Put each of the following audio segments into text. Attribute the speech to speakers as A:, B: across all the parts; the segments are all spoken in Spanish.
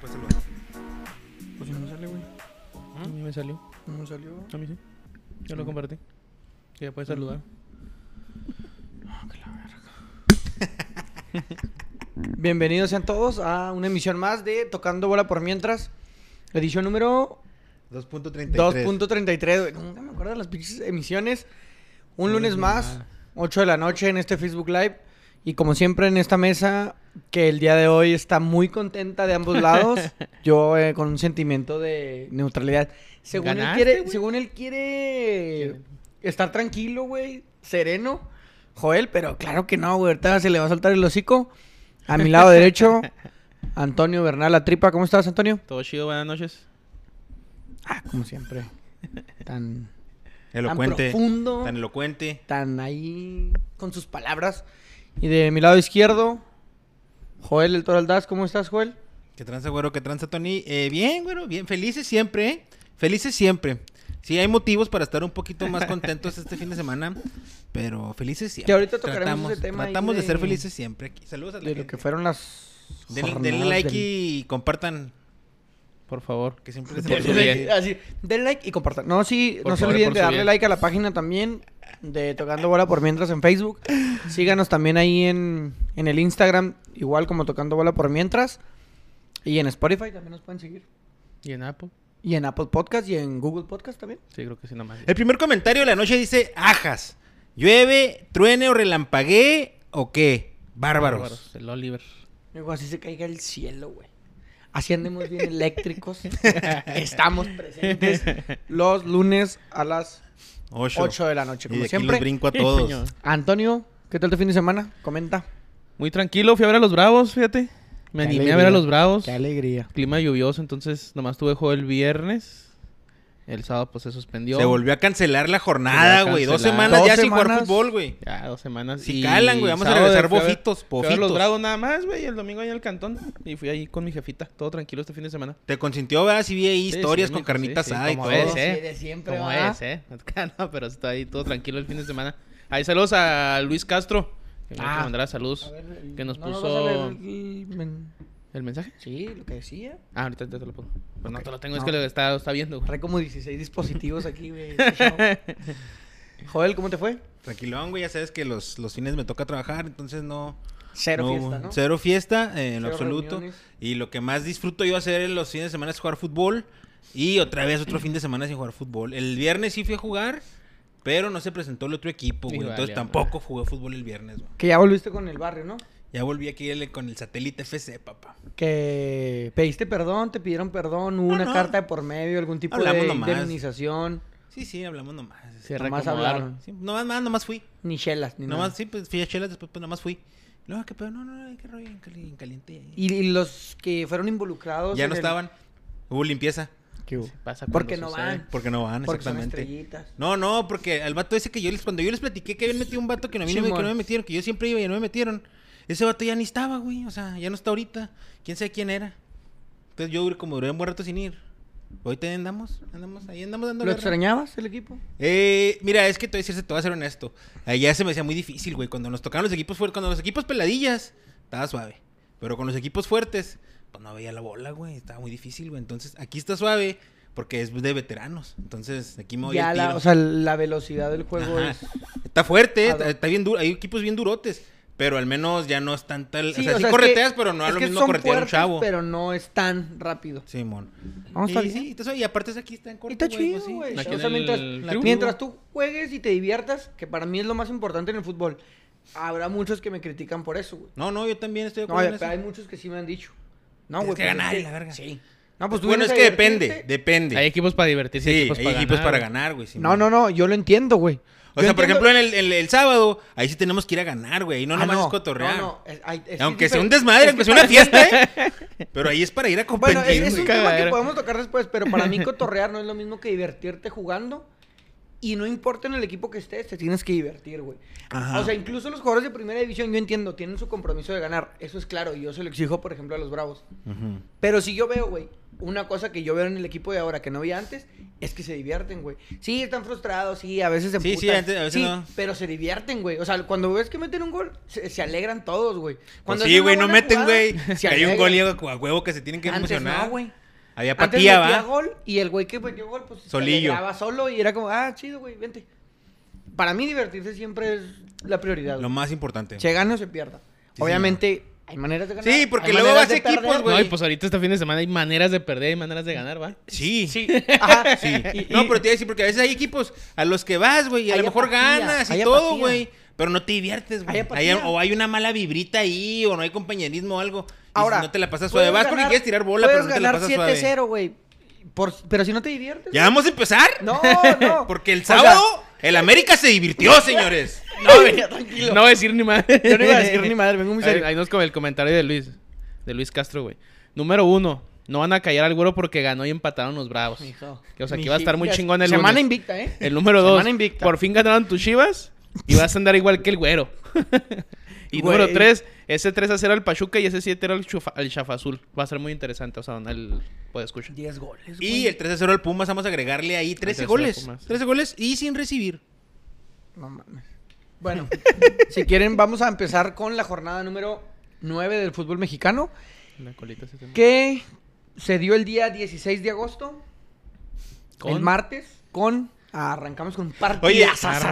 A: Pásamelo.
B: Pues no me sale, güey. A mí me salió.
C: No me salió.
B: A mí sí. Yo lo compartí. Que ya puedes saludar.
C: Ah, Bienvenidos sean todos a una emisión más de Tocando Bola por Mientras. Edición número
A: 2.33.
C: 2.33. güey. Nunca me acuerdo de las pinches emisiones. Un lunes
A: Mm,
C: más, 8 de la noche en este Facebook Live. Y como siempre en esta mesa, que el día de hoy está muy contenta de ambos lados. Yo eh, con un sentimiento de neutralidad. Según
B: Ganaste,
C: él quiere,
B: güey.
C: según él quiere estar tranquilo, güey, sereno. Joel, pero claro que no, güey. Ahorita se le va a saltar el hocico. A mi lado derecho, Antonio Bernal La Tripa. ¿Cómo estás, Antonio?
B: Todo chido, buenas noches.
C: Ah, como siempre. Tan
A: Elocuente.
C: Tan profundo.
A: Tan elocuente.
C: tan ahí con sus palabras. Y de mi lado izquierdo, Joel el Toro Aldaz. ¿Cómo estás, Joel?
A: ¿Qué tranza, güero? ¿Qué tranza, Tony? Eh, bien, güero, bien. Felices siempre, ¿eh? Felices siempre. Sí, hay motivos para estar un poquito más contentos este fin de semana, pero felices siempre.
C: Que ahorita tocaremos
A: tratamos,
C: ese tema ahí
A: Tratamos de...
C: de-
A: ser felices siempre aquí. Saludos a la
C: De lo
A: gente.
C: que fueron las.
A: Den-
C: jornadas
A: denle like
C: del-
A: y compartan,
B: Por favor.
A: que siempre se
B: Por
A: les
B: su
A: olvida.
B: bien.
C: Así, den like y compartan. No, sí,
B: Por
C: no se
B: favor,
C: olviden
B: por
C: de
B: su
C: darle
B: bien.
C: like a la página también. De Tocando Bola por Mientras en Facebook. Síganos también ahí en, en el Instagram, igual como Tocando Bola por Mientras. Y en Spotify también nos pueden seguir.
B: ¿Y en Apple?
C: Y en Apple Podcast y en Google Podcast también.
B: Sí, creo que sí, nomás.
A: El primer comentario de la noche dice, ajas, llueve, truene o relampaguee o qué, bárbaros.
B: El Oliver.
C: Luego así se caiga el cielo, güey. Así andemos bien eléctricos. Estamos presentes los lunes a las
A: Ocho.
C: 8 de la noche,
A: Y de
C: como
A: aquí los
C: siempre.
A: brinco a
B: Coño.
A: todos.
C: Antonio, ¿qué tal tu fin de semana? Comenta.
B: Muy tranquilo, fui a ver a los Bravos, fíjate. Me
C: Qué
B: animé
C: alegría,
B: a ver a los Bravos.
C: Qué alegría.
B: Clima lluvioso, entonces nomás tuve juego el viernes. El sábado pues se suspendió.
A: Se volvió a cancelar la jornada,
B: Se volvió a
A: güey. Dos
B: cancelar.
A: semanas
C: Dos
A: ya sin
C: semanas.
A: jugar fútbol, güey.
B: Ya, dos semanas.
A: Si
B: y
A: calan, güey, vamos a
B: sábado
A: regresar
B: fui ver-
A: bofitos,
B: fui a ver los
A: bofitos.
B: Bravos nada más, güey. El domingo ahí en el cantón. Y fui ahí con mi jefita. Todo tranquilo este fin de semana.
A: Te consintió, ¿verdad? Si vi ahí
B: Sí,
A: historias
B: sí,
A: con
B: mijo,
A: carnitas
B: sí, sí,
A: asada y
B: como
A: todo.
B: ves,
C: Sí,
B: ¿eh?
C: de siempre,
B: Como
C: ¿verdad?
B: es, eh? No, pero está ahí todo tranquilo el fin de semana. Ahí saludos a Luis Castro. Que me dijo
C: Ah. eh,
B: que mandara saludos. Que nos puso el mensaje.
C: Sí, lo que decía.
B: Ah, ahorita te lo pongo. Pues no
C: Ok.
B: te lo tengo, es
C: No.
B: que lo está, está viendo. güey.
C: Trae como 16 dispositivos aquí, güey. este show. Joel, ¿cómo te fue?
A: Tranquilón, güey. Ya sabes que los, los fines me toca trabajar, entonces no.
C: Cero
A: no-
C: fiesta, ¿no?
A: Cero fiesta, eh, en lo
C: Cero
A: absoluto.
C: reuniones.
A: Y lo que más disfruto yo hacer en los fines de semana es jugar fútbol. Y otra vez otro fin de semana sin jugar fútbol. El viernes sí fui a jugar, pero no se presentó el otro equipo,
B: Y
A: güey.
B: valió,
A: Entonces tampoco jugué fútbol el viernes, güey.
C: Que ya volviste con el barrio, ¿no?
A: Ya volví aquí el- con el satélite FC, papá.
C: que pediste perdón, te pidieron perdón, hubo una
A: no.
C: carta de por medio, algún tipo
A: Hablamos
C: de
A: nomás.
C: indemnización,
A: Sí, sí, hablamos nomás.
B: Se
C: Nomás
B: reacomodaron.
C: hablaron.
A: Sí, nomás, nomás, nomás fui.
C: ni chelas, ni
A: Nomás,
C: nada.
A: sí, pues fui a chelas, después pues nomás fui. Luego, que pedo, no, no, no, qué rollo, en cali- en caliente. ahí.
C: Y, y los que fueron involucrados.
A: ya
C: en
A: no
C: el-
A: estaban. Hubo limpieza.
C: ¿Qué hubo?
B: Pasa
C: Porque
B: cuando
C: no
B: sucede.
C: van.
A: Porque no van,
C: Porque son
A: exactamente.
C: estrellitas.
A: No, no, porque al vato ese que yo les, cuando yo les platiqué que habían metido un vato que no, a mí no me, que
C: Simón.
A: no me metieron, que yo siempre iba y no me metieron. Ese vato ya ni estaba, güey. O sea, ya no está ahorita. Quién sabe quién era. Entonces yo duré- como duré un buen rato sin ir. Ahorita ahí andamos, andamos, ahí andamos dando
C: ¿Lo
A: guerra.
C: extrañabas el equipo?
A: Eh, mira, es que te voy a decir, te voy a ser honesto. Allá se me hacía muy difícil, güey. Cuando nos tocaban los equipos fuertes, cuando los equipos peladillas, estaba suave. Pero con los equipos fuertes, pues no veía la bola, güey. Estaba muy difícil, güey. Entonces, aquí está suave porque es de veteranos. Entonces, aquí me voy
C: Ya
A: al
C: la,
A: tiro.
C: o sea, la velocidad del juego
A: Ajá.
C: es.
A: Está fuerte,
C: A
A: está,
C: do-
A: está bien duro. Hay equipos bien durotes. Pero al menos ya no es tan tal.
C: Sí,
A: o sea,
C: o
A: sí
C: sea, es
A: correteas,
C: que-
A: pero no a
C: es
A: lo
C: que
A: mismo
C: son
A: corretear a un
C: fuertes,
A: chavo.
C: Pero no es tan rápido.
A: Simón.
C: No, está
A: Sí,
C: bien.
A: sí, está suave. Y aparte es aquí, está en corto.
C: Y está
A: güey,
C: chido,
A: pues sí.
C: güey.
B: Aquí
C: O
B: en
C: sea,
B: el
C: mientras,
B: tribu.
C: mientras tú juegues y te diviertas, que para mí es lo más importante en el fútbol, habrá muchos que me critican por eso, güey.
A: No, no, yo también estoy de
C: No,
A: acuerdo. en
C: pero
A: eso.
C: hay muchos que sí me han dicho. No,
A: Tienes
C: güey.
A: que
C: pero
A: ganar
C: es
A: y la verga.
C: Sí. No, pues tú
A: bueno, es
C: vienes
A: que
C: a
A: depende,
C: divertirte.
A: depende.
B: Hay equipos para divertirse.
A: sí, hay
B: equipos para
A: equipos
B: ganar,
A: para
B: güey.
A: ganar, güey. sí,
C: No, no, no, yo lo entiendo, güey.
A: O
C: Yo
A: sea, por
C: entiendo-
A: ejemplo, en el, en el sábado, ahí sí tenemos que ir a ganar, güey. Ahí no
C: Ah,
A: nomás es cotorrear.
C: no, no, es- ay, es que
A: Aunque
C: es
A: sea un
C: difer-
A: desmadre,
C: es
A: aunque
C: que
A: sea una
C: para-
A: fiesta, ¿eh? Pero ahí es para ir a competir.
C: Bueno, es, es un
A: güey.
C: tema que
B: Cagadero.
C: podemos tocar después, pero para mí cotorrear no es lo mismo que divertirte jugando. Y no importa en el equipo que estés, te tienes que divertir, güey.
A: Ajá.
C: O sea, incluso los jugadores de primera división, yo entiendo, tienen su compromiso de ganar. Eso es claro, y yo se lo exijo, por ejemplo, a los Bravos.
A: Ujú.
C: Pero si yo veo, güey, una cosa que yo veo en el equipo de ahora que no vi antes, es que se divierten, güey. Sí, están frustrados, sí, a veces se
A: Sí, sí,
C: emputan,
A: antes- a veces
C: sí,
A: no.
C: pero se divierten, güey. O sea, cuando ves que meten un gol, se, se alegran todos, güey. Cuando
A: Pues sí,
C: hacen una
A: güey, no
C: buena
A: meten,
C: jugada,
A: güey.
C: se
A: Que hay un
C: alegran.
A: gol y a huevo que se tienen que
C: Antes
A: emocionar.
C: no, güey.
A: Había
C: Antes
A: patía,
C: metía
A: ¿va?
C: gol y el güey que metió gol, pues
A: Solillo.
C: grababa solo y era como, ah, chido, güey, vente. Para mí divertirse siempre es la prioridad.
A: Lo
C: güey.
A: más importante.
C: Se gana o se pierda.
A: Sí,
C: Obviamente hay maneras de ganar.
A: Sí,
C: hay
A: porque luego
C: maneras
A: vas
C: de
A: a equipos,
C: perder,
A: güey.
B: No, y pues ahorita este fin de semana hay maneras de perder, hay maneras de ganar, ¿va?
A: Sí.
C: Sí, ajá.
A: Sí.
C: Y- y-
A: no, pero te iba a decir, porque a veces hay equipos a los que vas, güey, y a
C: Hay
A: lo mejor
C: apatía,
A: ganas y
C: hay
A: todo,
C: apatía.
A: güey. Pero no te diviertes, güey.
C: Hay apatía.
A: Hay- o hay una mala vibrita ahí, o no hay compañerismo o algo. Y
C: Ahora.
A: si no te la pasas suave.
C: puedes
A: Vas porque
C: ganar-
A: quieres tirar bola, pero
C: puedes
A: no te la
C: ganar
A: pasas suave.
C: 7-0, güey. por- Pero si no te diviertes.
A: ¿Ya vamos a empezar?
C: No, no.
A: Porque el
C: O sea,
A: sábado, el América se divirtió, señores.
C: no, venía tranquilo.
B: No voy a decir ni madre.
C: Yo no iba a decir ni madre, vengo muy serio.
B: Ahí- Ahí nos con el comentario de Luis, de Luis Castro, güey. Número uno, no van a callar al güero porque ganó y empataron los bravos.
C: Mijo.
B: Que, o sea, que iba a estar muy
C: Mijillas.
B: chingón el
C: Semana
B: lunes.
C: invicta, ¿eh?
B: El número dos,
C: Semana invicta.
B: por fin ganaron tus chivas y vas a andar igual que el güero. y
C: Güey.
B: número tres, ese 3 a 0 al Pachuca y ese 7 era el, chufa, el Chafazul. Va a ser muy interesante, o sea, el... Puede escuchar.
C: 10 goles,
A: Y el 3 0 al Pumas, vamos a agregarle ahí 13
B: 3-0
A: goles.
B: al Pumas.
A: 13 goles y sin recibir.
C: No mames. Bueno, si quieren, vamos a empezar con la jornada número 9 del fútbol mexicano,
B: La colita se te-
C: que se dio el día 16 de agosto,
B: Con-
C: el martes, con. Arrancamos con partidas.
A: Oye,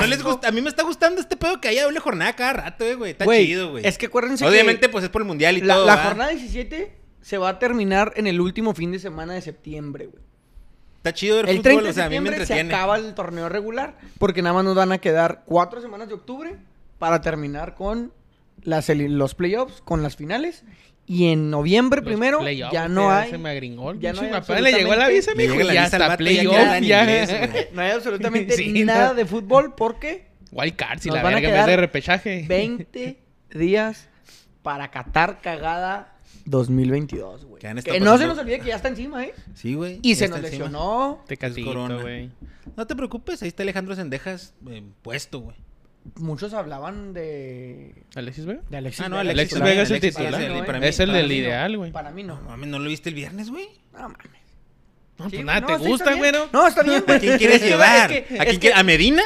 A: no les gusta- a mí me está gustando este pedo que haya doble jornada cada rato, eh, güey. Está chido, güey.
C: Es que acuérdense
A: Obviamente,
C: que
A: pues es por el mundial y
C: la,
A: todo.
C: la
A: ¿va?
C: jornada 17 se va a terminar en el último fin de semana de septiembre, güey.
A: Está chido ver
C: El 30
A: fútbol,
C: de
A: o sea, a mí me
C: septiembre se
A: entretiene.
C: acaba el torneo regular, porque nada más nos van a quedar cuatro semanas de octubre para terminar con las, eli- los playoffs, con las finales. Y en noviembre
B: Los
C: primero
B: playoffs,
C: ya no hay,
B: Se me agringó.
C: ya
B: Ya
C: no
B: no
C: hay
B: le llegó la
C: absolutamente-
B: visa,
A: Le
B: mijo.
A: llega la
B: Ya
A: visa al
B: está
A: vato y ya
B: playoff.
A: habla en
B: Ya.
A: inglés, güey.
C: no hay absolutamente
B: Sí,
C: nada
B: no.
C: de fútbol porque
B: Wildcard, si
C: Nos
B: la
C: van a
B: verga, en vez de
C: quedar
B: repechaje.
C: 20 días para Qatar cagada 2022, güey.
A: Que han estado
C: Que no se
A: pasando-
C: nos olvide que ya está encima, ¿eh?
A: Sí, güey.
C: Y
A: ya
C: se
A: está
C: nos
A: encima.
C: lesionó.
B: Tecatito,
A: Es corona.
B: güey.
A: No te preocupes, ahí está Alejandro Sendejas eh, puesto, güey.
C: Muchos hablaban de,
B: ¿Alexis Vega?
C: de Alexis
A: Ah, no,
C: Vega.
B: Alexis
A: también,
B: Vega es el
A: Alexis
B: titular.
A: es el-
C: ¿eh?
A: para mí-
B: Es el
A: para
B: del
A: mí no.
B: ideal, güey.
C: Para mí no.
A: No mames, ¿no lo viste el viernes, güey?
C: No mames.
B: No,
C: Sí,
B: pues nada,
C: no,
B: ¿te
C: sí, está
B: gusta,
C: bien.
B: güey?
C: No, está bien,
A: ¿A
C: güey.
A: quién quieres
C: Es que-
A: llevar?
C: es que- es
A: ¿A quién
C: que-
A: quieres? ¿A Medina?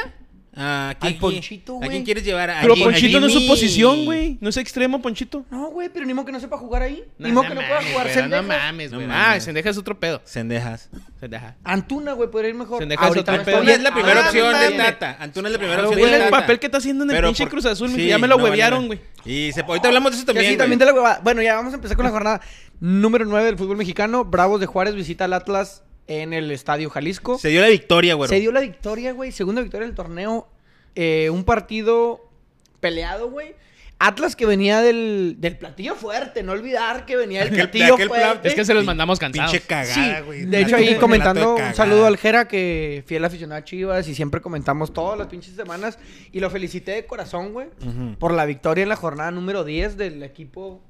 A: ¿A quién,
C: Ponchito,
A: ¿A
C: güey.
A: quién quieres llevar? ¿A
B: Pero
A: Gui- a
B: Ponchito no es un
A: Jimmy?
B: posición, güey. No es extremo, Ponchito.
C: No, güey, pero ni modo que no sepa jugar ahí.
B: No,
C: ni modo
B: no
C: que no pueda
B: mames,
C: jugar
B: güey,
C: Sendejas.
B: No mames,
A: No
B: güey.
A: mames.
B: Ah, Sendeja es otro pedo.
A: Sendejas.
B: Sendeja.
C: Antuna, güey, podría ir mejor.
B: Sendejas otro
C: no
B: pedo.
C: está
A: Antuna es la
C: bien.
A: primera
C: Ah,
A: opción
C: está
A: de
C: bien.
A: Tata. Antuna es la primera
B: Pero
A: opción
B: ve
A: de
B: Ah, el
A: Tata.
B: papel que está haciendo en el
A: Pero
B: pinche
A: por-
B: Cruz Azul, mijo,
A: sí,
B: ya me lo
A: no vale
B: huevearon,
A: nada.
B: güey.
A: Y se... ahorita hablamos de eso
C: Que
A: también,
C: sí,
A: güey.
C: también te la hueva. Bueno, ya vamos a empezar con la jornada número 9 del fútbol mexicano. Bravos de Juárez visita al Atlas en el Estadio Jalisco.
A: Se dio la victoria, güey.
C: Se dio la victoria, güey. Segunda victoria del torneo. Eh, un partido peleado, güey. Atlas que venía del, del platillo fuerte. No olvidar que venía del
A: Aquel- de
C: platillo
A: aquel
C: fuerte.
A: pla-
B: Es que se los mandamos cansados.
A: Pinche cagada,
C: Sí,
A: güey.
C: De hecho,
A: Plato-
C: ahí
A: plato
C: comentando,
A: de
C: un saludo
A: cagada.
C: al Jera, que fiel aficionado a Chivas y siempre comentamos todas las pinches semanas. Y lo felicité de corazón, güey,
A: Ujú.
C: por la victoria en la jornada número 10 del equipo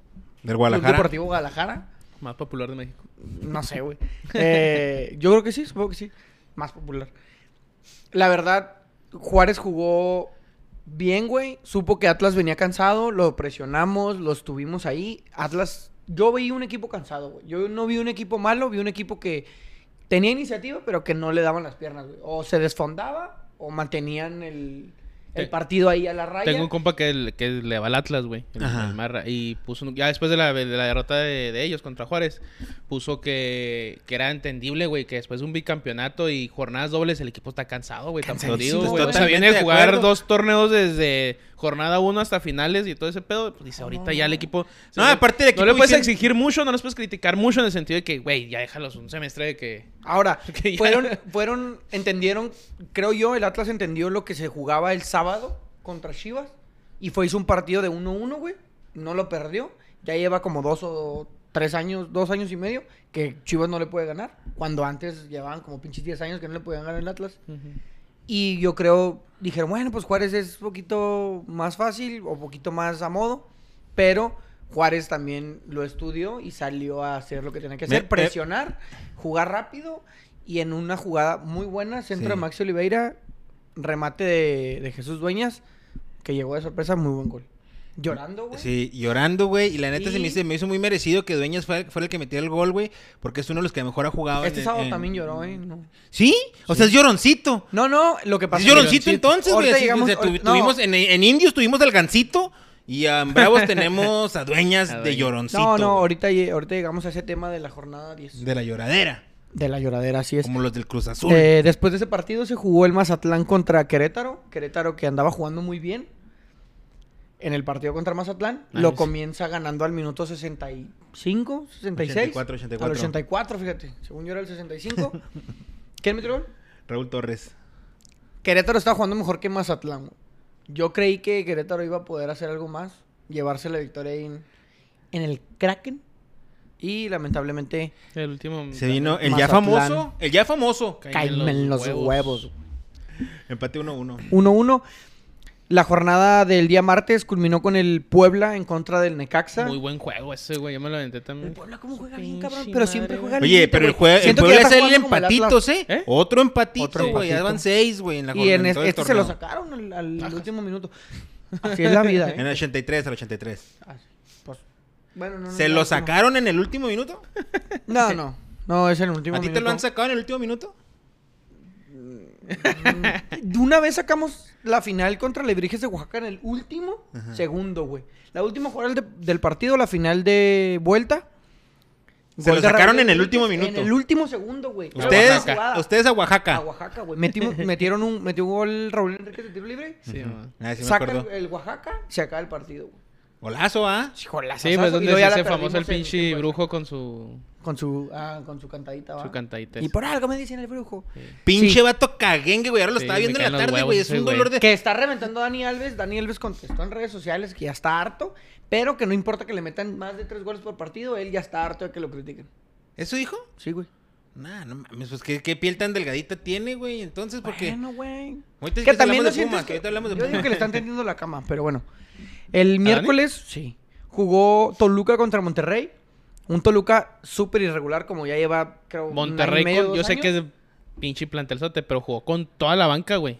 A: Del
C: Club
A: Guadalajara.
C: Deportivo Guadalajara.
B: Más popular de México.
C: No sé, güey. Eh, yo creo que sí, supongo que sí. Más popular. La verdad, Juárez jugó bien, güey. Supo que Atlas venía cansado, lo presionamos, los tuvimos ahí. Atlas, yo vi un equipo cansado, güey. Yo no vi un equipo malo, vi un equipo que tenía iniciativa, pero que no le daban las piernas, güey. O se desfondaba o mantenían el, el
B: Te-
C: partido ahí a la raya.
B: Tengo un compa que, el- que le va al Atlas, güey. el-
A: Ajá.
B: el Marra, Y puso, un- ya después de la, de la derrota de, de ellos contra Juárez, puso que, que era entendible, güey, que después de un bicampeonato y jornadas dobles, el equipo está cansado, güey, está
A: Cansadísimo,
B: fundido, güey. O sea,
A: totalmente
B: viene a
A: de
B: jugar
A: acuerdo.
B: dos torneos desde jornada uno hasta finales y todo ese pedo. Pues dice, ahorita ya el equipo.
A: No, aparte el
B: No le
A: equipo
B: puedes
A: hicieron-
B: exigir mucho, no les puedes criticar mucho en el sentido de que, güey, ya déjalos un semestre de que.
C: Ahora,
B: Que ya-
C: fueron, fueron, entendieron, creo yo, el Atlas entendió lo que se jugaba el sábado contra Chivas y fue, hizo un partido de 1-1, güey. No lo perdió. Ya lleva como dos o tres años, dos años y medio, que Chivas no le puede ganar. Cuando antes llevaban como pinches 10 años que no le podían ganar el Atlas. Y yo creo, dijeron, bueno, pues Juárez es un poquito más fácil o poquito más a modo, pero Juárez también lo estudió y salió a hacer lo que tenía que
A: Me-
C: hacer,
A: me-
C: presionar, jugar rápido y en una jugada muy buena, centro de
A: Sí.
C: Maxi Oliveira, remate de, de Jesús Dueñas, que llegó de sorpresa, muy buen gol. Llorando, güey.
A: Sí, llorando, güey. Y la neta se, me
C: Y-
A: hizo, me hizo muy merecido que Dueñas fuera, fuera el que metiera el gol, güey. Porque es uno de los que mejor ha jugado.
C: Este
A: en-
C: sábado
A: en-
C: también lloró, ¿eh? No.
A: ¿Sí? O sea, es lloroncito.
C: No, no, lo que pasa
A: Es lloroncito entonces, güey.
C: Ahorita
A: así,
C: llegamos-
A: o sea, tu-
C: ahor- no,
A: tuvimos en, en Indios tuvimos al Gancito y a Bravos tenemos a Dueñas
B: A
A: de
B: Dueñas.
A: lloroncito.
C: No, no,
A: güey.
C: ahorita, lle- ahorita llegamos a ese tema de la jornada 10. De,
A: De la lloradera.
C: la lloradera, así es.
A: Como los del Cruz Azul.
C: Eh, después de ese partido se jugó el Mazatlán contra Querétaro. Querétaro que andaba jugando muy bien. En el partido contra Mazatlán
B: Ah,
C: lo
B: sí.
C: comienza ganando al minuto 65, 66.
A: 84, 84.
C: Al 84, fíjate. Según yo era el 65. ¿Quién metió el gol?
A: Raúl Torres.
C: Querétaro estaba jugando mejor que Mazatlán. güey. Yo creí que Querétaro iba a poder hacer algo más, llevarse la victoria ahí en, en el Kraken. Y lamentablemente
B: El último.
A: Se vino el ya
C: Mazatlán.
A: famoso. El ya famoso.
B: Caen en
C: caen
B: los
C: en los
B: huevos.
C: huevos.
A: Empate 1-1.
C: 1-1. La jornada del día martes culminó con el Puebla en contra del Necaxa.
B: Muy buen juego ese, güey. Yo me lo aventé
C: El
B: también.
C: Puebla cómo juega bien,
B: Pinche
C: cabrón,
B: madre,
C: pero siempre
B: güey.
C: juega
A: Oye,
C: limpio,
A: pero el,
C: güey.
A: jue- el
C: Siento que
A: Puebla
C: ya
A: es
C: está
A: el
C: jugando como el
A: empatitos, ¿eh?
B: ¿Eh?
A: Otro empatito,
B: Otro
A: güey. Ya
C: empatito.
A: van seis, güey, en la
C: Atlas. Y en
A: jornada, en
C: es-
A: todo el
C: este se lo
A: torneo.
C: sacaron al, al
B: Ajá.
C: último minuto. Así es la vida,
A: En el
C: ¿eh?
A: 83, al 83.
C: Ah, pues, bueno, no, no,
A: ¿Se
C: no,
A: lo
C: no.
A: sacaron en el último minuto?
C: No, no. No, es el último
A: ¿A ti te lo
C: minuto.
A: han sacado en el último minuto?
C: Mm, De una vez sacamos la final contra Lebrijes de Oaxaca en el último segundo, güey. La última jugada del- del partido, la final de vuelta.
A: Se lo
C: de
A: sacaron
C: Raúl
A: en el
C: Lebrijes
A: último minuto.
C: En el último segundo, güey.
A: Ustedes,
C: Última jugada.
A: ustedes a Oaxaca.
C: A Oaxaca, güey. Metimos- metieron un, metió un gol Raúl Enrique de tiro libre.
B: Sí, mamá.
A: Ah, sí me
C: saca
A: acuerdo.
C: el, el Oaxaca, se acaba el partido, güey.
A: Golazo, ¿ah?
C: Híjole,
B: Sí, pues donde se hace famoso el pinche brujo con su,
C: Con su, ah, con su cantadita, ¿va?
B: su cantadita.
C: Y por algo me dicen el brujo.
A: Pinche
C: Sí.
A: vato caguengue, güey. Ahora lo
B: Sí,
A: estaba
B: me
A: viendo en
B: caen
A: la
B: los
A: tarde,
B: huevos
A: güey. Es
B: ese,
A: un
B: güey.
A: dolor de.
C: Que está reventando a Dani Alves. Dani Alves contestó en redes sociales que ya está harto, pero que no importa que le metan más de tres goles por partido, él ya está harto de que lo critiquen.
A: ¿Eso dijo?
C: Sí, güey.
A: Nah, no mames. Pues qué, qué piel tan delgadita tiene, güey. Entonces, porque.
C: Bueno, güey.
A: Ahorita sí
C: Que también
A: que
C: no
A: hablamos de
C: sientes
A: Pumas,
C: que...
A: ahorita hablamos de
C: Yo digo
A: Pumas.
C: que le están tendiendo la cama, pero bueno. El miércoles, sí, jugó Toluca contra Monterrey. Un Toluca súper irregular, como ya lleva, creo, un año y
B: Monterrey,
C: medio,
B: con- yo
C: dos
B: sé
C: años.
B: que es pinche plantelzote, pero jugó con toda la banca, güey.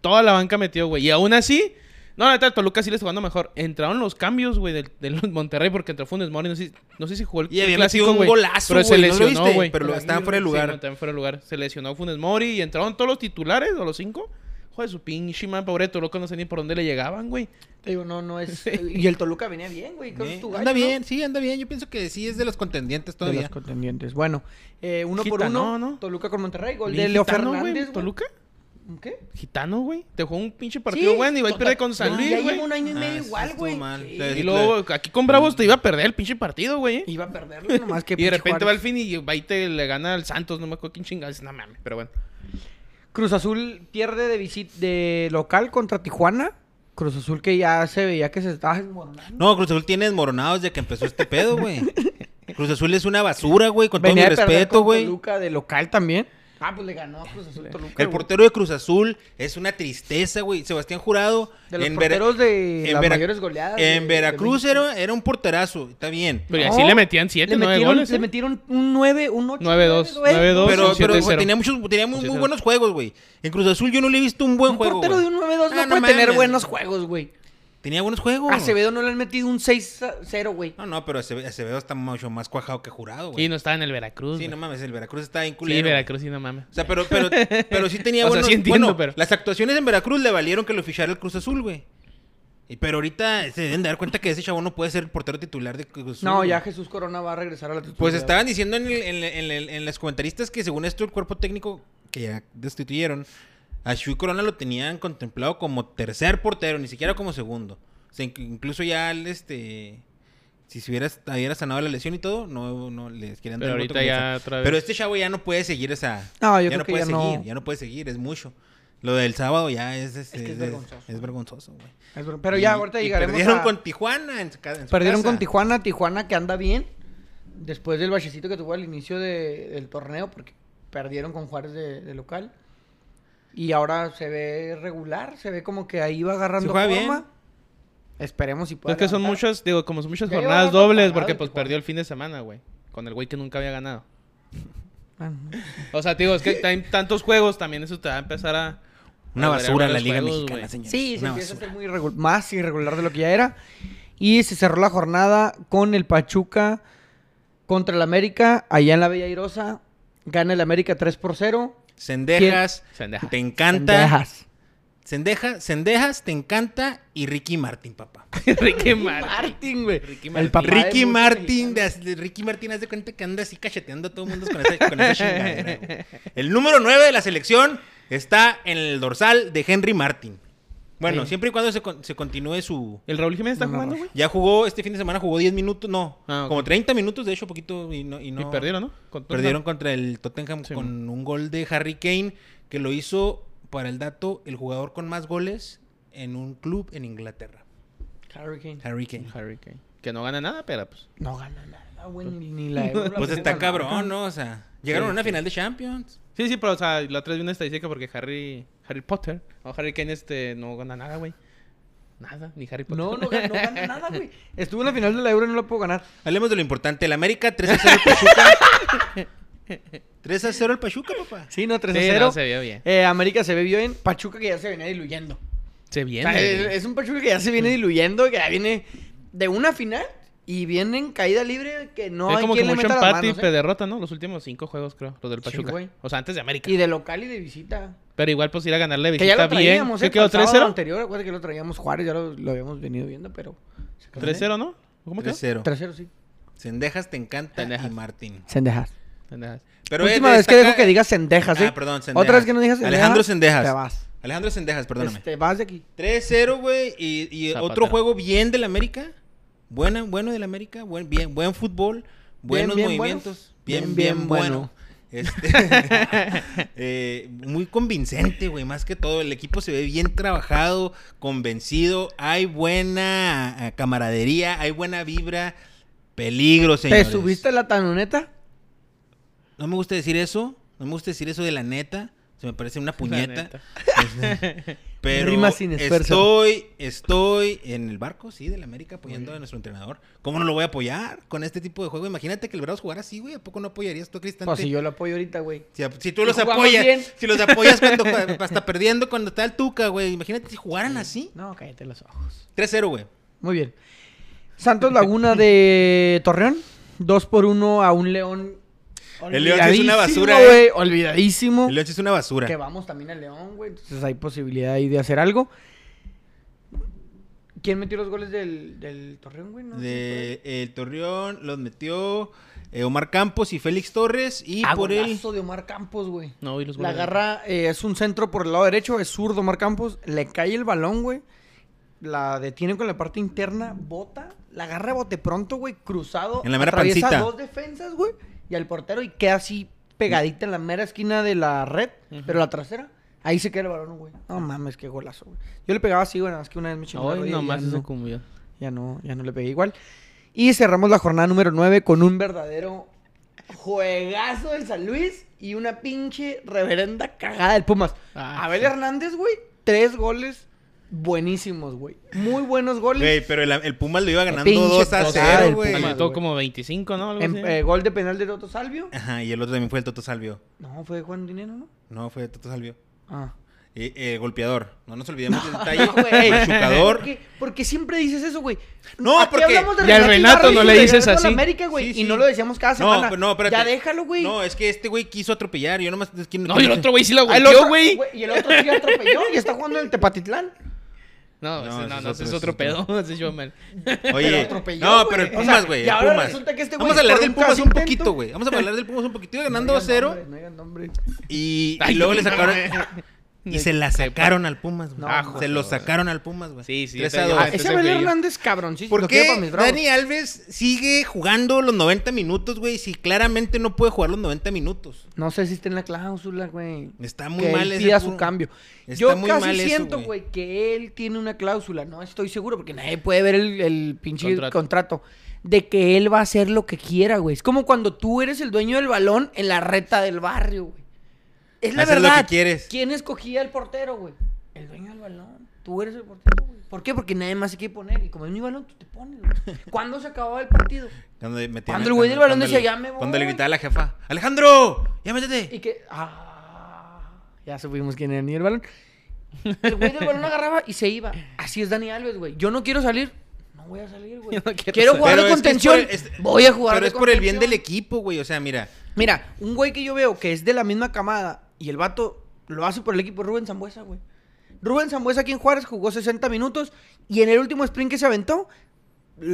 B: Toda la banca metió, güey. Y aún así, no, la neta, Toluca sí le está jugando mejor. Entraron los cambios, güey, del, del Monterrey, porque entró Funes Mori. No sé, no sé si jugó el
A: Y había
B: clásico,
A: metido un
B: güey,
A: golazo,
B: Pero se
A: güey, ¿no lo
B: lesionó,
A: viste?
B: güey.
A: Pero lo- estaba fuera de
B: Sí,
A: lugar.
B: no, estaba fuera de lugar. Se lesionó Funes Mori y entraron todos los titulares, o los cinco. Joder, su pinche man, pobre Toluca, no sé ni por dónde le llegaban, güey.
C: Te digo, no, no es... Y el Toluca venía bien, güey. creo que es tu
A: Eh,
C: gallo,
A: Anda
C: ¿no?
A: bien, sí, anda bien. Yo pienso que sí es de los contendientes
C: De
A: todavía.
C: los contendientes. Bueno, eh, uno por
B: Gitano,
C: uno,
B: ¿no?
C: Toluca con Monterrey, gol
B: Bien
C: de Leo
B: gitano, güey,
C: Fernández, güey.
B: ¿Toluca?
C: ¿Qué?
B: Gitano, güey. Te jugó un pinche partido, güey, y va a perder con San
C: Ya
B: Luis, güey.
C: lleva un año y
A: Ah,
C: medio
A: sí,
C: igual,
A: estuvo
C: güey.
A: mal.
C: Sí.
A: Entonces,
B: Y luego aquí con
A: Mm.
B: Bravos te iba a perder el pinche partido, güey. ¿eh?
C: Iba a perderlo nomás que
B: Y de
C: pinche
B: repente
C: Juárez.
B: va al fin y va y te le gana al Santos, no me acuerdo quién chingados, no mames, pero bueno.
C: Cruz Azul pierde de visita de local contra Tijuana. Cruz Azul que ya se veía que se estaba desmoronando.
A: No, Cruz Azul tiene desmoronado desde que empezó este pedo, güey. Cruz Azul es una basura, güey, con todo mi
C: Venía de perder
A: respeto,
C: con
A: güey.
C: Toluca de local también. Ah, pues le ganó a Cruz Azul Toluca.
A: El
C: güey.
A: portero de Cruz Azul es una tristeza, güey. Sebastián Jurado.
C: De los
A: en Vera-
C: porteros de
A: en
C: las
A: Vera-
C: mayores goleadas. de-
A: En
C: de
A: Veracruz
C: México.
A: era, era un porterazo, está bien.
B: Pero y
C: No,
B: así le metían 7,
C: le
B: 9
C: metieron,
B: goles.
C: le
B: ¿eh?
C: metieron un 9, un 8.
B: 9-2, 9-2.
A: Pero,
B: un
A: pero
B: 7-0.
A: güey, tenía muchos tenía muy,
B: Un
A: muy
B: 7-0.
A: buenos juegos, güey. En Cruz Azul yo no le he visto un buen
C: Un
A: juego.
C: portero
A: güey.
C: de un 9-2
A: Ah,
C: no puede tener
A: mames.
C: buenos juegos, güey.
A: Tenía buenos juegos.
C: Acevedo no le han metido un 6-0, güey.
A: No, no, pero Aceve- Acevedo está mucho más cuajado que jurado,
B: Y
A: güey.
B: no estaba en el Veracruz.
A: sí,
B: güey.
A: no mames, el Veracruz está bien culero.
B: sí, Veracruz sí, no mames.
A: O sea, pero, pero, pero sí tenía
B: O sea,
A: buenos...
B: sí entiendo,
A: bueno,
B: pero-
A: las actuaciones en Veracruz le valieron que lo fichara el Cruz Azul, güey. Y, pero ahorita se deben dar cuenta que ese chavo no puede ser el portero titular de Cruz Azul.
C: No,
A: güey.
C: ya Jesús Corona va a regresar a la titularidad.
A: Pues estaban diciendo en, el- en, en- en- en las comentaristas que según esto el cuerpo técnico que ya destituyeron, a Shui Corona lo tenían contemplado como tercer portero, ni siquiera como segundo. O sea, inc- incluso ya el, este si se hubiera, hubiera sanado la lesión y todo, no, no les querían
B: Pero
A: el
B: ahorita
A: voto como
B: ya
A: sea.
B: otra vez.
A: Pero este chavo ya no puede seguir esa.
C: No, yo
A: ya
C: creo
A: no
C: que
A: puede
C: ya no-
A: seguir, ya no puede seguir, es mucho. Lo del sábado ya es este,
C: Es que es
A: es-
C: vergonzoso.
A: es vergonzoso, güey.
C: Es broma. Pero ya
A: Y-
C: ahorita
A: y
C: llegaremos
A: perdieron
C: a-
A: con Tijuana en su ca- en su
C: Perdieron
A: casa.
C: con Tijuana. Tijuana que anda bien. después del bachecito que tuvo al inicio de- del torneo, porque perdieron con Juárez de, de local. Y ahora se ve regular, se ve como que ahí va agarrando
A: juega
C: forma.
A: bien.
C: Esperemos si puede.
B: Pues que son muchas, digo, como son muchas
C: Ya
B: jornadas
C: llevaba
B: dobles,
C: preparado
B: porque
C: el
B: pues
C: Tijuana.
B: perdió el fin de semana, güey. Con el güey que nunca había ganado. O sea, te digo, es que hay tantos juegos, también eso te va a empezar a.
A: Una
B: a
A: basura
B: ver
A: la
B: los
A: Liga
B: juegos,
A: Mexicana,
B: güey.
A: señores.
C: Sí, se
A: Una
C: empieza a
A: basura.
C: ser muy irregu- más irregular de lo que ya era. Y se cerró la jornada con el Pachuca contra el América, allá en la Bella Irosa. Gana el América 3 por 0.
A: Sendejas,
B: Sendejas.
A: te encanta.
C: Dejas.
A: Sendeja, Sendejas, te encanta. Y Ricky Martin, papá.
B: Ricky Martin.
C: Martín, güey.
B: Ricky
C: El
B: Martin.
C: papá de
A: Ricky
C: muchos
A: Martin,
C: mexicanos.
A: de, de- Ricky Martin, haz de cuenta que anda así cacheteando a todo el mundo con esa, con esa chingadera, güey. El número 9 de la selección está en el dorsal de Henry Martin. Bueno,
B: Sí.
A: siempre y cuando se, con- se continúe su...
B: ¿El Raúl Jiménez está
C: No,
B: jugando,
C: no.
B: güey?
A: Ya jugó, este fin de semana jugó 10 minutos, no,
B: Ah, ok.
A: como 30 minutos, de hecho, poquito, y no... Y, no-
B: Y perdieron, ¿no? Con Tottenham.
A: Perdieron contra el Tottenham
B: Sí,
A: con un gol de Harry Kane, que lo hizo, para el dato, el jugador con más goles en un club en Inglaterra.
C: Harry Kane.
A: Harry Kane.
B: Harry Kane. Que no gana nada, pero pues.
C: No gana nada, güey, ni, ni la Euro la
A: Pues
C: pudo
A: está
C: ganar.
A: cabrón, ¿no? O sea, llegaron
B: Sí,
A: a una
B: sí.
A: final de Champions.
B: Sí, sí, pero o sea, la otra vez vi una estadística porque Harry. Harry Potter. O Harry Kane, este, no gana nada, güey. Nada, ni Harry Potter.
C: No, no, gan- no gana nada, güey. Estuvo en la final de la Euro y no la puedo ganar.
A: Hablemos de lo importante. El América 3 a 0 el Pachuca. 3 a 0 el Pachuca, papá.
C: Sí, no, 3
B: Sí,
C: a 0.
B: no, se vio bien.
C: Eh, América se ve bien. Pachuca que ya se venía diluyendo.
B: Se
C: O
B: viene.
C: sea, es,
B: güey.
C: es un Pachuca que ya se viene diluyendo, que ya viene de una final y viene en caída libre que no
B: es
C: hay
B: como que
C: quien le
B: mucho
C: meta las
B: empate y
C: manos, ¿eh?
B: derrota, ¿no? Los últimos cinco juegos, creo, los del
C: Sí,
B: Pachuca.
C: güey.
B: o sea, antes de América.
C: Y de local y de visita.
B: Pero igual, pues ir a ganarle
C: Que ya
B: visita
C: lo
B: bien.
C: traíamos,
B: ¿Qué
C: ¿eh?
B: quedó
C: Para el sábado
B: 3-0?
C: anterior, acuérdate que lo traíamos Juárez, ya lo, lo habíamos venido viendo, pero...
B: 3-0, ¿no? ¿Cómo quedó?
A: 3-0.
C: 3-0, sí.
A: Sendejas te encanta
B: Sendejas.
A: y Martín.
C: Sendejas.
B: Pendejas.
A: Pero
C: Última
A: es de
C: vez que dejo
A: destacar-
C: que digas sendejas, ¿eh?
A: Ah, perdón, Sendejas.
C: Otra vez que no digas sendejas.
A: Alejandro Sendejas.
C: Te vas.
A: Alejandro Sendejas, perdóname.
C: Te vas de aquí.
A: 3-0, güey. Y, y
B: Zapata.
A: otro juego bien del América. Buena, bueno del América. Buen, bien, buen fútbol. Buenos
C: bien bueno.
A: movimientos. Bien, bien,
C: Bien, bien bueno.
A: bueno. Este, eh, muy convincente, güey. Más que todo, el equipo se ve bien trabajado, convencido. Hay buena eh, camaradería, hay buena vibra. Peligro, señores.
C: ¿Te subiste a la tanoneta? Pues
A: No me gusta decir eso. No me gusta decir eso de la neta. Se me parece una puñeta.
B: neta.
A: Este, Pero
C: Rima sin esfuerzo.
A: estoy, estoy en el barco, sí, del América apoyando a nuestro entrenador. ¿Cómo no lo voy a apoyar con este tipo de juego? Imagínate que el Bravos jugara así, güey. ¿A poco no apoyarías tú a Cristante?
C: Pues si yo lo apoyo ahorita, güey.
A: Si, a- si tú los
C: jugamos
A: apoyas,
C: bien.
A: si los apoyas cuando jue- hasta perdiendo cuando está el Tuca, güey. Imagínate si jugaran así.
C: No, cállate los ojos.
A: 3-0, güey.
C: Muy bien. Santos Laguna de Torreón. 2 por 1 a un León.
A: El León sí es una
C: Olvidadísimo,
A: basura, ¿eh?
C: güey, Olvidadísimo.
A: El León sí es una basura.
C: Que vamos también al León, güey. Entonces hay posibilidad ahí de hacer algo. ¿Quién metió los goles del, del Torreón, güey? No,
A: De, el Torreón los metió eh, Omar Campos y Félix Torres. Y
C: Ah,
A: por él.
C: golazo de Omar Campos, güey.
B: No, y los
C: La
B: goles.
C: agarra, eh, es un centro por el lado derecho, es zurdo Omar Campos, le cae el balón, güey. La detiene con la parte interna, bota, la agarra de bote pronto, güey, cruzado.
A: En la mera
C: atraviesa
A: pancita.
C: dos defensas, güey, y al portero y queda así pegadita en la mera esquina de la red, pero la trasera, ahí se queda el balón, güey. No mames, qué golazo, güey. Yo le pegaba así, güey, nada más que una vez me chingó la
B: Hoy
C: rodilla y
B: nomás
C: ya
B: es
C: no-
B: un cumbión.
C: ya no, ya no le pegué igual. Y cerramos la jornada número 9 con un verdadero juegazo del San Luis y una pinche reverenda cagada del Pumas.
B: Ah,
C: Abel
B: sí.
C: Hernández, güey, tres goles buenísimos, güey. Muy buenos goles.
A: Güey, pero el, el Pumas lo iba ganando
C: pinche
A: 2 a
C: tosada
A: 0,
C: del
A: güey.
C: Pumas.
B: Anotó
C: güey.
B: Ah, como 25, ¿no? Algo
C: En-
B: así.
C: eh, gol de penal de Toto Salvio.
A: Ajá, y el otro también fue el Toto Salvio.
C: No, fue Juan Dinero, ¿no?
A: No, fue Toto Salvio.
C: Ah.
A: Eh, eh, golpeador. No nos olvidemos del detalle.
C: No, güey.
A: Machucador.
C: ¿Por qué, por qué siempre dices eso, güey?
A: No,
C: Aquí
A: porque-
C: hablamos de
B: Y al Renato
C: Ibarra
B: no
C: y
B: le
C: de
B: dices
C: Renato a la
B: así.
C: América, güey,
A: Sí,
C: Y
A: sí.
C: no lo decíamos cada semana.
A: No, pero no, espérate.
C: Ya déjalo, güey.
A: No, es que este güey quiso atropellar. Yo nomás. es que
B: No, y el otro güey sí la
C: Ah, el
B: golpeó,
C: otro-
B: güey.
C: güey, Y el otro sí atropelló y está jugando en el Tepatitlán.
B: No, ese- no, no, ese es
A: ese
B: otro pedo. Ese yo mal.
C: Pero
A: Oye.
C: atropelló,
A: No, pero el
C: güey. O
A: Pumas,
C: sea,
A: güey.
C: y
A: el
C: ahora
A: Pumas.
C: resulta que este güey
A: Vamos a hablar
C: por
A: del
C: un
A: Pumas
C: casi
A: un
C: intento.
A: poquito, güey. Vamos a hablar del Pumas un poquito. Iba ganando
C: No
A: 2
C: digan
A: 0.
C: nombres, No digan
A: Y,
C: nombres.
A: y
B: Ay,
A: luego
B: no,
A: le sacaron.
B: no,
A: Y se la sacaron al Pumas, güey.
C: No,
A: Ah, se
B: joder.
A: lo sacaron al Pumas, güey.
B: Sí, sí,
A: Tres
B: ese
A: a
B: ya-
A: dos.
B: Ah,
C: Ese
B: entonces,
C: Abel
B: güey, yo-
C: Hernández, cabrón, sí,
A: ¿Por
C: lo quiero
A: qué
C: para mis bravos.
A: Dani Alves sigue jugando los 90 minutos, güey? Si claramente no puede jugar los 90 minutos.
C: No sé si está en la cláusula, güey.
A: Está muy
C: que
A: mal
C: él
A: ese
C: pida su
A: puro-
C: cambio.
A: Está
C: Yo
A: muy
C: casi
A: mal eso,
C: siento,
A: güey.
C: güey, que él tiene una cláusula. No estoy seguro porque nadie puede ver el, el pinche contrato.
B: Contrato.
C: De que él va a hacer lo que quiera, güey. Es como cuando tú eres el dueño del balón en la reta del barrio, güey. Es la
A: Hacer lo
C: verdad.
A: que quieres.
C: ¿Quién escogía el portero, güey? El dueño del balón. Tú eres el portero, güey. ¿Por qué? Porque nadie más se quiere poner. Y como es mi balón, tú te pones, güey. ¿Cuándo se acababa el partido?
A: Cuando, metían-
C: Cuando el güey del balón
A: cuando
C: decía,
A: le-
C: "Ya me voy".
A: Cuando le gritaba a la jefa, Alejandro, ya
C: Y
A: métete.
C: que. Ah, ya supimos quién era ni el balón. El güey del balón agarraba y se iba. Así es Dani Alves, güey. Yo no quiero salir. No voy a salir, güey.
B: Yo no quiero
C: quiero
B: salir.
C: jugar
A: Pero
C: de
A: es que es
C: contención.
A: por- es-
C: Voy a jugar
A: Pero
C: de
A: es por el bien del
C: contención.
A: equipo, güey. O sea, mira.
C: Mira, un güey que yo veo que es de la misma camada y el vato lo hace por el equipo Rubén Zambuesa, güey. Rubén Zambuesa aquí en Juárez jugó 60 minutos y en el último sprint que se aventó,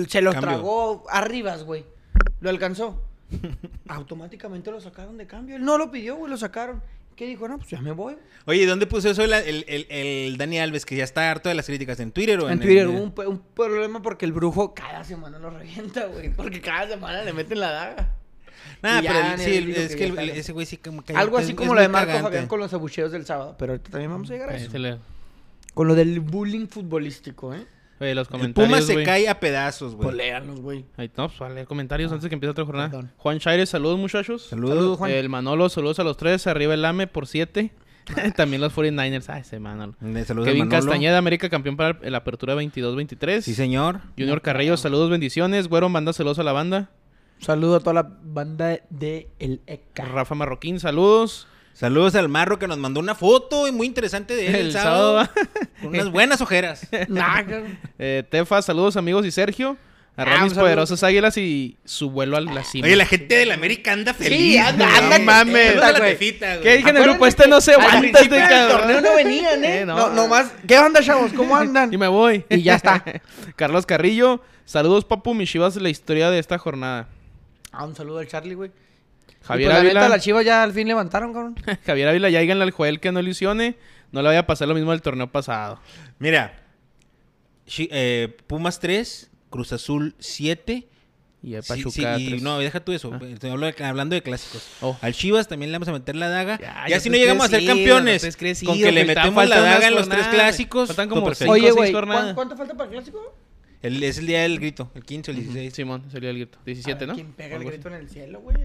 C: se lo
A: Cambio.
C: tragó arribas, güey. Lo alcanzó. Automáticamente lo sacaron de cambio. Él no lo pidió, güey, lo sacaron. ¿Qué dijo? No, pues ya me voy.
A: Oye, ¿dónde puso eso el, el, el- el Dani Alves que ya está harto de las críticas? ¿En Twitter o en,
C: En
A: el-
C: Twitter hubo un, pe- un problema porque el brujo cada semana lo revienta, güey. Porque cada semana le meten la daga.
A: Nah,
C: Y ya
A: pero
C: Dani
A: sí,
C: Alves dijo
A: es
C: que
A: que
C: ya
A: el-
C: está.
A: ese güey sí como que-
C: Algo
A: es-
C: así
A: es
C: como
A: muy
C: lo de Marco
A: cagante. Pues
C: Fabián con los abucheos del sábado. Pero ahorita también vamos a llegar a
B: Ahí
C: eso.
B: se le-
C: Con lo del bullying futbolístico, ¿eh?
B: Güey, los
A: El
B: comentarios.
A: Puma se
B: güey.
A: cae a pedazos,
C: Pues
A: güey.
C: léanos, güey.
B: Ahí, no, pues, vale, comentarios antes que empiece otra jornada.
C: Perdón.
B: Juan Chaire, saludos, muchachos.
A: Saludos.
C: Juan.
B: El Manolo, saludos a los tres. Arriba el AME por siete. También los 49ers. Ah, ese Manolo.
A: Eh, Saludos a
B: Kevin
A: Manolo.
B: Castañeda, América campeón para la apertura 22-23.
A: Sí, señor.
B: Junior Carrillo, saludos, bendiciones. Güero, manda saludos a la banda.
C: Saludo a toda la banda de El ECA.
B: Rafa Marroquín, saludos.
A: Saludos al Marro que nos mandó una foto y muy interesante de él el,
B: El
A: sábado.
B: sábado,
A: Con unas buenas ojeras.
C: Nah, cabrón.
B: Eh, Tefa, saludos, amigos y Sergio. A
C: Ah, un
B: mis
C: saludo.
B: poderosas águilas y su vuelo a la cima.
A: Oye, la gente del América anda feliz.
C: anda,
A: güey.
C: anda
A: No
B: contenta,
A: Saludos a la
C: güey.
A: tefita,
B: ¿Qué
A: güey.
B: dije en el grupo?
C: Acuérdense
B: Este no se
C: al
B: aguanta,
C: principio
B: este
C: del torneo
B: cabrón.
C: no venían, ¿eh?
B: Eh,
C: no,
B: no.
C: nomás. ¿Qué onda, chavos? ¿Cómo andan?
B: Y me voy.
C: Y ya está.
B: Carlos Carrillo, saludos, papu. Mis chivas, la historia de esta jornada.
C: Ah, un saludo al Charlie, güey.
B: Javier
C: y pues, La neta,
B: Ávila,
C: las chivas ya al fin levantaron, cabrón.
B: Javier Ávila, ya díganle al Joel que no ilusione. No le vaya a pasar lo mismo del torneo pasado.
A: Mira, Chi- eh, Pumas 3, Cruz Azul 7.
B: Y el
A: Sí,
B: Pachuca.
A: sí, y
B: tres. Ah.
A: no, deja tú eso. Estoy hablo- hablando de clásicos.
B: Oh.
A: Al Chivas también le vamos a meter la daga.
B: Ya,
A: Ya,
B: ya
A: si
B: estás
A: no llegamos a ser
B: crecido,
A: campeones,
B: ya estás crecido,
A: con que le
B: güey, te
A: metemos la
B: faltan
A: daga
B: unas
A: en los tres
B: jornadas, güey.
A: clásicos.
B: Faltan como
A: con perfecto.
B: cinco
C: Oye,
B: o seis
C: güey,
B: jornadas.
C: ¿cuán- ¿cuánto falta para el clásico?
A: El- es el día del grito, el 15 o el 16.
B: Simón, salió el grito. 17, ¿no?
C: ¿Quién pega el
B: Algo así.
C: grito en el cielo, güey?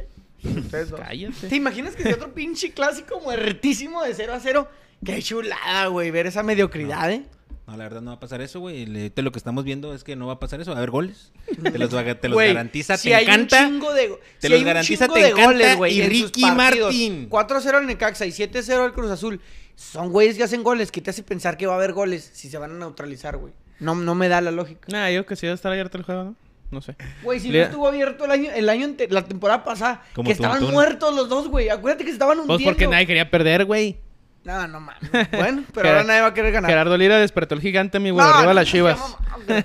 C: Ustedes dos. ¿Te
B: Cállate.
C: imaginas que sea otro pinche clásico muertísimo de 0 a 0? Qué chulada, güey, ver esa mediocridad, ¿eh?
A: No, la verdad no va a pasar eso, güey. El- ahorita Lo que estamos viendo es que no va a pasar eso. Va a haber goles. Te los, va- te los
C: Güey,
A: garantiza,
C: si
A: te
C: hay un
A: encanta.
C: chingo de go-
A: te
C: si
A: los
C: hay un
A: garantiza,
C: chingo
A: te
C: de
A: encanta,
C: güey,
A: y
C: en sus
A: Ricky
C: partidos.
A: Martín.
C: 4-0 al Necaxa y 7-0 al Cruz Azul. Son güeyes que hacen goles. que te hace pensar que va a haber goles si se van a neutralizar, güey? No, no me da la lógica.
B: Nah, yo creo que sí debe estar abierto el juego, ¿no? No sé.
C: Güey, si
B: Le-
C: no estuvo abierto el año, el año ante- la temporada pasada,
A: Como
C: que
A: tú,
C: estaban
A: tú.
C: muertos los dos, güey. Acuérdate que se estaban hundiendo.
B: Pues porque nadie quería perder, güey.
C: No, no mames. Bueno, pero ahora nadie va a querer ganar.
B: Gerardo Lira despertó el gigante, mi
C: No,
B: güey. arriba
C: no,
B: las
C: no,
B: chivas.
C: no,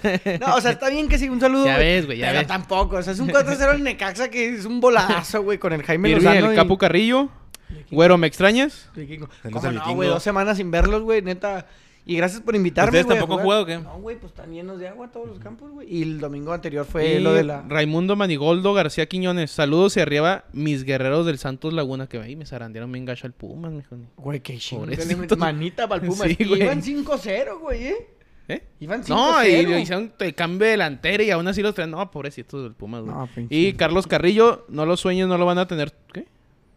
C: No, o sea, está bien que sí, un saludo.
B: Ya ves, güey, ya
C: pero
B: ves.
C: tampoco, o sea, es un 4-0 al Necaxa que es un voladazo, güey, con el Jaime
B: Irving,
C: Lozano.
B: el
C: y-
B: Capu Carrillo. Güero, ¿me extrañas?
C: Vikingo.
A: Saludos
C: ¿Cómo
A: al
C: no,
A: Vikingo.
C: güey? Dos semanas sin verlos, güey, neta. Y gracias por invitarme,
A: ¿Ustedes
C: güey, a
A: tampoco han
C: jugar.
A: jugado o qué?
C: No, güey, pues están llenos de agua todos los campos, güey. Y el domingo anterior fue
B: Y
C: lo de la...
B: Raimundo Manigoldo García Quiñones. Saludos y arriba mis guerreros del Santos Laguna que ahí me zarandearon bien gacho al Pumas, mijo.
C: Güey, qué chingón.
B: Pobrecitos.
C: Manita para el Puma.
B: Sí, güey.
C: Iban 5-0, güey, ¿eh?
B: ¿Eh?
C: Iban 5-0.
B: No, y le hicieron el cambio de delantero y aún así los tres. No, pobrecitos del Pumas, güey.
C: No, pinche.
B: y Carlos Carrillo, no los sueñes, no lo van a tener. ¿Qué?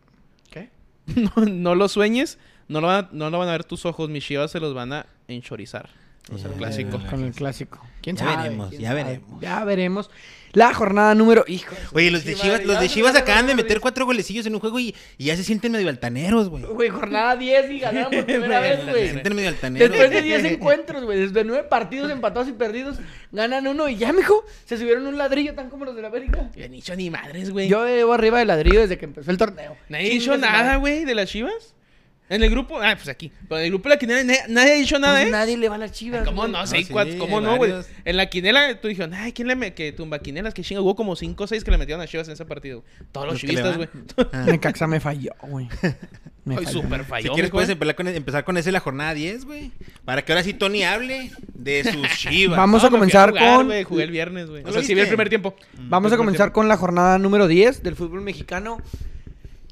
C: ¿Qué?
B: No, no lo sueñes, no lo, van a, no lo van a ver tus ojos. Mis chivas se los van a enchorizar. O sea,
A: Ya,
B: un clásico.
A: ya,
C: Con el clásico. ¿Quién
A: Ya
C: sabe?
A: veremos,
C: ¿Quién
A: ya
C: sabe?
A: veremos.
C: Ya veremos. La jornada número... Hijo. de su-
A: Oye, los de
C: Sí,
A: Chivas,
C: madre,
A: los
C: ya
A: de
C: se
A: Chivas
C: ganaron
A: acaban de
C: los
A: meter cuatro golecillos en un juego y, y ya se sienten medio altaneros, güey.
C: Güey, jornada 10 y ganamos por primera vez,
A: Se
C: güey.
A: sienten medio altaneros.
C: Después de 10 encuentros, güey, desde 9 partidos empatados y perdidos, ganan uno y ya, mijo, se subieron un ladrillo tan como los de la América.
B: Ya ni hecho ni madres, güey.
C: Yo llevo arriba de ladrillo desde que empezó el torneo.
B: Nadie
C: Chingue
B: hizo
C: su madre.
B: nada, güey, de las chivas. En el grupo, ah, pues aquí. Pero en el grupo de la quinela na- nadie ha dicho nada,
C: Pues
B: ¿eh?
C: Nadie le va a las chivas.
B: ¿Cómo
C: güey.
B: no?
A: No,
B: Sí,
A: sí,
B: cuates, ¿cómo no, güey?
A: varios.
B: En la quinela tú dijeron, ay, ¿quién le me... que tumba quinelas? Que chinga, hubo como 5 o 6 que le metieron a Chivas en ese partido. güey. Todos los,
A: Los que le
B: chivistas,
A: van.
B: güey.
C: Necaxa me falló, güey. Me
B: Ay,
C: falló.
B: súper falló.
A: Si quieres
B: mijo,
A: puedes
B: eh.
A: empezar con, empezar con ese la jornada 10, güey. Para que ahora sí Tony hable de sus chivas.
B: No,
C: Vamos a
B: me fui
C: comenzar
B: jugar,
C: con-
B: güey, jugué el viernes, güey.
A: ¿No
B: O
A: lo
B: sea, sí vi el
A: viste? Mm.
B: primer tiempo.
C: Vamos a comenzar con la jornada número 10 del fútbol mexicano.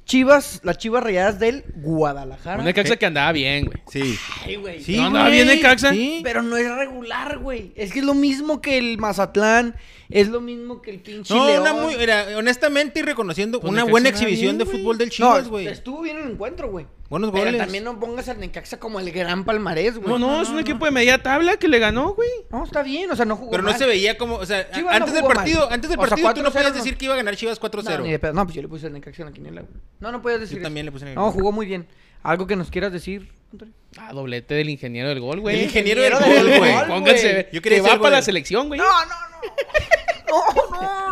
C: Chivas, las Chivas Rayadas del Guadalajara.
B: Un Necaxa que andaba bien, güey.
A: Sí.
C: Ay, güey.
A: Sí,
B: No andaba
A: güey,
B: bien Necaxa.
A: sí.
C: Pero no es regular, güey. Es que es lo mismo que el Mazatlán, es lo mismo que el pinche
A: No,
C: León.
A: una muy, mira, honestamente y reconociendo,
B: Pues
A: una
B: Necaxa
A: buena
B: andaba bien,
A: exhibición de
B: güey.
A: fútbol del
C: No,
A: Chivas, güey.
C: estuvo bien el encuentro, güey.
A: Buenos
C: Pero
A: goles.
C: también no pongas al Necaxa como el gran palmarés, güey.
B: No, no, es un equipo de media tabla que le ganó, güey.
C: No, está bien, o sea, no jugó
A: Pero no
C: mal.
A: se veía como, o sea, a-
C: Chivas no
A: antes del
C: jugó mal.
A: partido, antes del
C: O sea,
A: partido tú no
C: 4-0
A: podías
C: no.
A: decir que iba a ganar Chivas 4-0.
C: No, ni de pedo. No, pues yo le puse el Necaxa en la quiniela, güey. No, no puedes decir
A: Yo también le puse en el-
C: No, jugó muy bien. ¿Algo que nos quieras decir, Antonio?
B: Ah, doblete del ingeniero del gol, güey.
A: El ingeniero del
C: ingeniero
A: gol,
C: del
A: güey.
C: gol.
B: Pónganse.
A: Yo
B: Yo
A: quería
B: que
A: decir
B: va
A: algo
B: para
A: de-
B: la selección, güey.
C: No, no, no. No, no,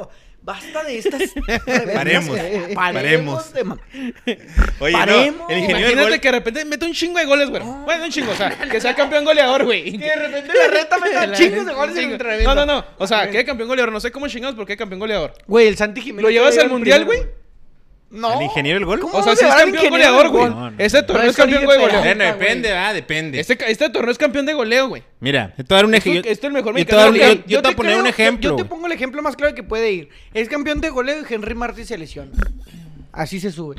C: no. Basta de estas.
A: Paremos, paremos.
C: de ma-
A: Oye,
C: Paremos.
B: Imagínate que de repente mete un chingo de goles, güey.
C: No.
B: Bueno, un chingo, o sea, que sea campeón goleador, güey.
C: Que de repente la reta meta chingos de goles en el
B: No, no, no. O sea, que campeón goleador. No sé cómo chingados, pero que campeón goleador.
C: Güey, el Santi Jiménez.
B: ¿Lo llevas
C: todavía
B: al
C: era el
B: mundial,
C: primero,
B: güey?
C: No.
A: ¿Al ingeniero del gol?
C: ¿Cómo
B: O sea,
C: se
B: sí
C: va
B: es
C: al
B: campeón
C: ingeniero
B: goleador,
C: del
B: güey.
C: gol?
A: No, no,
B: Ese
A: no.
B: torneo
C: No,
B: es campeón
C: es
B: güey,
C: Oribe
B: goleador.
C: Peralta.
A: Bueno,
C: güey.
A: depende, ah, depende.
B: Este, este torneo es campeón de goleo, güey.
A: Mira, te voy a dar un
B: Esto-
A: ejemplo.
B: esto es el mejor
A: yo te voy a dar un-
B: mexicano.
A: yo- yo te voy a poner
C: creo-
A: un ejemplo.
C: Yo te
A: güey.
C: pongo el ejemplo más claro que puede ir. Es campeón de goleo y Henry Martí se lesiona. Así se sube.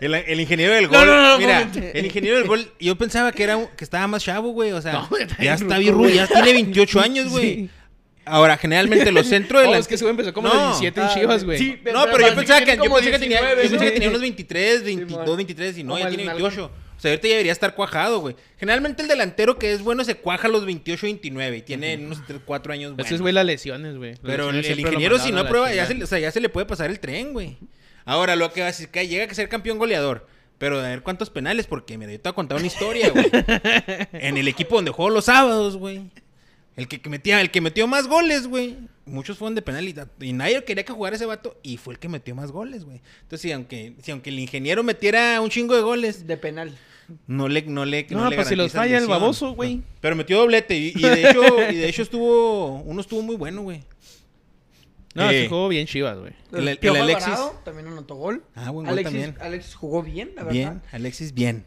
A: El, el ingeniero del
B: No,
A: gol.
B: no, no,
A: mira,
B: momento.
A: el ingeniero del gol, yo pensaba que era un- que estaba más chavo, güey. O sea,
B: No, está
A: ya
B: bien
A: está
B: ruco,
A: bien rudo,
B: güey.
A: ya tiene 28 años, güey. Ahora, generalmente los centros de
B: No,
A: la-
B: es que ese güey empezó como
A: No.
B: a los 17 en Chivas, güey.
C: Ah, Sí,
A: No, pero yo pensaba que, yo
C: como
A: pensé que tenía,
C: 19,
A: yo pensé que
C: ¿no?
A: tenía unos 23, 22,
C: Simón.
A: 23 y no,
C: Como
A: ya
C: el
A: tiene
C: nalgón.
A: 28. O sea, ahorita ya debería estar cuajado, güey. Generalmente el delantero que es bueno se cuaja a los 28, 29 y tiene unos 3, 4 años buenos.
B: Ese es, güey, las lesiones, güey. Las
A: Pero el,
B: lesiones
A: el
B: siempre lo
A: ingeniero si
B: mandaban
A: no
B: a la
A: aprueba, ya
B: chingada.
A: se, le- o sea, ya se le puede pasar el tren, güey. Ahora lo que va a decir que llega a ser campeón goleador. Pero a ver cuántos penales, porque mira, yo te voy a contar una historia, güey. en el equipo donde jugó los sábados, güey. El que, que metía, el que metió más goles, güey. Muchos fueron de penal y, y nadie quería que jugara ese vato y fue el que metió más goles, güey. Entonces, si aunque, si aunque el ingeniero metiera un chingo de goles,
C: De penal.
A: no le, no le,
B: No,
A: le
B: pues si los
A: garantizan
B: falla el
A: lesión.
B: baboso, güey.
A: Pero metió doblete y, y de hecho, y de hecho estuvo, uno estuvo muy bueno, güey.
B: No,
A: Eh.
B: sí jugó bien Chivas, güey.
A: El- el
C: Piojo
A: Alexis.
C: Alvarado también anotó gol.
A: Ah, buen gol
C: Alexis,
A: también.
C: Alexis jugó bien, la verdad.
A: Bien, Alexis, bien.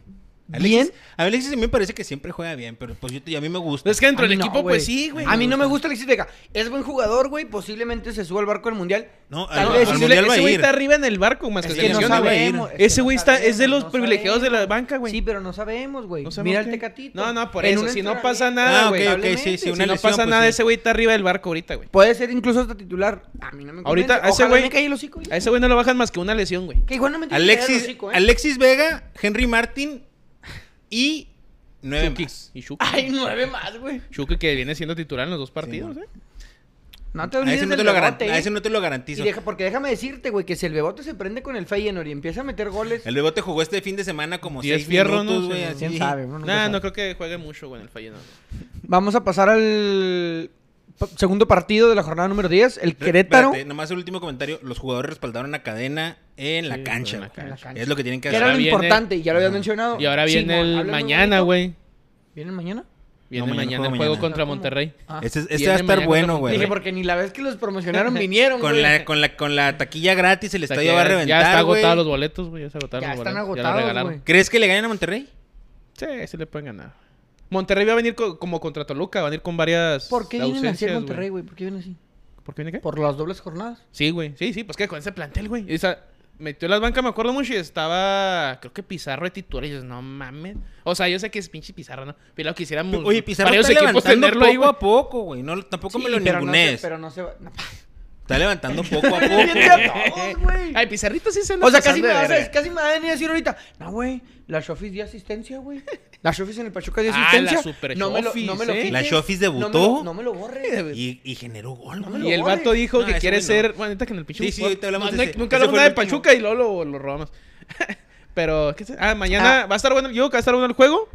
A: Alexis,
C: ¿Bien?
A: A Alexis a mí me parece que siempre juega bien, pero pues yo, a mí me gusta.
B: Es que dentro
C: A mí
B: del
C: no,
B: equipo, pues sí, güey.
C: A mí no me gusta Alexis Vega. Es buen jugador, güey. Posiblemente se suba al barco del mundial.
A: No,
C: Tal
A: al-
B: No,
C: vez
A: al
B: ese
C: sí
A: mundial
B: güey-
A: va a
B: ese güey
A: ir.
B: está arriba en el barco, más que,
A: Es
B: se
A: que no
B: lesiona,
A: sabe.
B: güey.
A: sabemos,
B: es que Ese güey no está- es de los sabemos, privilegiados de la banca, güey.
C: Sí, pero no sabemos, güey.
B: No sabemos
C: Mira
B: qué.
C: el tecatito.
B: No, no, por
C: En
B: eso,
C: un
B: si no
C: entrenamiento,
B: pasa nada,
A: Ah, ok,
B: güey.
A: ok, sí, sí,
C: probablemente,
A: una
B: si no
A: lesión,
B: pasa
A: pues,
B: nada,
A: sí.
B: ese güey está arriba del barco ahorita, güey.
C: Puede ser incluso hasta titular. A mí no me convence.
B: Ahorita, a ese
C: Ojalá
B: güey-
C: me calle el hocico, güey.
B: A ese güey no lo bajan más que una lesión, güey.
C: Que igual no me tiene que caer el
A: Alexis,
C: hocico, ¿eh?
A: Alexis Vega, Henry Martin y nueve
B: Chucky
A: más.
B: Y Shuki.
C: Ay, nueve más, güey.
B: Shuki que viene siendo titular en los dos partidos,
A: bueno.
B: ¿eh?
C: No te
A: A
C: olvides
A: ese, no te
C: del
A: lo
C: bebote,
A: garan-
C: ¿eh?
A: a ese no te lo garantizo.
C: Y deja- porque déjame decirte, güey, que si el bebote se prende con el Feyenoord y empieza a meter goles,
A: El Bebote jugó este fin de semana como
B: Diez
A: seis
B: fierros,
A: minutos,
B: ¿no?
A: güey,
B: Sí,
A: así.
C: quién sabe. uno nunca
B: Nah,
C: sabe.
B: no creo que juegue mucho, güey, en el Feyenoord.
C: Vamos a pasar al p- segundo partido de la jornada número 10, el
A: Re-
C: Querétaro.
A: espérate, nomás el último comentario. Los jugadores respaldaron a cadena en la
B: Sí,
A: cancha.
B: en la
A: güey.
C: En la cancha.
A: Es lo que tienen que
C: Que
A: hacer.
C: era
B: ahora
C: lo
B: viene-
C: importante, ya lo había mencionado.
B: Y ahora viene
C: Simón,
B: el
C: habla muy
B: mañana,
C: bonito.
B: güey.
C: ¿Viene mañana?
B: Viene
A: mañana
B: mañana
A: juego
B: el juego
A: mañana.
B: contra
C: ¿Cómo?
B: Monterrey.
C: Ah.
A: Este, este
B: Viene
A: va a estar
B: mañana
A: bueno,
B: contra
A: güey.
C: Dije,
B: Monterrey.
C: porque ni la vez que los promocionaron vinieron,
A: Con
C: güey.
A: la, con, la, con la taquilla gratis el
B: O sea
A: estadio
B: que
A: va a
B: ya-
A: reventar,
B: Ya está
A: güey.
B: agotados los boletos, güey. Ya se agotaron
C: Ya
B: los
C: están
B: boletos.
C: agotados,
B: ya lo
C: güey.
B: regalaron.
A: ¿Crees que le ganen a Monterrey?
B: Sí, sí le pueden ganar. Monterrey va a venir co- como contra Toluca, van a ir con varias
C: ¿Por qué vienen así
B: ausencias,
C: a
B: güey.
C: Monterrey, güey? ¿Por qué vienen así?
B: ¿Por qué viene qué?
C: Por las dobles jornadas.
B: Sí, güey. Sí, sí, pues que con ese plantel, güey. O sea, metió las bancas, me acuerdo mucho, y estaba, creo que Pizarro de titular. Y yo, no mames. O sea, yo sé que es pinche Pizarro, ¿no? Pero lo quisiéramos.
A: Oye, Pizarro
B: Pues, varios
A: está
B: equipos
A: levantando
B: tenerlo ahí,
A: poco
B: güey.
A: a poco, güey. No, tampoco me lo
C: Sí, pero no se,
A: ningunees.
C: pero no se va. no.
A: Está levantando poco a poco.
C: Viene a todos, güey.
B: Ay, Pizarrito sí se anda
C: O sea, casi
B: pasando
C: me,
B: de
C: vas
B: verga.
C: a, casi me va a venir a decir ahorita, no, güey, la Shofis dio asistencia, güey. La Shofis en el Pachuca dio
B: Ah, la
C: asistencia.
B: super
C: no me lo, no
B: Shofis,
C: me lo
B: ¿eh?
C: quites,
A: La Shofis
C: no me lo-
A: debutó.
C: No me lo, borres, güey.
A: Y, y generó gol, güey.
B: Y el
C: Lo
B: vato
C: borre.
B: dijo
A: No,
B: que
A: ese
B: quiere
A: güey no.
B: ser. Bueno, ahorita que en el pinche.
A: Sí, sí, ahorita hablamos
B: No,
A: de
B: no,
A: ese. Ese
B: Nunca hablamos
A: fue
B: nada
A: el
B: de
A: último.
B: Pachuca y luego lo, lo robamos. Pero, ¿qué sé? Ah, mañana va a estar bueno. Yo creo que va a estar bueno el juego.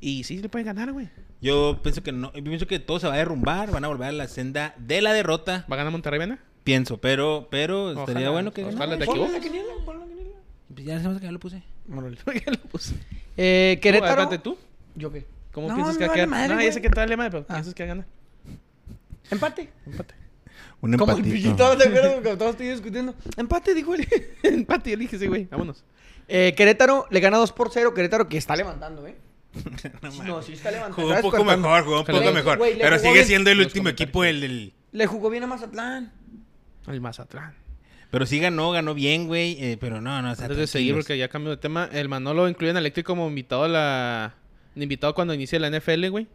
B: Y sí, le pueden ganar, güey.
A: Yo pienso que no, yo pienso que todo se va a derrumbar, van a volver a la senda de la derrota,
B: ¿Va a ganar Monterrey, Vena?
A: pienso, pero, pero estaría
B: Ojalá,
A: bueno que
B: ojalá.
A: ganara.
B: ¿te
C: Ponlo en
B: equivocas?
C: la quiniela, ponlo en la quiniela.
A: Pues ya sabemos que ya lo puse.
C: Órale.
B: ¿Por qué lo puse? Tú,
C: Eh, Querétaro.
B: espérate, ¿Tú?
C: ¿Yo qué?
B: ¿Cómo
C: No,
B: piensas que
C: me
B: va a quedar?
C: vale madre,
B: no,
C: güey.
B: ya sé que está el lema, pero
C: Ah.
B: piensas que va a ganar.
C: Empate.
B: Empate.
A: Un
C: Como el
A: empatito.
C: pichito, ¿te acuerdas? Cuando todos estoy discutiendo. Empate, dijo él.
B: Empate, yo le dije, sí, güey. Vámonos.
C: Eh, Querétaro le gana 2 por 0. Querétaro que está levantando, ¿eh.
A: No
C: Sí,
A: mames.
C: No, sí está levantando.
A: Jugó un
C: ¿Sabes
A: poco
C: cuánto?
A: mejor, jugó un
B: Ojalá.
A: poco mejor.
C: Güey, le
A: Pero
C: jugó
A: sigue
C: bien.
A: siendo el
B: Los
A: último equipo del... del-
C: Le jugó bien a Mazatlán.
B: Al Mazatlán.
A: Pero sí ganó, ganó bien, güey. eh, pero no, no, o sea,
B: Antes de seguir,
A: tranquilos.
B: porque ya cambio de tema, el Manolo incluye en Eléctrico como invitado a la... Invitado cuando inicie la NFL, güey.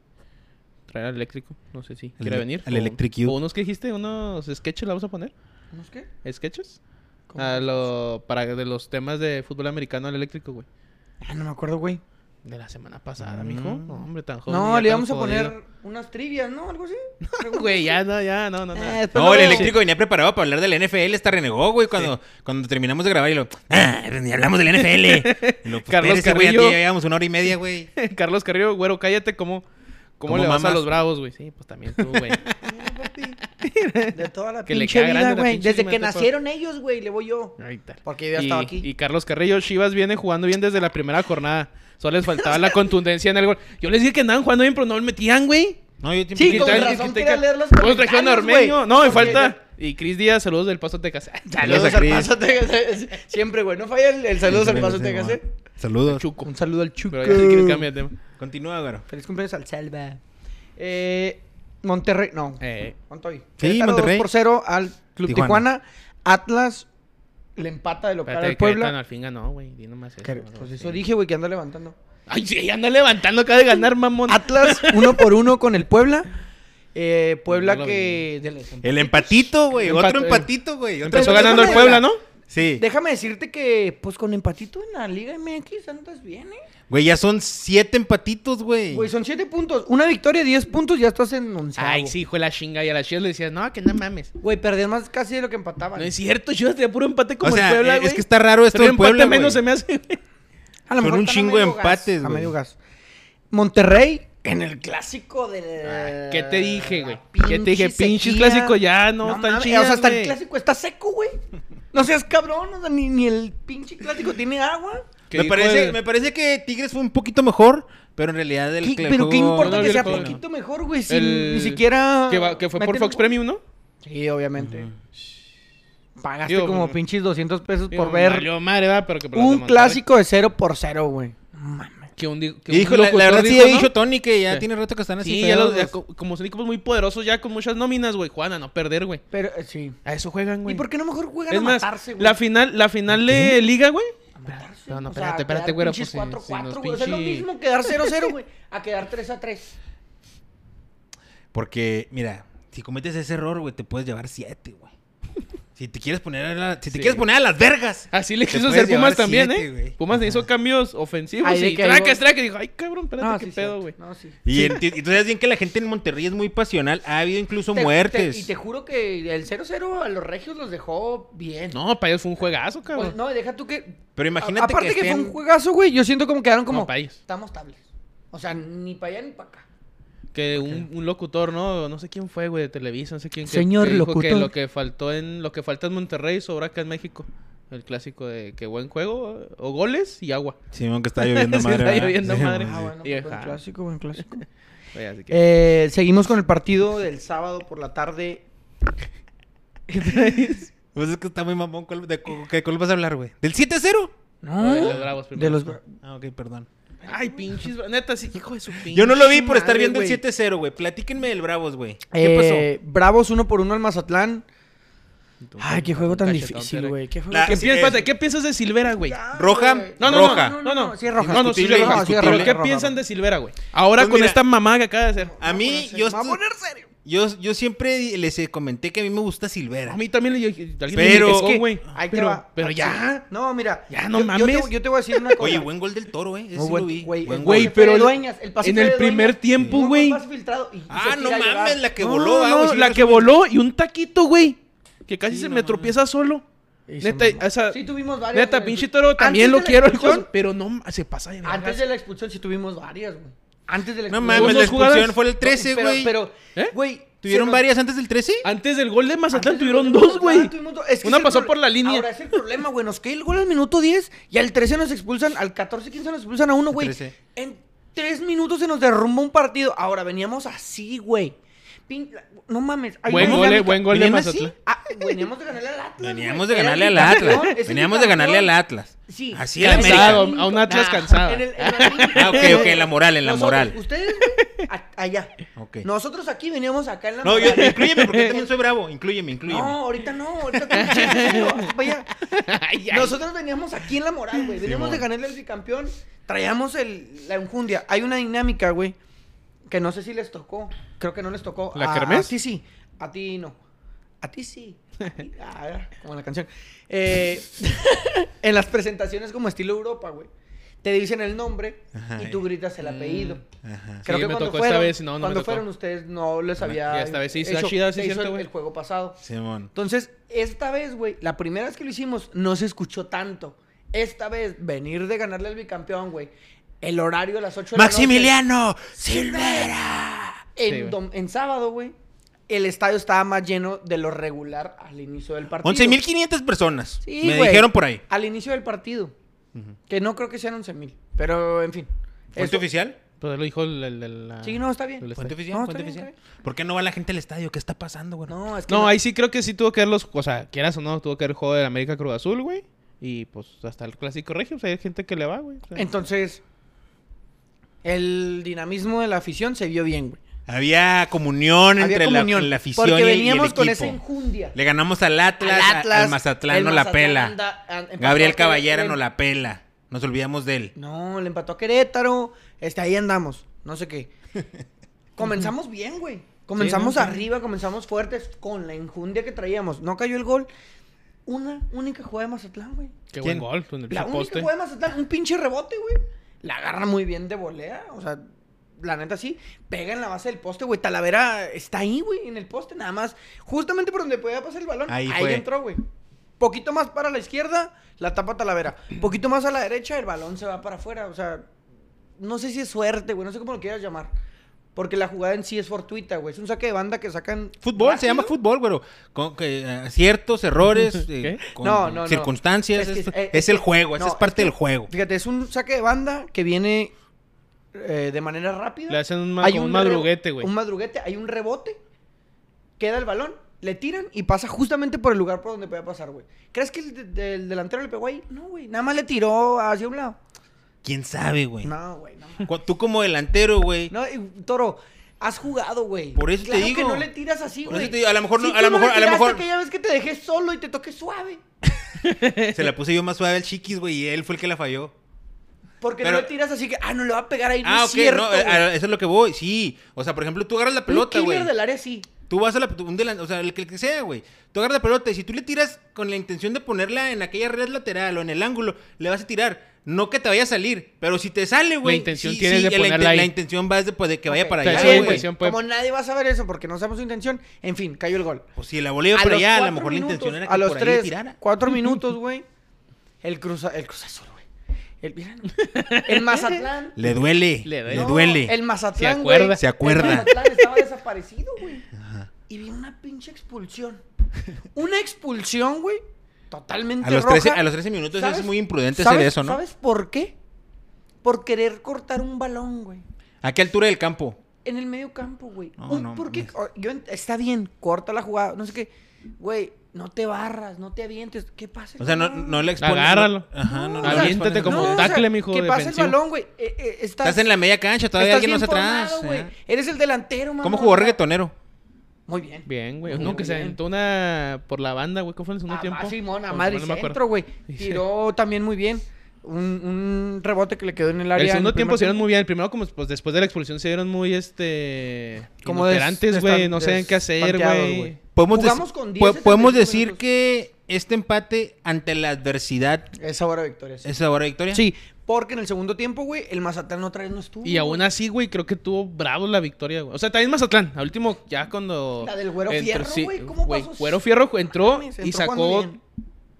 B: Traer al Eléctrico, no sé si quiere
A: ele-
B: venir.
A: al
B: o-
A: Electric U.
B: O unos que dijiste, unos sketches, ¿la vamos a poner?
C: ¿No es qué?
B: ¿Sketches?
C: ¿Cómo?
B: A lo, para de los temas de fútbol americano al Eléctrico, güey.
C: Ah, no me acuerdo, güey.
B: De la semana pasada,
A: Mm.
B: mijo. No, hombre, tan joven.
C: No,
B: ya
C: le
B: tan
C: íbamos a
B: jodido.
C: poner unas trivias, ¿no? Algo así.
B: Güey, ya, no, ya, no, no, no.
C: Eh, después
A: No,
C: lo
A: el
C: veo.
A: eléctrico venía preparado para hablar del NFL, hasta renegó, güey, cuando, cuando terminamos de grabar y lo... Ah, ni hablamos del NFL. Y lo, pues,
B: Carlos
A: espérese, güey, a ti
B: Carrillo.
A: ya llevamos una hora y media, güey.
B: Carlos Carrillo, güero, cállate, ¿cómo, cómo,
A: ¿Cómo
B: le vas a
A: mamas?
B: los bravos, güey? Sí, pues también tú, güey.
C: De toda la
B: Que le
C: pinche
B: cae grande
C: vida,
B: la
C: güey.
B: pinche
C: Desde que
B: mente, por-
C: nacieron ellos, güey, le voy yo.
B: Ahí está.
C: Porque yo ya
B: y,
C: estaba aquí.
B: y Carlos Carrillo, Chivas viene jugando bien desde la primera jornada. Solo les faltaba la contundencia en el gol. Yo les dije que andaban jugando bien, pero no me metían, güey.
A: No, yo siempre
C: Sí,
A: quise-
C: con
B: tal-
C: razón
B: que-
C: quería
B: que-
C: leer los
B: Luego trajeron a
C: comentarios,
B: Ormeño.
C: güey.
B: No,
C: Porque
B: me falta. Y Chris Díaz, saludos del Paso Texas.
A: Saludos
C: Saludos
A: a
C: al
A: Cris.
C: Paso Texas. Siempre, güey. No falla el, el saludos al Paso Texas, ¿eh?
A: Saludos.
B: Chuco.
C: Un saludo al Chuco.
B: Pero ya si quieres cambiar de tema.
A: Continúa, güey.
C: Feliz cumpleaños al Selva. Eh, Monterrey, no.
B: Eh,
C: Montoy. Sí,
A: Monterrey.
C: por 0 al Club
A: Tijuana.
C: Tijuana. Atlas le empata de local
B: espérate,
C: al
B: que Querétaro
C: Puebla.
B: al fin ganó, güey. Di nomás eso.
C: Que-
B: ¿no?
C: Pues
B: Sí.
C: eso dije, güey, que anda levantando.
B: Ay, sí, anda levantando. Acaba de ganar, mamón.
C: Atlas uno por uno con el Puebla. Eh, Puebla
B: No lo
C: que... del-
A: El empatito, güey.
C: eh.
B: Empat-
A: Otro empatito, güey. Otro
B: Empezó
A: empatito.
B: ganando el Puebla, ¿no?
A: Sí.
C: Déjame decirte que, pues, con empatito en la Liga MX andas bien, ¿eh?
A: Güey, ya son siete empatitos, güey.
C: Güey, son 7 puntos. Una victoria, 10 puntos, ya estás en onceavo.
B: Ay, sí, hijo de la chinga. Y a las Chivas le decías, no, que no mames.
C: Güey, perdías más casi de lo que empataban.
B: No es cierto, Chivas tenía puro empate
A: O
B: como
A: sea,
B: el Puebla,
A: eh,
B: güey.
A: es que está raro esto
B: Pero
A: del
B: empate
A: Puebla, güey.
B: menos se me hace, güey.
C: A lo
A: son un
C: están a
A: chingo de
C: medio gas,
A: empates,
C: A
A: güey.
C: medio gas. Monterrey en el clásico de...
B: Ay, ¿Qué te dije, güey?
C: la
B: ¿Qué te dije?
C: pinche
B: Pinches
C: sequía.
B: clásicos ya no, están
C: mames,
B: chidas,
C: O sea, hasta el
B: güey.
C: clásico está seco, güey. No seas cabrón, o sea, ni, ni el pinche clásico tiene agua.
B: Que
A: Me
B: dijo
A: parece,
B: el-
A: me parece que Tigres fue un poquito mejor, pero en realidad el
C: ¿Qué-
A: cl-
C: pero qué
A: juego-
B: no
C: importa
B: vi
C: que
B: el
C: sea
B: juego, no.
C: poquito mejor, güey, si
B: El-
C: ni siquiera...
B: que, va- que fue por
C: meten
B: Fox
C: gol.
B: Premium, ¿no?
C: Sí, obviamente. Pagaste
B: Digo,
C: como
B: pues,
C: pinches 200 pesos
B: Digo,
C: por ver
B: valió madre, va, pero que por las de
C: un
B: Monterrey.
C: clásico de 0 por 0, güey. Mames.
B: Que un, di- que
A: Y
B: un
A: dijo, la, la
B: locutor
A: verdad sí
B: dijo,
A: ha
B: ¿no?
A: dicho Tony que ya
B: Sí.
A: tiene rato que están así.
B: Sí, ya los- ya co-
A: feos.
B: como son equipos muy poderosos ya con muchas nóminas, güey. Juana, no perder, güey.
C: Pero, eh, sí.
B: A eso juegan, güey.
C: ¿Y por qué no mejor juegan
B: Es
C: a
B: más,
C: matarse, güey?
B: la final, la final de Liga, güey. No, no,
C: O sea,
B: espérate, espérate,
C: quedar
B: güey.
C: pinches
B: pues, si-
C: 4-4,
B: si nos
C: güey. O sea, es lo
B: pinche-
C: mismo quedar 0-0, güey, a quedar 3-3.
A: Porque, mira, si cometes ese error, güey, te puedes llevar siete, güey. Si te quieres poner a, la- si te
B: Sí.
A: quieres poner a las vergas.
B: Así le
A: Te
B: quiso
A: puedes
B: hacer Pumas
A: llevar
B: también,
A: siete,
B: ¿eh?
A: güey.
B: Pumas le hizo cambios ofensivos
C: Ay, de
B: y
C: que ahí
B: tracas,
C: voy.
B: tracas. Dijo, ay, cabrón, espérate, qué pedo, güey.
C: No, sí.
A: Y, enti- y tú sabes bien que la gente en Monterrey es muy pasional. Ha habido incluso
C: Te- te-
A: muertes.
C: y te juro que el 0-0 a los regios los dejó bien.
B: No, para ellos fue un juegazo,
C: O-
B: cabrón.
C: Pues, no, deja tú que.
A: Pero imagínate
C: A- Aparte
A: que
C: que, fue
A: estén-
C: un juegazo, güey. Yo siento como quedaron como.
B: No, pa' ellos.
C: Estamos estables. O sea, ni para allá ni para acá.
B: Que un, un locutor, ¿no? No sé quién fue, güey, de Televisa, no sé quién. que-
C: Señor
B: que dijo Que
C: locutor.
B: lo que faltó en, lo que falta en Monterrey sobra acá en México. El clásico de que buen juego, eh, o goles y agua.
A: Simón, que está lloviendo
B: Sí,
A: madre.
B: está
A: ¿verdad?
B: lloviendo
A: Sí,
B: madre.
A: güey.
B: Ah, bueno, pues, buen Vieja.
C: clásico, buen clásico.
B: Oye, así que-
C: Eh, seguimos con el partido del sábado por la tarde.
A: Pues es que está muy mamón. ¿Cuál, de, cu- qué- cuál vas a hablar, güey? ¿Del 7-0?
C: No.
B: De los bravos primero.
C: De los Bra-
A: Ah, ok, perdón.
B: Ay, pinches. bra- Neta, sí, hijo de su pinche.
A: Yo no lo vi por estar
B: madre,
A: viendo
B: güey.
A: el 7-0, güey. Platíquenme del Bravos, güey. ¿Qué
C: Eh, Bravos uno por uno al Mazatlán. Ay, qué juego tan
B: Cachetón,
C: difícil,
B: Tere.
C: güey. Qué juego
A: La-
B: ¿Qué,
C: tan-
A: Sí,
B: piensas,
A: es-
B: espérate, ¿Qué piensas de Silvera, güey?
A: Roja,
B: No, no,
A: roja.
B: no,
C: No, no, sí es roja.
B: No, no, sí,
A: Indiscutible,
B: roja, sí, roja.
A: indiscutible.
B: ¿Pero qué
C: roja,
B: piensan
C: roja.
B: de Silvera, güey? Ahora
A: Pues
B: con
A: mira-
B: esta mamá que acaba de hacer.
A: A mí, yo,
C: Me va a poner serio.
A: yo, yo siempre les eh, comenté que a mí me gusta Silvera.
B: A mí también le yo- alguien me
A: Pero-
B: pescó,
A: Es que-
B: güey.
C: Ahí te
B: Pero-
C: va.
B: Pero ya.
C: No, mira.
B: Ya, no
C: yo- yo te-
B: mames.
C: Yo te voy a decir una cosa.
A: Oye, buen gol del toro, eh. Ese
C: Muy
A: sí
C: buen-
A: lo vi.
C: güey,
A: Buen
C: el
A: gol.
B: Güey,
C: Fue
B: pero
C: de
B: el-
C: Dueñas, el pase
B: en
C: fue
B: el
C: de Dueñas.
B: primer tiempo,
C: Muy buen
B: güey.
C: pase filtrado y- y
A: Ah,
C: se
A: no
C: tira a llorar.
A: mames, la que
B: No,
A: voló,
B: no,
A: ah, güey, sí,
B: la
A: no
B: que
A: sé.
B: voló y un taquito, güey. Que casi
A: Sí,
B: se
A: no
B: me
A: mames.
B: tropieza solo.
C: Y se
B: Neta,
C: mamó.
B: esa,
C: Sí, tuvimos varias,
B: neta,
C: güey.
B: pinche toro,
C: Antes
B: también
C: de
B: lo
C: la
B: quiero el
C: expulsión-
B: Juan, pero no ma- se pasa de
C: Antes
B: vergas.
C: de la expulsión sí tuvimos varias, güey. Antes de la
A: No
C: expulsión.
A: mames,
B: Hubo
A: la
B: dos
A: expulsión
B: jugadas.
A: fue el 13,
C: Pero-
A: güey.
C: Pero,
B: ¿Eh?
C: güey,
A: ¿Tuvieron
C: Sí, Ah, no.
A: varias antes del 13?
B: Antes del gol de Mazatlán
C: Antes
B: tuvieron
C: tuvimos
B: dos, güey.
C: tuvimos dos. Es que
B: Una
C: es el
B: pasó
C: proble-
B: por la línea.
C: Ahora es el problema, güey. Nos cae el gol al minuto 10 y al 13 nos expulsan, al 14, 15 nos expulsan a uno, güey.
A: 13.
C: En 3 minutos se nos derrumba un partido. Ahora veníamos así, güey. Pin- la- No mames. Hay
B: Buen
C: una
B: gol, eh,
C: dinámica-
B: buen gol de
A: ¿Venían así?
B: Mazatlán.
C: Ah, veníamos de ganarle al Atlas.
A: Veníamos
C: güey.
A: de
C: Era
A: ganarle
C: mi
A: al Atlas.
C: campeón, es mi
A: Veníamos de ganarle al
C: campeón.
A: Atlas.
C: Sí.
A: Así el
B: Cansado,
A: América.
B: a un Atlas
C: Nah.
B: cansado.
C: En el- en la-
A: Ah, ok, ok, en la moral, en la
C: Nosotros-
A: moral.
C: Ustedes, güey, a- allá.
A: Ok.
C: Nosotros aquí veníamos acá en la
A: No,
C: moral.
A: yo, inclúyeme porque yo también soy bravo. Inclúyeme, inclúyeme.
C: No, ahorita no, ahorita con chile, no, vaya.
B: Ay, ay.
C: Nosotros veníamos aquí en la moral, güey. Veníamos de
A: Simón.
C: ganarle al bicampeón. Traíamos el, la enjundia. Hay una dinámica, güey, que no sé si les tocó. Creo que no les tocó.
B: ¿La
C: a,
B: kermés?
C: A ti sí. A ti no. A ti sí. A ti- ah, como en la canción. Eh, en las presentaciones como estilo Europa, güey. Te dicen el nombre
A: Ajá,
C: y tú
A: eh.
C: gritas el apellido. Creo
B: Mm.
A: Ajá.
B: Sí,
C: que
B: me
C: cuando
B: tocó esta
C: fueron,
B: vez y no, no me
C: cuando
B: tocó.
C: fueron ustedes no les había
B: Y esta vez sí, está
C: hecho-
B: chida, sí,
C: se hizo
B: cierto,
C: el-
B: güey.
C: el juego pasado.
A: Simón.
C: Entonces, esta vez, güey, la primera vez que lo hicimos no se escuchó tanto. Esta vez, venir de ganarle al bicampeón, güey. El horario a las 8 de la noche.
A: ¡Maximiliano Silvera!
B: Sí, güey.
C: En, dom- en sábado, güey, el estadio estaba más lleno de lo regular al inicio del partido.
A: 11.500 personas.
C: Sí,
A: me
C: güey,
A: dijeron por ahí.
C: Al inicio del partido.
A: Ujú.
C: Que no creo que sean 11.000. Pero, en fin.
A: ¿Fuente
C: Eso-
A: oficial?
B: Pues lo dijo el... el- el- la-
C: Sí, no, está bien.
B: el
A: ¿Fuente
B: estadio.
A: oficial?
C: No, está
A: ¿Fuente
C: bien,
A: oficial?
C: está
A: ¿Por qué no va la gente al estadio? ¿Qué está pasando, güey?
C: No, es que.
B: No, ahí sí creo que sí tuvo que ver los... O sea, quieras o no, tuvo que ver el juego de América Cruz Azul, güey. Y pues hasta el clásico regio, o sea, hay gente que le va, güey. o sea.
C: Entonces, el dinamismo de la afición se vio bien, güey.
A: Había comunión
C: Había
A: entre la-
C: comunión,
A: La, afición y-
C: Porque
A: y,
C: veníamos
A: el
C: con
A: equipo.
C: esa enjundia.
A: Le ganamos al Atlas, a- al, Mazatlán
C: el
A: no la
C: Mazatlán
A: pela.
C: anda- an- empató
A: Gabriel
C: a
A: Caballera
C: Querétaro.
A: no la pela. Nos olvidamos de él.
C: No, le empató a Querétaro. Este, ahí andamos. No sé qué. comenzamos bien, güey. Comenzamos
B: Sí, no, sí.
C: arriba, comenzamos fuertes con la enjundia que traíamos. No cayó el gol. Una única jugada de Mazatlán, güey.
B: Qué buen
A: ¿Quién?
B: gol. con el
C: La única
B: poste.
C: jugada de Mazatlán, un pinche rebote, güey. La agarra muy bien de volea. O sea, la neta sí. Pega en la base del poste, güey. Talavera está ahí, güey, en el poste, nada más. Justamente por donde podía pasar el balón.
A: Ahí
C: Ahí,
A: fue.
C: entró, güey. Poquito más para la izquierda, la tapa Talavera. Poquito más a la derecha, el balón se va para afuera. O sea, no sé si es suerte, güey. No sé cómo lo quieras llamar. Porque la jugada en sí es fortuita, güey. Es un saque de banda que sacan.
A: Fútbol, se
C: rápido.
A: llama fútbol, güero. Con que, eh, aciertos, errores, eh,
B: ¿Qué?
A: con
C: No, no, no.
A: circunstancias.
C: Es que
A: Es,
C: es- eh,
A: es el juego,
C: no,
A: esa Pues es parte
C: que-
A: del juego.
C: Fíjate, es un saque de banda que viene eh, de manera rápida.
B: Le hacen un ma- como un
C: rebo-
B: madruguete, güey.
C: Un madruguete, hay un rebote, queda el balón, le tiran y pasa justamente por el lugar por donde podía pasar, güey. ¿Crees que el, de- del delantero le pegó ahí? No, güey. Nada más le tiró hacia un lado.
A: ¿Quién sabe, güey?
C: No, güey. No,
A: Cu- Tú como delantero, güey.
C: no y, Toro, has jugado, güey.
A: Por eso te
C: Claro que
A: digo.
C: no le tiras así,
A: Por eso
C: güey.
A: te digo, a lo mejor no-
C: Si
A: a
C: tú
A: lo
C: no le
A: mejor- a lo
C: tiraste
A: mejor-
C: aquella vez que te dejé solo y te toqué suave.
A: Se la puse yo más suave al chiquis, güey, y él fue el que la falló.
C: Porque
A: Pero-
C: no le tiras así que, ah, no le va a pegar ahí.
A: ah,
C: no
A: ok,
C: es cierto,
A: no,
C: güey.
A: a- a- eso es lo que voy, sí. O sea, por ejemplo, tú agarras la pelota,
C: un
A: güey.
C: killer del área sí.
A: Tú vas a la, un delan- o sea, el que, el que sea, güey. Tú agarras la pelota y si tú le tiras con la intención de ponerla en aquella red lateral o en el ángulo, le vas a tirar. No que te vaya a salir, pero si te sale, güey.
B: intención
A: sí,
B: tienes
A: sí,
B: de
A: la
B: ponerla ahí.
A: La intención va de, pues, de que vaya
C: Ok,
A: para
B: Te
A: allá,
C: está
B: hace
A: güey.
C: bien,
B: intención.
C: güey. Como
B: pues.
C: nadie va a saber eso porque no sabemos su intención. En fin, cayó el gol.
A: Pues si la volé para
C: los
A: allá, a lo
C: cuatro
A: mejor la intención
C: minutos,
A: era que
C: a los
A: por ahí le
C: tres,
A: tirara.
C: cuatro minutos, güey. El cruza, el Cruz Azul, güey. El, mira, no. el Mazatlán.
A: Le duele,
B: Le
A: le
B: duele.
A: duele.
C: No, El Mazatlán,
B: Se
C: güey.
B: acuerda.
A: Se acuerda.
C: El Mazatlán estaba desaparecido, güey. Y vi una pinche expulsión. Una expulsión, güey. Totalmente
A: a, los
C: roja.
A: 13, a los 13 minutos
C: ¿Sabes?
A: es muy imprudente
C: ¿Sabes-
A: hacer eso, ¿no?
C: ¿Sabes por qué? Por querer cortar un balón, güey.
A: ¿A qué altura del campo?
C: En el medio campo, güey.
A: No,
C: Uy,
A: no
C: ¿por qué?
A: mames.
C: Oh, yo ent- está bien, corta la jugada, no sé qué. Güey, no te barras, no te avientes. ¿Qué pasa?
A: O sea, no, no le expones.
B: Agárralo.
A: no- ajá, no, no le
B: Aviéntate
A: expones el
B: como
A: balón.
B: un taco. tackle, mijo,
C: Que pasa el
B: defensivo.
C: balón, güey. Eh, eh, estás,
A: Estás en la media cancha, todavía
C: estás
A: alguien más
C: bien
A: atrás.
C: formado, güey.
A: ajá.
C: Eres el delantero, mamá.
A: ¿Cómo jugó reggaetonero?
C: Muy bien.
B: Bien, güey.
C: Muy
B: Uno que se
C: bien.
B: aventó una por la banda, güey. ¿Cómo fue en el segundo
C: Ah,
B: tiempo?
C: ah, Simón, a
B: Pues,
C: madre
B: no me acuerdo.
C: centro, güey.
B: Sí.
C: Tiró también muy bien. Un, un rebote que le quedó en el área.
B: El
C: en
B: segundo tiempo
C: primer
B: se dieron muy bien. El primero, como pues, después de la expulsión, se dieron muy, este...
C: Como
B: Como
C: des-
B: antes, güey.
C: destan-
B: No sabían qué hacer,
C: despanteados,
B: güey.
C: güey.
A: Podemos,
C: Jugamos
A: dec-
C: con
A: po-
C: 10,
A: podemos
C: 75
A: decir
C: minutos.
A: que este empate ante la adversidad
C: tiempo. Esa hora de victoria. Sí.
A: es ahora victoria.
C: Sí, porque en el segundo tiempo, güey, el Mazatlán otra vez no estuvo.
B: Y aún así, güey, creo que tuvo bravo la victoria, güey. O sea, también Mazatlán. Al último, ya cuando...
C: La del Güero Fierro, güey, ¿cómo pasó? Ah,
B: Güero Fierro entró
C: Mames,
B: y
C: entró jugando
B: sacó
C: bien.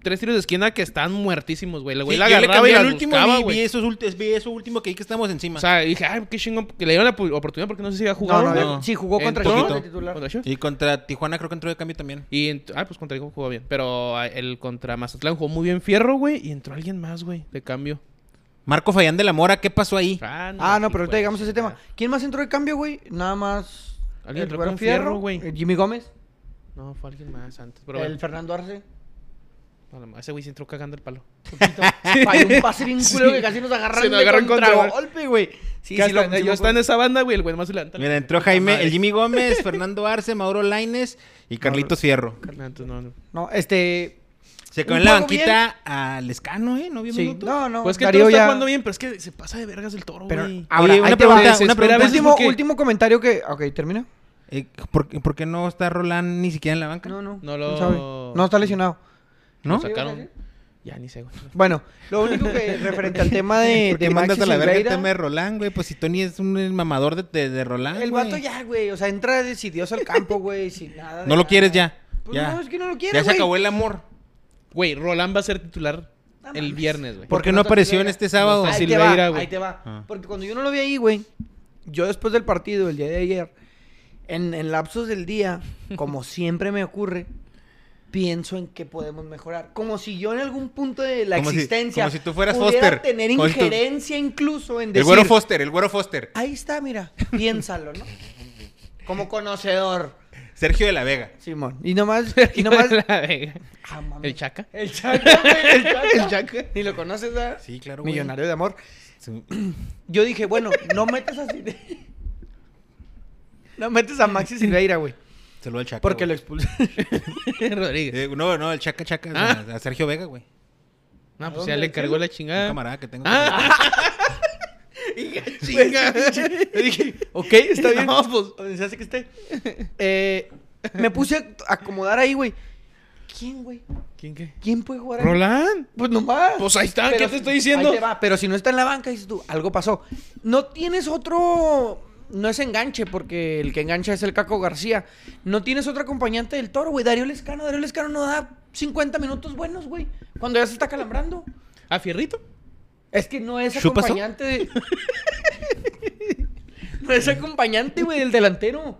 B: tres tiros de esquina que están muertísimos, güey. El güey
A: Sí,
B: la
A: yo le
B: agarraba
A: cambié
B: y la
A: al último
B: buscaba,
A: y vi,
B: güey.
A: esos ulti- vi eso último que ahí que estamos encima.
B: O sea, dije, ay, qué chingón, que le dieron la pu- oportunidad porque no sé si había jugado.
C: No, no había-
B: güey.
C: sí, jugó contra
B: Entró-
A: Chivas de
C: titular.
B: contra Chivas.
A: y contra Tijuana creo que entró de cambio también.
B: Y ent- ah, pues contra Diego jugó bien. Pero ah, el contra Mazatlán jugó muy bien Fierro, güey. Y entró alguien más, güey, de cambio.
A: Marco Fayán de la Mora, ¿qué pasó ahí?
C: Ah, no,
B: sí,
C: pero ahorita
B: güey.
C: llegamos a ese tema. ¿Quién más entró de cambio, güey? Nada más.
B: Alguien entró
C: Güero
B: con Fierro, güey.
C: eh, Jimmy Gómez.
B: No, fue alguien más antes. Pero
C: el
B: bueno,
C: Fernando Arce.
B: a la ma- ese güey se entró cagando el palo.
C: Falló un pase bien culo
B: Sí.
C: que casi nos
B: Se
C: agarraron
B: nos
C: de
B: agarró en contra, güey.
C: contragolpe, güey. Sí,
B: Que
C: sí, lo-
B: hasta-
C: sí
B: yo
C: me
B: estaba en
C: acuerdo.
B: esa banda, güey. El güey más se levanta.
A: Mira, entró Jaime,
B: Madre.
A: el Jimmy Gómez, Fernando Arce, Mauro Laines y Carlitos Fierro.
B: No, entonces no, no.
C: No, este.
A: Se
C: Un
A: quedó en la
C: juego
A: banquita al escano, ¿eh? No vio
C: Sí.
A: minutos.
C: No, no.
B: Pues es que el
C: Darío
B: toro está
C: ya-
B: jugando bien, pero es que se pasa de vergas el toro,
C: Pero-
B: güey.
C: ah, Ahora,
A: Oye,
C: ahí
A: una
C: te va.
A: pregunta,
B: Se espera
A: una
B: a
A: pregunta.
B: veces
C: Último,
B: porque-
C: último comentario que. Ok, termina.
A: Eh, ¿por, qué- por qué no está Roland ni siquiera en la banca?
C: No, no.
B: No
C: No
B: lo-
C: sabe. No, está lesionado.
A: ¿No?
B: Lo sacaron. Ya ni sé, güey.
C: Bueno, lo único que referente al tema de,
A: ¿Por qué
C: de Maxi
A: mandas a la verga este el
C: Silveira,
A: tema de Roland, güey? Pues si Tony es un eh, mamador de, de, de Roland,
C: el
A: güey.
C: vato ya, güey. O sea, entra decidioso al campo, güey, sin nada. de
A: No lo
C: nada.
A: quieres ya.
C: Pues
A: ya
C: no, es que no lo quiere,
A: ya se
C: güey.
A: acabó el amor.
B: Güey, Roland va a ser titular
C: No
B: el
C: mames.
B: viernes, güey.
A: ¿Por
C: Porque
A: qué no
C: no está
A: apareció en
C: Silveira.
A: este sábado?
B: No está
C: Ahí
B: Silveira,
C: te va,
B: güey.
C: ahí te va.
A: Ah.
C: Porque cuando yo no lo vi ahí, güey, yo después del partido, el día de ayer, en, en lapsos del día, como siempre me ocurre, pienso en qué podemos mejorar. Como si yo en algún punto de la
A: Como si-
C: existencia
A: como si tú fueras
C: pudiera
A: Foster.
C: tener
A: Como si tú-
C: injerencia incluso en decir...
A: El güero Foster, el güero Foster.
C: Ahí está, mira, piénsalo, ¿no? Como conocedor,
A: Sergio de la Vega.
C: Simón. Y nomás... Y nomás...
B: La Vega.
C: Ah, mames.
B: El Chaca.
C: El Chaca, güey, el Chaca. Ni lo conoces, ¿verdad?
A: Sí, claro, güey.
C: Millonario de amor.
A: Sí.
C: Yo dije, bueno, no metes así No metes a Maxi Silveira, güey.
A: Saludo al Chaca.
C: Porque lo
A: güey.
C: expulsó.
B: Rodríguez.
A: Eh, no, no, el Chaca Chaca
B: Ah.
A: a, a Sergio Vega, güey.
B: No, pues
C: dónde?
B: ya le cargó la
A: Un
B: chingada.
A: camarada que tengo.
B: Ah,
C: Chinga. Yo dije, ok, está bien.
B: No, pues.
C: Donde se hace que esté. Eh, me puse a acomodar ahí, güey. ¿Quién, güey?
B: ¿Quién qué?
C: ¿Quién puede jugar ahí?
B: Roland.
C: Pues nomás.
B: Pues ahí está,
C: Pero
B: ¿qué
C: si-
B: te estoy diciendo?
C: ahí te va, pero si no está en la banca, dices tú, algo pasó. No tienes otro. No es enganche, porque el que engancha es el Caco García. No tienes otro acompañante del toro, güey. Darío Lescano, Darío Lescano no da 50 minutos buenos, güey. Cuando ya se está calambrando.
B: ¿A Fierrito?
C: Es que no es
A: ¿Chupazo?
C: acompañante de- no es acompañante, güey, del delantero.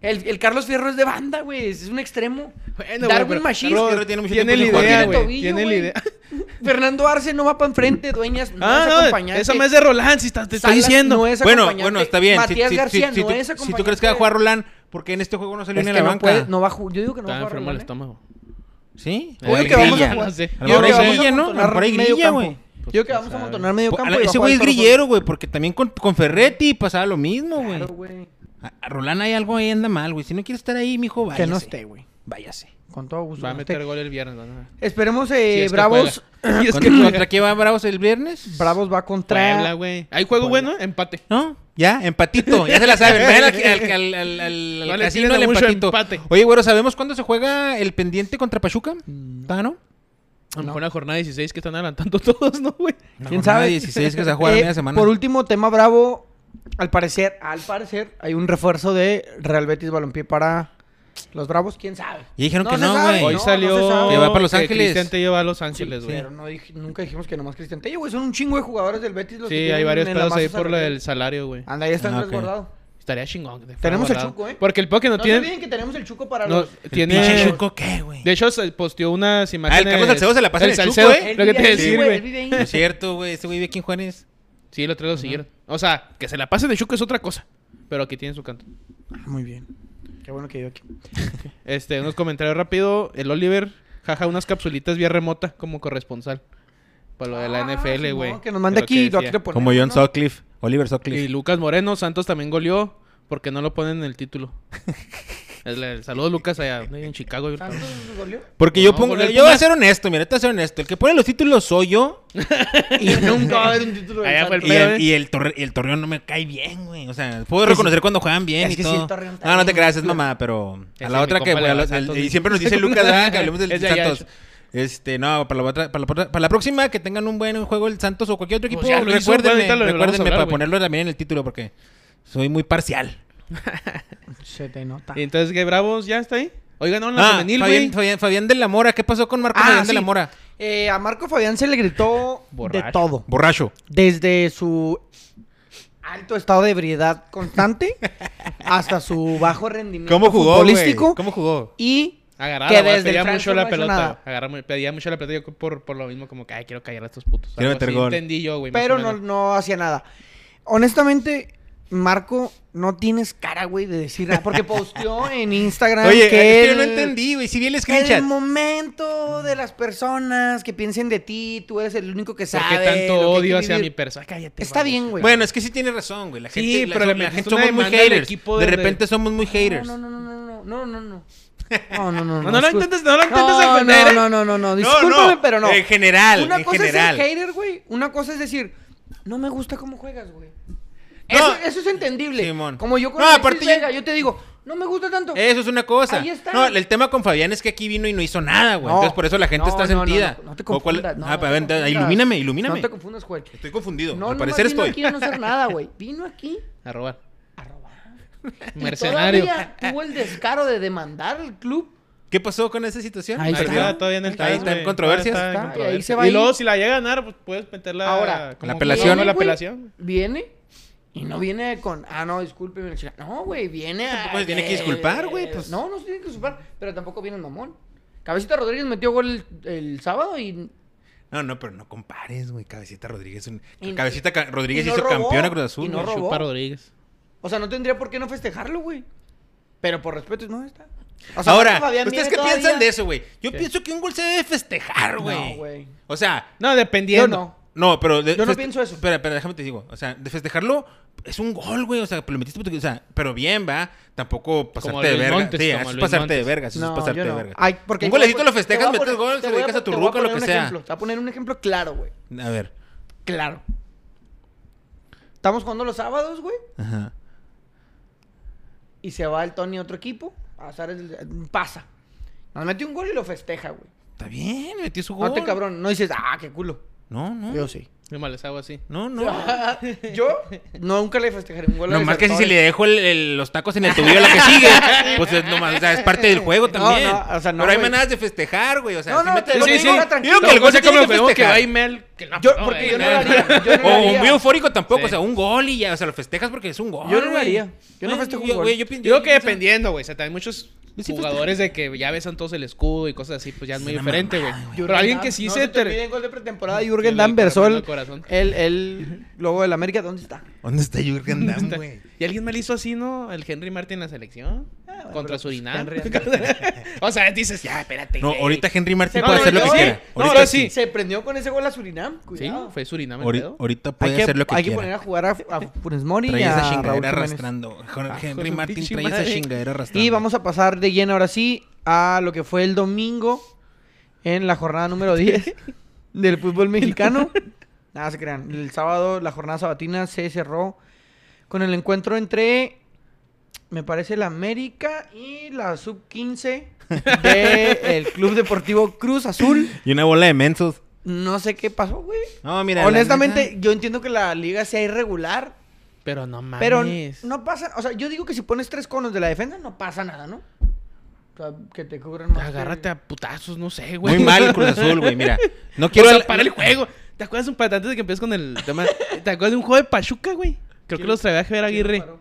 C: El, el Carlos Fierro es de banda, güey. Es un extremo.
B: Bueno,
C: Darwin
B: güey, pero-
C: Machís.
A: Carlos-
C: pero-
A: Fierro tiene mucho
B: Tiene la
A: tiempo sin
B: idea,
A: jugar.
C: Tiene
B: güey.
C: tobillo,
B: Tiene la
C: güey.
B: idea.
C: Fernando Arce no va para enfrente, dueñas. No es
B: Ah, no,
C: acompañante.
B: esa más de Roland, si está- te estoy
C: Salas
B: diciendo.
C: no es
A: Bueno,
C: acompañante.
A: bueno, está bien. Si-
C: Matías
A: si, si-
C: García
A: si
C: no
A: tú,
C: es
A: si tú crees que va a jugar Roland, porque en este juego no salió
C: Es
A: ni
C: que
A: a la
C: no
A: banca.
C: puede- no va a ju- Yo digo que no va
B: Estaba
C: a jugar.
B: enfermo el
C: Roland, ¿eh?
B: estómago.
A: ¿Sí.
B: Oye,
A: Oye,
B: que vamos a jugar-
A: No sé.
B: A
A: A
B: lo mejor
A: lo
B: hay
A: mejor hay
B: grilla,
A: grilla, ¿no? A lo mejor hay grilla, güey.
C: Yo creo que vamos a montonar medio
A: Po- a
C: campo.
A: la-
C: y va Pues, a
A: Ese
C: jugar
A: güey es
C: Carlos
A: grillero, güey, porque también con, con Ferretti pasaba lo mismo, güey.
C: Claro, güey.
A: A, a Roland hay algo ahí, anda mal, güey. Si no quiere estar ahí, mijo, váyase.
C: Que no esté, güey.
A: Váyase.
C: Con todo gusto.
B: Pues Va a
C: no
B: meter
C: esté.
B: gol el viernes, ¿no?
C: Esperemos, eh,
B: Si es que
C: Bravos.
B: juega. Y es que
A: ¿Contra,
B: juega.
A: ¿Contra qué va Bravos el viernes?
C: Bravos va contra.
B: Puebla, güey. Hay juego bueno, empate.
A: ¿No? Ya, empatito. Ya se la saben. Vayan al, al- al- al- al- al
B: No le
A: casino
B: tiren
A: del
B: a mucho
A: empatito.
B: empate.
A: Oye, güero, ¿sabemos cuándo se juega el pendiente contra Pachuca?
C: Mm.
A: ¿Está, no?
B: A lo
C: No.
B: mejor la jornada 16 que están adelantando todos, ¿no, güey?
A: La
C: ¿Quién
A: jornada
C: sabe?
A: 16 que se va a jugar a
C: Eh,
A: media semana.
C: Por último, tema Bravo. Al parecer, al parecer, hay un refuerzo de Real Betis Balompié para los Bravos. ¿Quién sabe?
A: Y dijeron que
C: se
A: no,
C: sabe,
A: güey.
B: Hoy
A: no,
C: se
B: salió
C: sabe.
A: Que va para Los Ángeles.
B: Cristian te lleva a Los Ángeles, güey.
C: Pero no dij- nunca dijimos que nomás Cristian Tello, güey. Son un chingo de jugadores del Betis los
B: Sí,
C: que tienen
B: hay varios
C: en la
B: pedos ahí
C: masa
B: por lo
C: salarial.
B: del salario, güey.
C: Anda, ahí está
A: Ah,
C: en
A: ok.
C: resguardado.
B: Estaría chingón. que fuera
C: Tenemos el
B: guardado.
C: Chuco, ¿eh?
B: Porque el Poke no,
C: No, se
B: tiene...
C: olviden que tenemos el Chuco para
B: no,
C: los...
A: ¿El pinche
C: eh.
B: tiene...
A: Chuco qué, güey?
B: De hecho, se posteó unas imágenes...
A: Ah, Carlos Salcedo se la pasa
B: el
A: en el Chuco,
B: Salcedo,
A: ¿eh?
C: Él
B: Lo que
C: vive
B: te
C: ahí,
B: decir,
C: güey,
B: güey.
C: él vive ahí.
A: No es cierto, güey. Ese güey vive aquí en Juárez.
B: Sí, los tres lo siguieron. O sea, que se la pase de Chuco es otra cosa. Pero aquí tiene su canto.
C: Ah, Muy bien. Qué bueno que yo aquí.
B: Este, unos comentarios rápido. El Oliver, jaja, unas capsulitas vía remota como corresponsal. Para lo de la
C: Ah,
B: NFL,
C: Simón,
B: güey.
C: que nos mande
B: De lo
C: aquí,
B: que
C: lo aquí
B: decía.
C: lo ponemos,
A: Como John
C: ¿no?
A: Sutcliffe. Oliver
B: Y
A: Sutcliffe.
B: Lucas Moreno, Santos también goleó porque no lo ponen en el título. el, el saludo Lucas allá en Chicago. güey.
C: ¿Santos Ah, nos goleó?
A: Porque yo
B: No,
A: pongo.
B: goleó el
A: Yo voy a
B: Pumas.
A: ser honesto, mira, te voy a ser honesto. El que pone los títulos soy yo.
C: Y nunca va a haber un título de
B: Allá fue el
A: Y
B: Pero,
A: el,
B: eh.
A: y el torre- y el torreón no me cae bien, güey. O sea, puedo reconocer cuando juegan bien
C: es
A: y
C: que sí,
A: todo.
C: el Torreón está
A: no, no te
C: bien.
A: creas, es mamá, pero.
B: Ese
A: A
B: mi
A: la otra
B: compa
A: que.
B: le
A: güey, a
B: va
A: lo-
B: a Santos,
A: el- y
B: dice.
A: siempre nos dice Lucas, ¿verdad? que hablemos del
B: Es de allá,
A: Santos. Este, no, para la, otra- para, la, otra- para la próxima que tengan un buen juego el Santos o cualquier otro
B: Pues
A: equipo,
B: ya lo hizo, güey,
A: recuérdenme,
B: ahorita lo- lo vamos a
A: recuérdenme
B: hablar,
A: para
B: güey.
A: ponerlo también en el título porque soy muy parcial.
C: Se te nota.
B: Y entonces, ¿qué bravos? ¿Ya está ahí? Hoy ganó en la
A: Ah,
B: femenil,
A: Fabián,
B: güey.
A: Fabián- Fabián de la Mora. ¿Qué pasó con Marco
C: Ah,
A: Fabián de
C: sí.
A: la Mora?
C: Eh, a Marco Fabián se le gritó
B: Borracho.
C: de todo.
A: Borracho.
C: Desde su alto estado de ebriedad constante hasta su bajo rendimiento
A: ¿Cómo jugó, güey?
C: futbolístico.
A: ¿Cómo jugó?
C: Y
B: Agarraba,
C: que
B: güey,
C: desde el
B: pedía
C: Frankfurt
B: mucho
C: no
B: la
C: hizo
B: pelota.
C: nada.
B: güey. Agarra mu- pedía mucho la pelota. Yo por, por lo mismo, como que, ay, quiero callar a estos putos.
A: Quiero
B: Algo
A: meter
B: así
A: gol.
B: entendí yo, güey. más
C: pero
B: o
C: no,
B: menos.
C: no hacía nada. Honestamente, Marco, no tienes cara, güey, de decir nada. Porque posteó en Instagram
A: Oye,
C: que
A: es que yo no
C: él-
A: entendí, güey. Si vi el
C: El
A: screenshot.
C: momento de las personas que piensen de ti, tú eres el único que
B: ¿Por
C: sabe.
B: qué tanto
C: lo que hay
B: odio
C: que
B: hacia mi
C: vivir.
B: persona? Cállate.
C: Está
B: baboso.
C: bien, güey.
A: Bueno, es que sí tiene razón, güey. La
B: Sí,
A: gente, la-
B: pero le
A: la
B: metiste
A: gente
B: una
A: somos muy
B: demanda al
A: haters.
B: equipo
A: de
B: de-
A: repente somos muy haters.
C: No, no, no, no, no, no, no, no. No, no, no, no.
B: No, no lo
C: escu-
B: intentes, no lo intentes
C: No,
B: ofender,
C: no,
B: ¿eh?
C: no, no, no, no. Discúlpame,
A: no,
C: pero no.
A: En general,
C: Una
A: en
C: cosa
A: general.
C: es ser hater, güey. Una cosa es decir, no me gusta cómo juegas, güey.
A: No.
C: Eso, eso es entendible.
A: Simón.
C: Como yo con
A: No,
C: Alexis
A: aparte yo-
C: Vega, yo... te digo, no me gusta tanto.
A: Eso es una cosa.
C: Ahí está.
A: No, el tema con Fabián es que aquí vino y no hizo nada, güey.
C: No,
A: Entonces por eso la gente
C: no,
A: está
C: no, no,
A: sentida.
C: No, no te
A: ¿O cuál-
C: confundas. no,
A: Ah,
C: no
A: pa-
C: te
A: ven,
C: confundas.
A: ilumíname, ilumíname.
C: No te confundas, Joel.
A: Estoy confundido.
C: No,
A: Al
C: no,
A: parecer
C: vino
A: estoy.
C: aquí a no hacer nada, güey. Vino aquí
B: A robar.
C: a robar.
B: Mercenario.
C: Y todavía tuvo el descaro de demandar al club.
A: ¿Qué pasó con esa situación?
C: Ahí
B: Ahí
C: está.
B: está, todavía en el
C: Ahí
B: caso,
A: está en
B: güey.
A: controversias.
B: Todavía
C: Está, y ahí
B: controversias.
C: se va
B: Y
C: ahí.
B: luego, si la llega a ganar, pues puedes meterla.
C: Ahora,
B: como
A: la apelación.
B: no,
C: Viene,
B: la
C: güey,
B: apelación.
C: Viene y no viene con, ah, no, discúlpeme. la chingada. No, güey, viene a... eh,
A: Tampoco se tiene que disculpar, güey, pues.
C: No, no se tiene que disculpar, pero tampoco viene el mamón. Cabecita Rodríguez metió gol el, el sábado y...
A: No, no, pero no compares, güey. Cabecita Rodríguez. un-
C: Y-
A: Cabecita Ca- Rodríguez
C: y no
A: hizo
C: robó.
A: campeón a Cruz Azul.
C: Y no
A: güey.
C: robó.
B: Chupa Rodríguez.
C: O sea, no tendría por qué no festejarlo, güey. Pero por respeto, no, está. O
A: Ahora,
C: Marco Fabián
A: ¿ustedes
C: viene
A: qué
C: todavía-
A: piensan de eso, güey? Yo
B: ¿Qué?
A: pienso que un gol se debe festejar, güey.
C: No, güey.
A: O sea,
B: No,
C: Yo
B: dependiendo.
C: no.
A: no, pero... de-
C: Yo no
A: feste-
C: pienso eso.
A: Espera, espera, déjame te digo. O sea, de festejarlo es un gol, güey. O sea, lo metiste... O sea, pero bien, va. Tampoco pasarte de
B: Luis
A: verga.
B: Montes,
A: sí,
B: como
A: eso es
B: Luis
A: pasarte de
B: Montes.
A: verga. Eso es
C: No,
A: pasarte
C: yo
A: de
C: no.
A: verga.
C: Ay, porque
A: un golecito
C: te
A: lo
C: voy a
A: festejas,
C: poner-
A: metes el gol,
C: te
A: se lo
C: voy a
A: dedicas a
C: po-
A: tu
C: te voy
A: ruca, lo
C: poner
A: que
C: un
A: sea.
C: ejemplo, Te voy a poner un ejemplo claro, güey.
A: A ver.
C: Claro. Estamos jugando los sábados, güey.
A: Ajá.
C: Y se va el Tony a otro equipo. A hacer el- pasa. Nos mete un gol y lo festeja, güey.
A: Está bien, metió su gol.
C: No te cabrón. No dices, ah, qué culo.
A: No, no.
C: Yo sí.
B: Yo mal les hago así.
A: No, no.
C: Yo nunca le festejaré un gol a
A: Nomás que si
C: Tony.
A: se le dejo el- el- los tacos en el tobillo a la que sigue, pues es, nomás, o sea, es parte del juego
C: No,
A: también.
C: no, o sea, no,
A: Pero hay
C: güey.
A: maneras de festejar, güey. O sea,
C: No,
A: si
C: no,
A: metes
C: te
A: el
C: lo
A: gol,
C: digo
A: sí, sí.
C: ahora tranquilo.
A: Yo creo que el gol se
B: como
A: tiene que
B: que va
A: festejar.
B: email. Que no,
C: Yo-
B: no, eh,
C: porque
B: güey,
C: yo no
B: no,
C: lo haría.
B: no.
C: Yo no lo
A: o un
C: haría.
A: muy eufórico tampoco,
B: Sí.
A: o sea, un gol y ya, o sea, lo festejas porque es un gol.
C: Yo no lo
A: güey.
C: haría. Yo no
A: Güey,
C: festejo un
A: yo-
C: gol.
A: güey, yo pienso-
B: Digo que
A: yo pienso-
B: dependiendo, güey. O sea, también muchos
A: sí
B: jugadores de que ya besan todos el escudo y cosas así, pues ya es muy
A: una
B: diferente, güey.
A: mamada,
B: Pero alguien que sí
C: no
B: se...
C: te
B: ter-
C: olviden gol de pretemporada de
B: Yo
C: Jürgen
B: le
C: Damm versó
B: cargando
C: el,
B: el corazón.
C: el, el logo del América. ¿Dónde está?
A: ¿Dónde está Jürgen Damm, güey?
B: Este, Y alguien me lo hizo así, ¿no? El Henry Martin en la selección. contra
C: pero,
B: Surinam.
C: Ah, pues, Henry
B: o sea, dices, ya, espérate.
A: No,
B: güey.
A: ahorita Henry Martín
B: No,
A: puede
B: no,
A: hacer lo
B: yo-
A: que
B: sí.
A: quiera.
B: No,
A: Ahorita
B: ahora sí.
C: Se prendió con ese gol a Surinam.
B: Sí,
C: Cuidado.
B: fue Surinam el
A: Ahori-
B: pedo.
A: Ahorita
C: Hay
A: puede
C: que,
A: hacer lo que
C: hay que poner
A: quiera.
C: a jugar a, a Funes Mori y
A: Trae esa
C: a Raúl
A: chingadera
C: Jiménez. Ah, pues
A: arrastrando.
B: con
A: Henry
B: su
A: Martín
B: pinche
A: trae esa
B: madre.
A: chingadera arrastrando.
C: Y vamos a pasar de lleno ahora sí a lo que fue el domingo en la jornada número 10 del fútbol mexicano. Nada se crean. El sábado, la jornada sabatina se cerró con el encuentro entre, me parece, la América y la sub-15 del Club Deportivo Cruz Azul.
A: Y una bola de mensos.
C: No sé qué pasó, güey.
A: No, mira. la
C: Honestamente,
A: neta-
C: yo entiendo que la liga sea irregular,
B: Pero no mames.
C: pero no pasa, o sea, yo digo que si pones tres conos de la defensa no pasa nada, ¿no? O sea, que te cubran más. que-
B: Agárrate a putazos, no sé, güey.
A: Muy mal el Cruz Azul, güey. Mira, no
B: Quiero
A: quiero.
B: o sea,
A: al-
B: para el juego. ¿Te acuerdas un pat- antes de que empieces con el tema? ¿Te acuerdas de un juego de Pachuca, güey? Creo que los traía Javier
C: ¿Quién lo
B: Aguirre.
C: paró?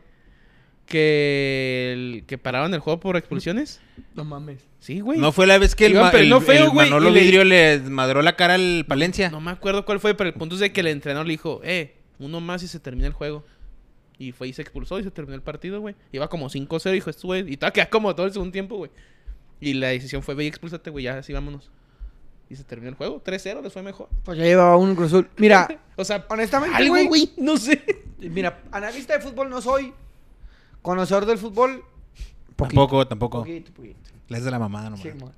B: Que, el- que paraban el juego por expulsiones.
C: No mames.
B: Sí, güey.
A: No fue la vez que el,
B: Iban
A: ma-
B: perdiendo
A: el-
B: feo,
A: el
B: güey,
A: Manolo
B: y le-
A: Vidrio le madró la cara al Palencia.
B: No me acuerdo cuál fue, pero el punto es de que el entrenador le dijo, eh, uno más y se termina el juego. Y fue y se expulsó y se terminó el partido, güey. Iba como 5-0, dijo, esto, güey. Y todavía quedas como todo el segundo tiempo, güey. Y la decisión fue, ve y expulsate, güey, ya así vámonos. Y se terminó el juego. 3-0, les fue mejor.
C: Pues ya llevaba un Cruz Azul. Mira,
B: O sea,
C: honestamente,
B: algo,
C: güey,
B: güey. No sé.
C: Mira, analista de fútbol no soy. Conocedor del fútbol.
A: Tampoco, tampoco.
C: Poquito, poquito.
A: Le haces a la mamada nomás.
C: Sí,
A: Le
C: mo-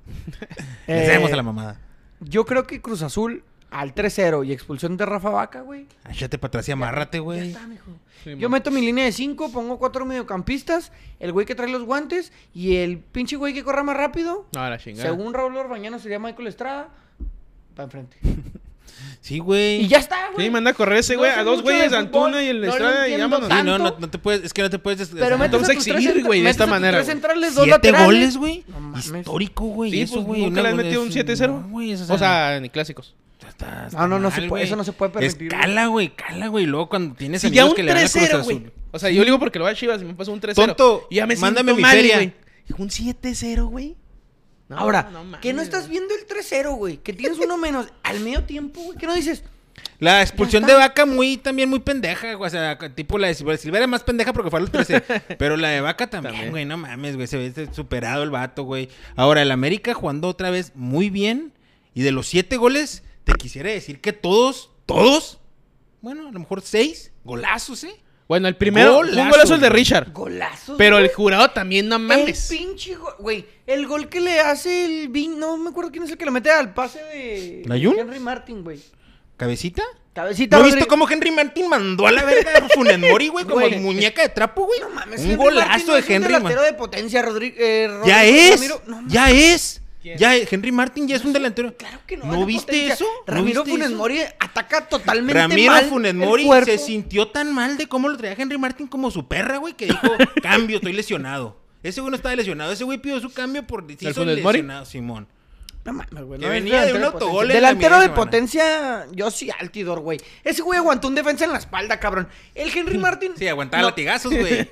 A: hacemos
C: Eh,
A: a la mamada.
C: Yo creo que Cruz Azul al 3-0 y expulsión de Rafa Vaca, güey.
A: Échate para atrás y amárrate,
C: Eh. Ya
A: güey.
C: está, mijo. Yo meto mi línea de 5, pongo cuatro mediocampistas, el güey que trae los guantes y el pinche güey que corra más rápido.
B: No, la chingada.
C: Según Raúl Orbañano sería Michael Estrada. Para enfrente.
A: Sí, güey.
C: Y ya está, güey.
B: Sí, manda a correr ese, güey.
C: No sé
B: a dos
C: mucho
B: güeyes,
C: de fútbol,
B: Antuna y el
C: no lo
B: Estrada, y
C: entiendo
B: vámonos.
A: Sí, no,
C: tanto.
A: no, no te puedes, es que no te puedes... des-
C: Pero
A: o sea,
C: metes
B: entonces
C: a tus tres
B: exhibir,
C: centra-
B: güey, de
C: metes
B: esta
C: a tus
B: manera,
C: tres
B: güey.
C: centrales, dos
A: Siete
C: laterales.
A: goles, güey.
C: No mames.
A: Histórico, güey.
B: Sí,
A: eso,
B: pues,
A: güey.
B: nunca
A: una
B: le han
A: goleada
B: metido un
A: así,
B: 7-0.
A: no, güey, eso,
B: o sea, ni clásicos.
A: está- está
C: No, no, no
A: mal,
C: se puede-
A: güey.
C: eso no se puede permitir, güey.
A: Escala, güey, cala, güey. Luego cuando tienes
B: Si ya
A: amigos
B: un
A: que le dan a Cruz
B: 3-0, güey.
A: Azul.
B: O sea, yo le digo porque lo va a Chivas y me pasó un 3-0.
A: Tonto,
B: y ya me
A: mándame
B: siento
A: mi
B: mal,
A: feria.
B: güey. Dijo, Un 7-0, güey. No,
C: Ahora,
B: mames,
C: que no estás
B: güey.
C: viendo el 3-0, güey. Que tienes uno menos al medio tiempo, güey. ¿Qué no dices?
A: La expulsión
C: Ya
A: de
C: está.
A: vaca muy, también muy pendeja, güey. O sea, tipo la de Silvera. Silvera es más pendeja porque fue a los 13. pero la de vaca también,
B: También.
A: güey. No mames, güey. Se ve este superado el vato, güey. Ahora, el América jugando otra vez muy bien. Y de los siete goles, te quisiera decir que todos, todos, bueno, a lo mejor seis golazos, ¿eh?
B: Bueno, el primero, fue un
A: Golazo,
B: golazo el de
A: güey.
B: Richard.
C: Golazos.
B: Pero
C: güey.
B: el jurado también, no
C: el
B: mames.
C: pinche go- güey. El gol que le hace el Vin, no me acuerdo quién es el que le mete al pase de
A: ¿Layún?
C: Henry Martin, güey.
A: ¿Cabecita?
C: Cabecita
A: ¿No viste
C: Rodríguez.
A: cómo Henry Martín mandó a la verga a Funes Mori, güey? Como
C: Güey.
A: muñeca de trapo, güey.
C: No mames,
A: un
C: Henry Martin
A: golazo
C: no es
A: de Henry
C: Un
A: Martín.
C: delantero de potencia, Rodríguez. eh,
A: Ya
C: Rodríguez
A: es.
C: Ramiro. No,
A: ya es.
B: ¿Quién?
A: Ya es. Henry Martin ya es un delantero.
C: Claro que no.
A: ¿No
C: era
A: viste
C: potencia.
A: eso? ¿No
C: Ramiro
A: viste
C: Funes
A: eso?
C: Mori ataca totalmente
A: Ramiro
C: mal
A: Funes
C: el
A: Mori
C: cuerpo.
A: se sintió tan mal de cómo lo traía Henry Martin como su perra, güey, que dijo, cambio, estoy lesionado. Ese güey no estaba lesionado. Ese güey pidió su cambio por se
B: ¿El
A: hizo
B: Funes Mori?
A: lesionado, Simón.
C: No mames, güey.
A: Que
C: no, es
A: venía de un
C: delantero
A: autogol en la
C: Delantero de
A: media
C: potencia, yo sí, Altidor, güey. Ese güey aguantó un defensa en la espalda, cabrón. El Henry Martin.
A: Hmm. Sí, aguantaba
C: no,
A: latigazos, güey.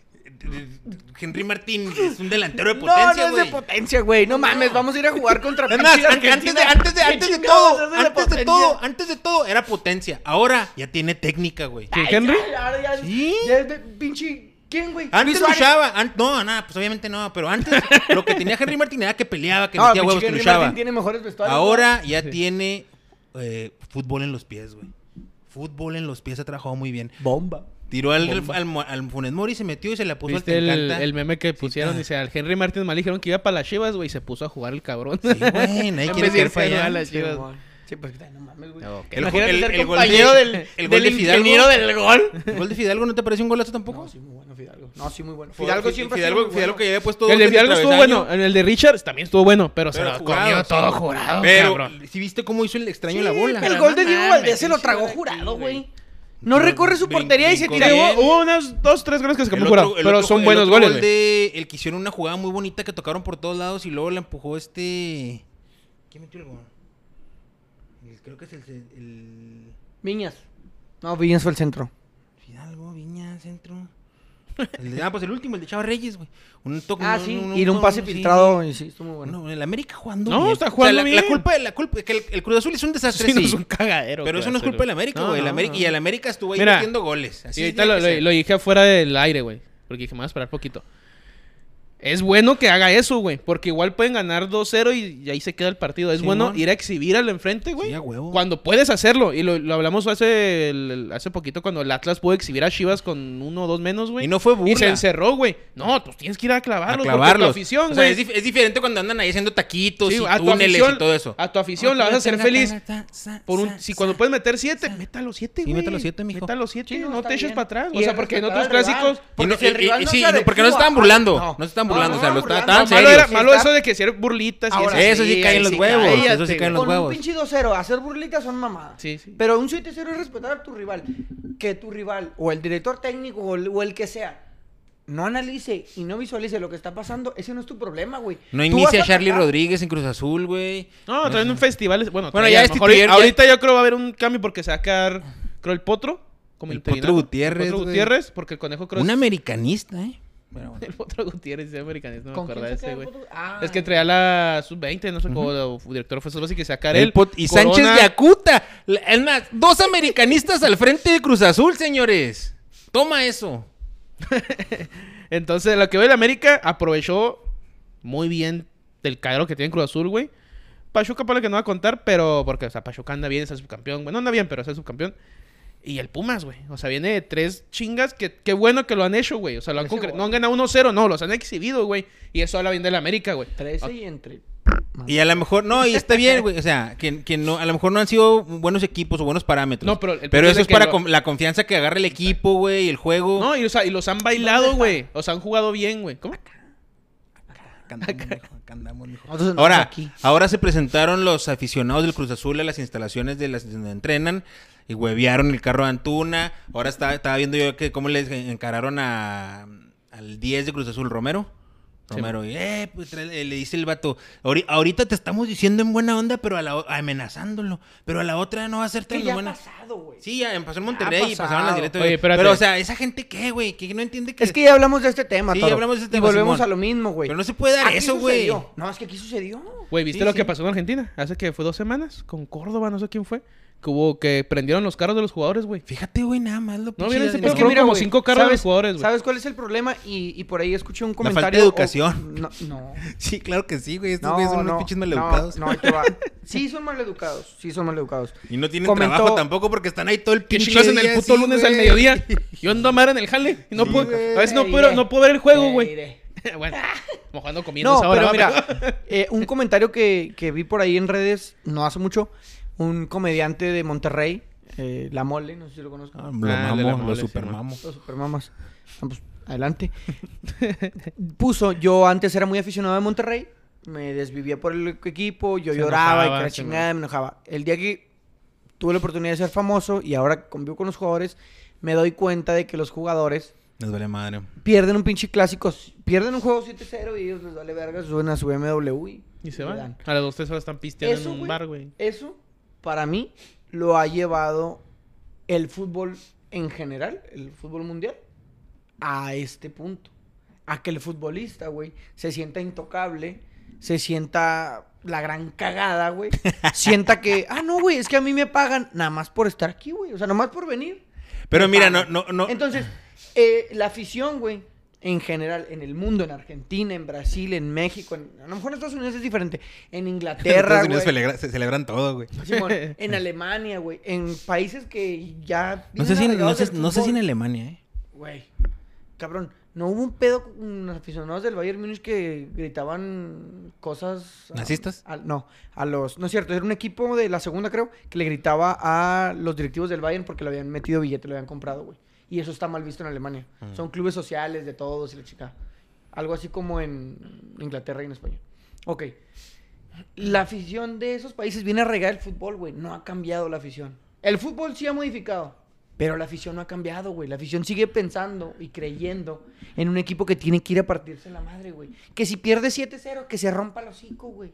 A: Henry Martin es un delantero de
C: No,
A: potencia,
C: no es de
A: güey.
C: potencia, güey. No mames, vamos a ir a jugar contra
A: Es más,
C: pinche
A: an- antes de,
C: Argentina.
A: antes de,
C: ¿Qué
A: antes de
C: chingados
A: todo,
C: es
A: antes de
C: potencia?
A: todo, antes de todo, era potencia. Ahora ya tiene técnica, güey.
B: ¿Quién,
C: Ay,
B: Henry?
C: ya, ya, ya,
A: Sí.
C: ya es de pinche. ¿Quién, güey?
A: Antes
C: Luis Suárez.
A: luchaba, an- no, nada, pues obviamente no, pero antes lo que tenía Henry Martin era que peleaba, que
C: No,
A: metía
C: pinche
A: huevos, que
C: Henry
A: luchaba.
C: Martin tiene mejores vestuarios.
A: Ahora ya
B: Sí.
A: tiene eh, fútbol en los pies, güey. Fútbol en los pies ha trabajado muy bien.
C: Bomba.
A: Tiró al, al, mo- al Funes Mori, se metió y se la puso al
B: ¿Viste
A: que
B: el,
A: Pues encanta.
B: el meme que pusieron?
A: ah.
B: Dice, al Henry Martin mal dijeron que iba para las Chivas, güey, y se puso a jugar el cabrón.
A: Sí, güey,
B: En
A: nadie quiere
B: vez de
A: caer
B: irse a
A: para allá.
B: jugar a las Chivas.
C: Sí, pues que no mames, güey.
B: No, ok.
A: El-
C: Imagínate
A: el-
C: ser
A: el gol
C: compañero
A: de-
C: del,
A: el gol
C: del
A: de Fidalgo.
C: ingeniero del gol.
A: ¿El gol de Fidalgo no te pareció un golazo tampoco?
C: No, sí, muy bueno Fidalgo. No, sí, muy bueno. Fidalgo
A: Fi-
C: siempre ha sido
A: Fidalgo,
C: muy
A: Fidalgo
C: bueno.
A: que ya había puesto
B: el
A: dos
B: de
A: en
B: Fidalgo estuvo
A: travesaño,
B: bueno. El de Richards también estuvo bueno, pero, se
A: pero
B: lo
A: jugado,
B: comió
A: sí.
B: todo jurado,
A: Pero
B: cabrón.
A: sí viste cómo hizo el extraño
C: Sí,
A: la bola.
C: pero el
B: Pero
C: gol
B: no
C: de Diego
B: mames,
C: Valdés se lo
B: pinche
C: tragó
B: Valdés,
C: jurado, güey.
B: güey.
C: No recorre su
A: Brin-
C: portería y se
A: brincó
C: tira.
A: bien.
B: Hubo- Hubo unos dos, tres goles que se
A: El
B: comió
A: otro-
B: jurado,
A: el
B: pero
A: otro-
B: son
A: el
B: buenos
A: otro
B: goles,
A: gol
B: güey.
A: de- el que hicieron una jugada muy bonita que tocaron por todos lados y luego la empujó este. ¿Quién metió el gol? El- creo que es el, el-
C: Viñas. No, Viñas fue el centro.
A: Fidalgo, Viña, centro. El de- ah, pues el último, el de Chava Reyes, güey. Un toque.
C: Ah,
A: un-
C: sí.
A: un-
C: Y de un pase
A: sí.
C: filtrado. y Sí, estuvo muy bueno.
A: No, el América jugando.
B: No,
A: bien.
B: está jugando
A: la, la
B: bien.
A: culpa, la culpa, es que el, el Cruz Azul es un desastre,
B: Sí, no
A: sí.
B: es un cagadero.
A: Pero
B: que
A: eso no es
B: hacer,
A: culpa del América,
B: No,
A: güey. El
B: no,
A: América-
B: no.
A: Y el América estuvo ahí
B: Mira,
A: metiendo goles. Así
B: Y ahorita lo,
A: tiene que
B: lo-
A: ser.
B: lo dije afuera del aire, güey. Porque dije, me voy a esperar poquito. Es bueno que haga eso, güey. Porque igual pueden ganar 2-0 y, y ahí se queda el partido. Es
A: Sí,
B: bueno
A: mon.
B: ir a exhibir al enfrente, güey.
A: Sí, a huevo.
B: Cuando puedes hacerlo. Y lo, lo hablamos hace, el- el- hace poquito cuando el Atlas pudo exhibir a Chivas con uno o dos menos, güey.
A: Y no fue burla.
B: Y se encerró, güey. Ah, No, tú tienes que ir a
A: A
B: clavarlos.
A: clavarlos.
B: Porque tu afición,
A: O sea,
B: güey.
A: es, dif- es diferente cuando andan ahí haciendo taquitos
B: Sí,
A: y
B: a tu
A: túneles
B: afición-
A: y todo eso.
B: A tu afición la vas a hacer feliz. Por un, si cuando puedes meter siete, meta los siete,
A: Sí,
B: güey.
A: meta los siete, mijo.
B: Meta los siete,
C: Sí,
B: no,
C: está
B: te eches
C: bien.
B: para atrás.
C: Y
B: O sea,
C: es
B: porque en
C: respetar
B: otros
C: al rival.
B: clásicos.
A: Y no-
C: Porque si el
A: y-
C: rival
A: y-
C: no
A: sí,
C: se adecua-
A: no, porque no se estaban burlando.
C: No.
A: No, se estaban
C: No,
A: burlando. o sea,
C: no,
A: lo
C: burlando.
A: estaban
B: No,
A: estaban
B: malo, era,
A: serios.
C: Sí,
B: malo
C: está-
B: eso de que si eran burlitas. y
C: Ahora,
A: Eso sí cae en los
B: sí,
A: huevos. Eso
B: cállate,
A: sí cae en los
C: Con un
A: huevos.
C: pinche 2-0, hacer burlitas son mamadas.
B: Sí, sí.
C: Pero un 7-0 es respetar a tu rival. Que tu rival, o el director técnico, o el, o el que sea, no analice y no visualice lo que está pasando, ese no es tu problema, güey.
A: No
C: Tú
A: inicia
C: vas
A: Charlie
C: atacar.
A: Rodríguez en Cruz Azul, güey.
B: No, traen un festival. Bueno,
A: Bueno,
B: traen,
A: ya
B: a lo
A: este
B: mejor,
A: tier- ya-
B: ahorita yo creo va a haber un cambio porque se va a quedar, creo, el Potro. Como
A: El
B: interinato.
A: Potro Gutiérrez,
B: El Potro
A: güey.
B: Gutiérrez, porque el Conejo creo.
A: Un
B: es-
A: americanista, ¿eh? Bueno, bueno.
B: El Potro Gutiérrez es americanista, no
C: ¿Con
B: me acuerdo
C: quién
B: de
C: se queda
B: ese, güey.
C: el Potro? Ah.
B: Es que traía la sub-20, no sé cómo el director fue solo así que sacar
A: El
B: él.
A: pot- y
B: Corona-
A: Sánchez de Acuta. La- Es más, dos americanistas al frente de Cruz Azul, señores. Toma eso.
B: Entonces, lo que ve el América aprovechó muy bien del cadero que tiene Cruz Azul, güey. Pachuca para que no va a contar, pero porque, o sea, Pachuca anda bien, es el subcampeón. Bueno, anda bien, pero es el subcampeón. Y el Pumas, güey. O sea, viene de tres chingas que qué bueno que lo han hecho, güey. O sea, lo han
C: Ese
B: concre-
C: gol.
B: No han ganado 1-0, no, los han exhibido, güey. Y eso habla bien del América, güey.
C: 13 y entre.
A: Y a lo mejor, no, y está bien, güey. O sea, que, que no, a lo mejor no han sido buenos equipos o buenos parámetros.
B: No, pero el punto
A: pero
B: es
A: eso
B: de
A: es
B: que
A: para
B: lo-
A: con- la confianza que agarra el equipo, güey, y el juego.
B: No, y, o sea, y los han bailado, güey. O sea, han jugado bien, güey. ¿Cómo?
A: Acá andamos, mijo, acá andamos, mijo.
C: Nosotros andamos
A: Ahora,
C: aquí.
A: ahora se presentaron los aficionados del Cruz Azul a las instalaciones de las donde entrenan y huevearon el carro de Antuna. Ahora está, estaba viendo yo que cómo les encararon a, al 10 de Cruz Azul, Romero.
B: Sí.
A: Romero, y, eh, pues, trae- le dice el vato, "Ahori- ahorita te estamos diciendo en buena onda, pero a la o- amenazándolo, pero a la otra no va a ser tan
C: Que ya ha
A: buena.
C: pasado, güey.
A: Sí, ya pasó en Monterrey y
C: pasado.
A: pasaron las directas.
B: Oye, espérate.
A: pero, o sea, ¿esa gente qué, güey? Que no entiende que...
C: Es que ya hablamos de este tema,
A: Sí,
C: Toro.
A: hablamos de este
C: Y
A: tema,
C: volvemos a
A: Simón.
C: lo mismo, güey.
A: Pero no se puede dar
C: Aquí
A: eso, güey.
C: sucedió. No, es que aquí sucedió.
B: Güey, ¿viste
A: Sí,
B: lo
A: sí.
B: que pasó en Argentina? Hace que fue dos semanas con Córdoba, no sé quién fue. Que hubo que prendieron los carros de los jugadores, güey.
A: Fíjate, güey, nada más lo
B: No,
A: pinche
B: mira ese
A: de-
B: Pero
A: Es
B: fueron
A: que-
B: pedo. como
C: güey,
B: cinco carros de
C: ¿sabes-
B: jugadores, güey.
C: ¿Sabes cuál es el problema? Y, y por ahí escuché un
A: falta
C: comentario.
A: de
C: o-
A: educación.
C: no, no.
A: Sí, claro que sí, güey. Estos
C: No,
A: güeyes son
C: no,
A: unos pinches
C: no,
A: maleducados.
C: No, ahí te va. Sí, son maleducados. Sí, son maleducados.
A: Y no tienen
C: Comentó-
A: trabajo tampoco porque están ahí todo el
B: ¿Qué
A: pinche
B: chingados en
A: día,
B: el puto
A: sí,
B: lunes
A: güey.
B: al mediodía? Yo ando a madre en el jale y no
A: Sí,
B: puedo...
A: güey.
B: A veces no
C: Te
B: puedo,
C: diré.
B: no puedo ver el juego,
C: Te
B: güey.
C: diré.
B: bueno, mojando comiendo
C: No,
B: ahora,
C: pero
B: va,
C: mira, eh, un comentario que, que vi por ahí en redes no hace mucho, un comediante de Monterrey, eh, La Mole, no sé si lo conozco.
B: Ah,
A: Ah,
B: el de
A: lo
B: la
A: mamo, lo
B: mole, sí,
A: supermamo.
C: Los supermamas. Ah, pues, adelante. Puso, yo antes era muy aficionado de Monterrey, me desvivía por el equipo, yo
B: Se
C: lloraba
B: enojaba,
C: y que la
B: se
C: chingada, me enojaba. El día que tuve la oportunidad de ser famoso y ahora convivo con los jugadores, me doy cuenta de que los jugadores
A: Nos vale madre.
C: pierden un pinche clásico, pierden un juego 7-0 y ellos les vale verga, se suben a su BMW y,
B: Y se
C: le
B: van.
C: dan.
B: A las dos, tres horas están pisteando
C: Eso,
B: en un
C: güey,
B: bar, güey.
C: eso, para mí, lo ha llevado el fútbol en general, el fútbol mundial, a este punto. A que el futbolista, güey, se sienta intocable, se sienta la gran cagada, güey. Sienta que, ah, no, güey, es que a mí me pagan nada más por estar aquí, güey. O sea, nada más por venir.
A: Pero
C: me
A: mira, no,
C: pagan.
A: no, no.
C: Entonces, eh, la afición, güey, en general, en el mundo, en Argentina, en Brasil, en México, en- a lo mejor en Estados Unidos es diferente, en Inglaterra,
A: Estados
C: güey.
A: Unidos celebra- se celebran todo, güey.
C: Simón, en Alemania, güey. En países que ya.
A: No sé, si en,
C: vienen
A: no,
C: arraigados
A: sé,
C: del
A: no sé si en
C: fútbol.
A: Alemania, ¿eh?
C: Güey. Cabrón, no hubo un pedo con los aficionados del Bayern Múnich que gritaban cosas. ah,
A: ¿Nazistas?
C: al- no, a los. No es cierto, era un equipo de la segunda, creo, que le gritaba a los directivos del Bayern porque le habían metido billete, le habían comprado, güey. Y eso está mal visto en Alemania.
A: Mm.
C: Son clubes sociales de todos y la chica. Algo así como en Inglaterra y en España. Ok. La afición de esos países viene a regar el fútbol, güey. No ha cambiado la afición. El fútbol sí ha modificado, pero la afición no ha cambiado, güey. La afición sigue pensando y creyendo en un equipo que tiene que ir a partirse la madre, güey. Que si pierde 7-0, que se rompa el hocico, güey.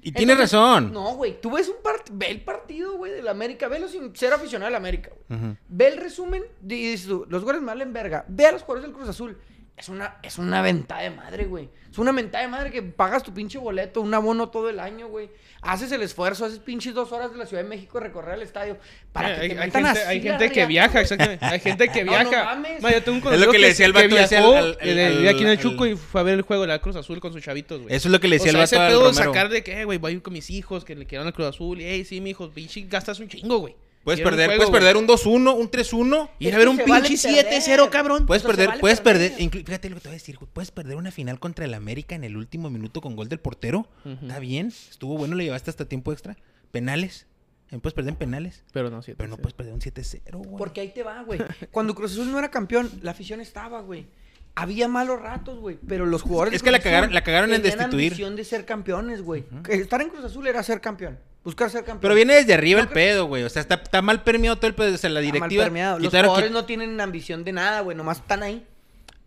A: Y tienes
C: Entonces,
A: razón.
C: No, güey. Tú ves un part... Ve el partido, güey, del América. Velo sin ser aficionado al América, güey.
A: Ujú.
C: Ve el resumen de- y dices tú, los goles mal en verga. Ve a los jugadores del Cruz Azul. Es una, es una ventada de madre, güey. Es una ventada de madre que pagas tu pinche boleto, un abono todo el año, güey. Haces el esfuerzo, haces pinches dos horas de la Ciudad de México a recorrer el estadio. Para
B: Eh,
C: que
B: hay,
C: te
B: hay
C: metan
B: gente,
C: así
B: hay
C: la
B: gente que
C: riata,
B: viaja,
C: güey.
B: exactamente. Hay gente que
C: No, no
B: viaja.
C: mames.
B: Ma, yo tengo un
A: Es lo
B: conocido
A: que le decía el vato ese
B: viajó,
A: al- al-
B: eh,
A: al-
B: vivía aquí en el
A: al-
B: Chuco y fue a ver el juego de la Cruz Azul con sus chavitos, güey.
A: Eso es lo que le decía
B: o sea,
A: el vato al
B: ese pedo de
A: Romero.
B: sacar de que, "Eh, güey, voy con mis hijos que le quieran al Cruz Azul. Y, hey, sí, mi hijo, pinche, gastas un chingo, güey.
A: Puedes
B: Ir a un
A: perder,
B: juego,
A: puedes
B: güey.
A: perder un 2-1, un 3-1.
B: Ir
C: Es
B: a ver
C: que
B: un
C: se
B: pinche
C: vale perder.
B: 7-0, cabrón.
A: Puedes
C: Entonces,
A: perder,
C: vale
A: puedes
C: perder.
A: perder, inclu- fíjate lo que te voy a decir, güey, puedes perder una final contra el América en el último minuto con gol del portero.
B: Ujú.
A: Está bien, estuvo bueno, le llevaste hasta tiempo extra. Penales, también puedes perder en penales,
B: Pero no, sí.
A: pero no
B: sí.
A: puedes perder un 7-0, güey.
C: Porque ahí te va, güey. Cuando Cruz Azul no era campeón, la afición estaba, güey. Había malos ratos, güey, pero los jugadores
A: Es
C: de
A: que la
C: Cruz Azul
A: cagaron- la cagaron en
C: tenían
A: destituir.
C: ambición de ser campeones, güey. Que Estar en Cruz Azul era ser campeón, buscar ser campeón.
A: Pero viene desde arriba
C: No
A: el
C: creo-
A: pedo, güey. O sea, está, está mal permeado todo el pedo. O sea, la
C: Está mal
A: directiva.
C: permeado. Los
A: quitaron-
C: jugadores
A: qui-
C: no tienen ambición de nada, güey, nomás están ahí.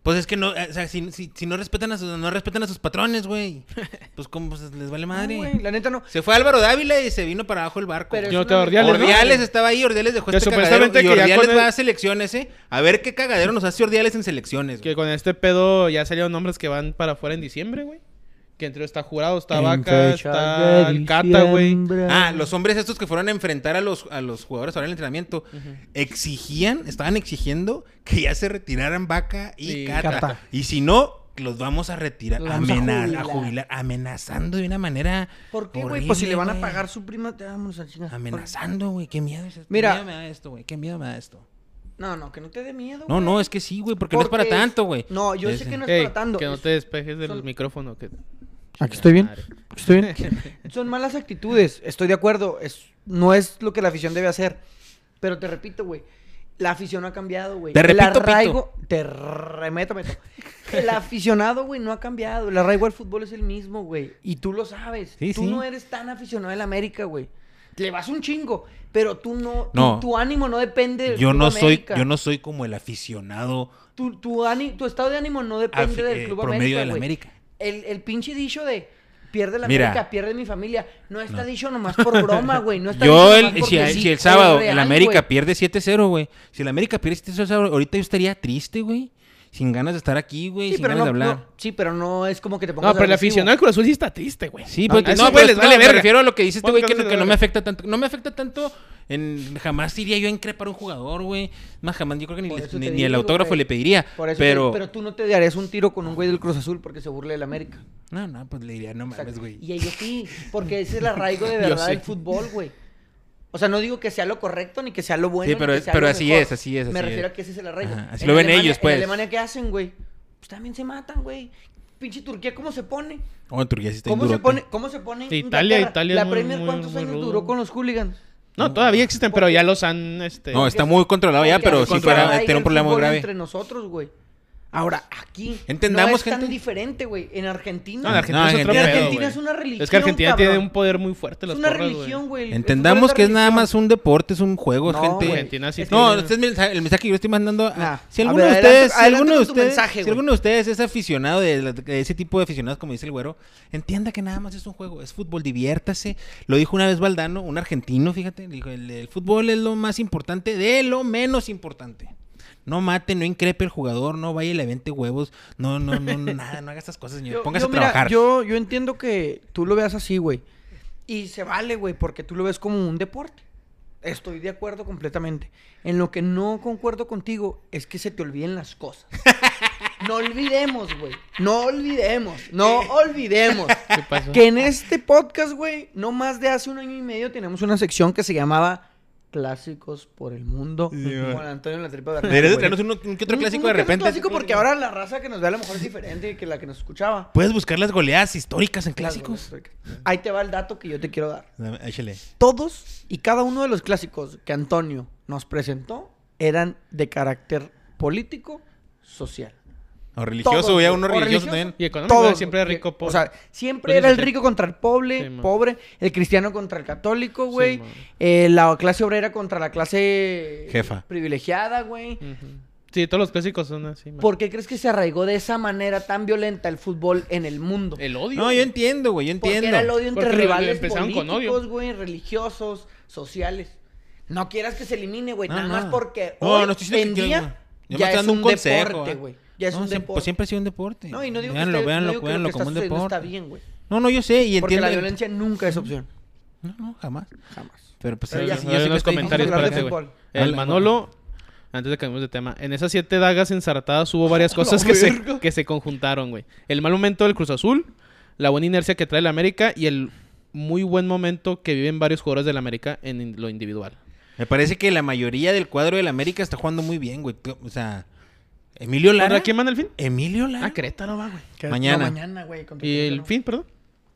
A: Pues es que no, eh, o sea, si, si- si no respetan a sus, no respetan a sus patrones, güey. Pues cómo pues, les vale
C: No,
A: madre.
C: güey, la neta no.
A: se fue Álvaro Dávila y se vino para abajo el barco.
C: Pero
A: güey.
B: Yo
C: es
B: te
C: una-
B: Ordiales, ¿no?
A: Ordiales estaba ahí, Ordiales dejó
B: Que
A: este cagadero.
B: supuestamente
A: Y
B: que ya
A: Ordiales
B: con el-
A: va a selecciones, ¿eh? A ver qué cagadero nos hace Ordiales en selecciones. güey.
B: Que con este pedo ya salieron nombres que van para afuera en diciembre, güey. Que entre está jurado, está
C: En
B: vaca,
C: fecha de
B: está el cata, güey.
C: diciembre.
A: Ah, los hombres estos que fueron a enfrentar a los, a los jugadores ahora en el entrenamiento exigían, estaban exigiendo que ya se retiraran Vaca y
B: Y
A: Cata.
C: Cata.
A: Y si no, los vamos a retirar,
C: Los vamos a
A: amena- a,
C: jubilar.
A: jubilar. amenazando de una manera.
C: ¿Por qué, güey?
A: horrible,
C: Pues si le van a
A: güey.
C: pagar su prima, te vamos a chingar.
A: Amenazando, güey, qué miedo es esto.
C: Mira.
A: Qué miedo me da esto, güey, qué miedo me da esto.
C: No, no, que no te dé miedo,
A: No,
C: güey.
A: no, es que sí, güey, porque, no es para
C: Porque es-
A: tanto, güey.
C: No, yo sé
A: Es-
C: que no es
B: Ey,
C: para tanto.
B: que no
C: es-
B: te despejes del
C: son-
B: micrófono. Que...
C: Aquí estoy bien.
B: Madre.
C: Estoy bien. Son malas actitudes, estoy de acuerdo. Es, no es lo que la afición debe hacer. Pero te repito, güey. La afición no ha cambiado, güey.
A: Te
C: El
A: repito,
C: arraigo- Te remeto, meto. El aficionado, güey, no ha cambiado. El arraigo al fútbol es el mismo, güey. Y tú lo sabes.
A: Sí,
C: tú
A: sí.
C: no eres tan aficionado del América, güey. Le vas un chingo, pero tú no... tu-
A: No.
C: Tu, ánimo no depende del
A: Yo
C: Club
A: no soy,
C: América.
A: yo no soy como el aficionado
C: Tu, tu, ani- tu estado de ánimo no depende
A: afi-
C: del
A: eh,
C: Club América,
A: promedio del
C: güey.
A: América.
C: El, el pinche dicho de pierde la
A: Mira.
C: América, pierde mi familia. No está
A: No.
C: dicho nomás por broma, güey. No está
A: Yo,
C: dicho
A: el-
C: nomás
A: si,
C: porque
A: el-
C: sí,
A: si el
C: es
A: sábado
C: real,
A: el América
C: güey.
A: pierde 7-0, güey. Si el América pierde 7-0, ahorita yo estaría triste, güey. Sin ganas de estar aquí, güey.
C: Sí,
A: sin
C: pero no,
A: ganas de hablar.
C: no- sí, pero no es como que te pongas
B: No, pero el
C: agresivo.
B: aficionado del Cruz Azul sí está triste, güey.
A: Sí,
B: A-
A: pues,
B: a
A: no,
B: esos
A: pues,
B: güeyes les
A: no,
B: vale
A: me
B: verga.
A: refiero a lo que dice este güey que,
B: Pónganse de
A: no, que no me
B: verga.
A: afecta tanto. No me afecta tanto en jamás iría yo a increpar a un jugador, güey. Más jamás yo creo que ni,
C: Por
A: les-
C: eso
A: ni-
C: te
A: ni el
C: digo,
A: autógrafo
C: güey.
A: le pediría.
C: Por eso te-
A: pero...
C: pero tú no te darías un tiro con un güey del Cruz Azul porque se burle del América.
A: No, no, pues le diría, no
C: O sea,
A: mames, güey.
C: y ellos sí, porque ese es el arraigo de
B: Yo
C: verdad
B: sé.
C: del fútbol, güey. O sea, no digo que sea lo correcto ni que sea lo bueno.
A: Sí,
C: ni
A: pero
C: que
A: es-
C: sea
A: pero
C: lo
A: así
C: mejor.
A: es, así es,
C: Me
A: así
C: refiero
A: es.
C: a que ese es el arraigo.
A: Ajá, así
C: En
A: lo ven
C: Alemania-
A: ellos, pues.
C: ¿En Alemania qué hacen, güey? Pues también se matan, güey. Pinche Turquía, ¿cómo se pone?
A: Oh, en Turquía sí está bien
C: ¿Cómo se,
A: durote.
C: pone ¿Cómo se pone?
B: Sí,
C: Inglaterra?
B: Italia- Italia es
C: La
B: muy-
C: Premier,
B: muy-
C: ¿cuántos
B: muy
C: años
B: rudo.
C: duró con los hooligans?
B: No, todavía existen, pero ya los han. Este...
A: No, está muy controlado ya,
C: Porque
A: pero
C: así
A: sí
C: se arraiga
A: fuera tener
C: el
A: un problema muy
C: fútbol
A: grave.
C: entre nosotros, güey. Ahora, aquí
A: Entendamos,
C: no es tan
A: gente.
C: diferente, güey. En Argentina.
B: No, en Argentina,
A: No,
B: es,
A: en
B: otro
A: Argentina-
B: pedo,
C: Argentina
B: güey.
C: es una religión,
B: Es que Argentina
C: cabrón.
B: tiene un poder muy fuerte.
C: Es
B: los
C: una
B: porras, güey.
C: religión, güey. El fútbol
A: Entendamos
C: es
A: que es nada
C: religión.
A: más un deporte, es un juego,
C: No,
A: gente.
C: güey.
B: Argentina sí
A: no,
B: tiene-
A: este es mi mensaje, el mensaje que yo estoy mandando. a-
C: Nah.
A: Si
C: A
A: alguno
C: ver,
A: de ustedes,
C: adelante-
A: si alguno de
C: adelante con tu
A: ustedes,
C: mensaje,
A: si
C: güey.
A: alguno de ustedes es aficionado de, la- de ese tipo de aficionados, como dice el güero, entienda que nada más es un juego, es fútbol, diviértase. Lo dijo una vez Valdano, un argentino, fíjate, dijo, el, el fútbol es lo más importante de lo menos importante. No mate, no increpe el jugador, no vaya y le vente huevos, no, no, no, no, nada, no haga estas cosas, señor.
C: Yo-
A: Póngase
C: yo,
A: a
C: mira,
A: trabajar.
C: yo, yo entiendo que tú lo veas así, güey. Y se vale, güey, porque tú lo ves como un deporte. Estoy de acuerdo completamente. En lo que no concuerdo contigo es que se te olviden las cosas. No olvidemos, güey. No olvidemos. No
A: Eh.
C: olvidemos.
B: ¿Qué pasó?
C: Que en este podcast, güey, no más de hace un año y medio tenemos una sección que se llamaba Clásicos por el Mundo.
A: Sí,
C: con
A: güey.
C: Antonio en la tripa Bernal,
A: Deberías de
C: güey.
A: traernos un, un que otro
C: Un- un
A: clásico de
C: que otro
A: repente.
C: clásico porque ahora la raza que nos ve a lo mejor es diferente que la que nos escuchaba.
A: Puedes buscar las goleadas históricas en
C: Las
A: clásicos.
C: goleadas. Ahí te va el dato que yo te quiero dar.
A: Dame, Échale.
C: Todos y cada uno de los clásicos que Antonio nos presentó eran de carácter político, social.
A: O religioso,
C: Todos,
A: ya
C: güey.
A: uno
C: O religioso.
A: religioso también.
B: Y económico,
C: Todos.
B: güey, siempre
C: güey.
B: rico,
C: O
B: pobre.
C: sea, siempre
B: Entonces,
C: era el
B: sí.
C: rico contra el pobre,
B: Sí, man.
C: pobre, el cristiano contra el católico, güey,
B: man.
C: eh, la clase obrera contra la clase
A: Jefa.
C: privilegiada, güey.
B: Ujú. Sí, todos los clásicos son así. man.
C: ¿Por qué crees que se arraigó de esa manera tan violenta el fútbol en el mundo?
B: El odio.
A: No, yo
B: güey.
A: entiendo, güey, yo
C: Porque
A: entiendo.
C: era el odio entre
B: Porque lo- lo
C: rivales
B: empezaron con odio.
C: políticos, güey, religiosos, sociales. No quieras que se elimine, güey,
A: No,
C: nada
A: no.
C: más porque
A: No,
C: hoy
A: no estoy diciendo
C: en
A: que
C: día
A: quieras, güey. Yo me
C: ya
A: estoy
C: es
A: dando
C: un,
A: un consejo,
C: deporte,
A: ¿ah?
C: güey. Ya es
A: No,
C: un
A: siem-
C: deporte.
A: Siempre ha sido un deporte.
C: No, y no digo
A: Véanlo,
C: que, esté- no
A: véanlo,
C: digo que
A: véanlo
C: lo que
A: como
C: está
A: un
C: sucediendo
A: deporte.
C: está bien, güey.
A: No, no, yo sé y
C: Porque
A: entiendo.
C: la violencia nunca es opción.
A: No, no, jamás.
C: Jamás.
A: Pero pues
C: Pero
A: yo-
C: ya
A: yo
C: sí,
B: Hay
A: sé que
B: unos
A: estoy-
B: comentarios
C: Vamos a
B: para
C: hablar
B: ti,
C: de
B: güey.
C: fútbol.
B: El
A: Habla,
B: Manolo, antes de que cambiemos de tema, en esas siete dagas ensartadas hubo varias cosas
C: La
B: que se,
C: verga.
B: que se conjuntaron, güey. El mal momento del Cruz Azul, la buena inercia que trae el América y el muy buen momento que viven varios jugadores del América en in- lo individual.
A: Me parece que la mayoría del cuadro del América está jugando muy bien, güey. Tú- O sea, Emilio Lara.
B: ¿Contra quién van el fin?
A: Emilio Lara.
B: Ah, Querétaro va, güey.
A: Que- Mañana.
C: No, mañana, güey. contra
B: ¿Y el
C: Querétaro.
B: fin, perdón?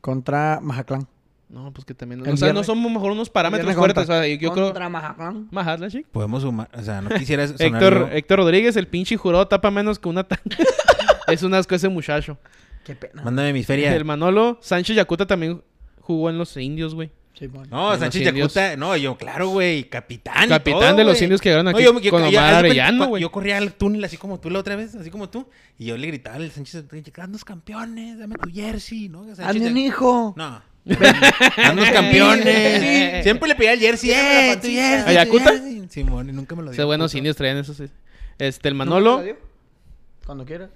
C: Contra Mazatlán.
B: No, pues que también.
C: El
B: O sea, no
C: viernes.
B: somos mejor unos parámetros
C: Viernes
B: fuertes.
C: contra-
B: o sea, yo creo.
C: Contra Mazatlán.
B: Mahatlan, chico.
A: Podemos sumar, o sea, no quisiera sonar
B: Héctor,
A: yo-
B: Héctor Rodríguez, el pinche jurado tapa menos que una tanga. es un asco ese muchacho.
C: Qué pena.
A: Mándame mi feria.
B: El Manolo, Sánchez Yacuta también jugó en los indios, güey.
C: Simón.
A: No,
B: Los
A: Sánchez
B: indios.
A: Yacuta, no, yo, claro, güey, capitán. y
B: Capitán
A: todo,
B: de los
A: güey.
B: indios que llegaron aquí con
A: haz de
B: Omar
A: cuenta,
B: Arellano,
A: cu-
B: güey.
A: Yo corría al túnel así como tú la otra vez, así como tú, y yo le gritaba al Sánchez, los campeones, dame tu jersey, ¿no? Sánchez
C: Hazme un
A: Yac-
C: hijo.
A: No. los campeones. Siempre le pedía el jersey,
C: Tírame la
A: eh, tu
C: pancita.
A: jersey.
B: ¿A
A: tu
B: Yakuta?
A: jersey". Simón, y nunca me lo dio.
B: Ese buenos
A: puto.
B: indios traían esos. sí. Este, el
C: Ah, ¿Nunca
B: Manolo,
C: te la dio? Cuando quieras.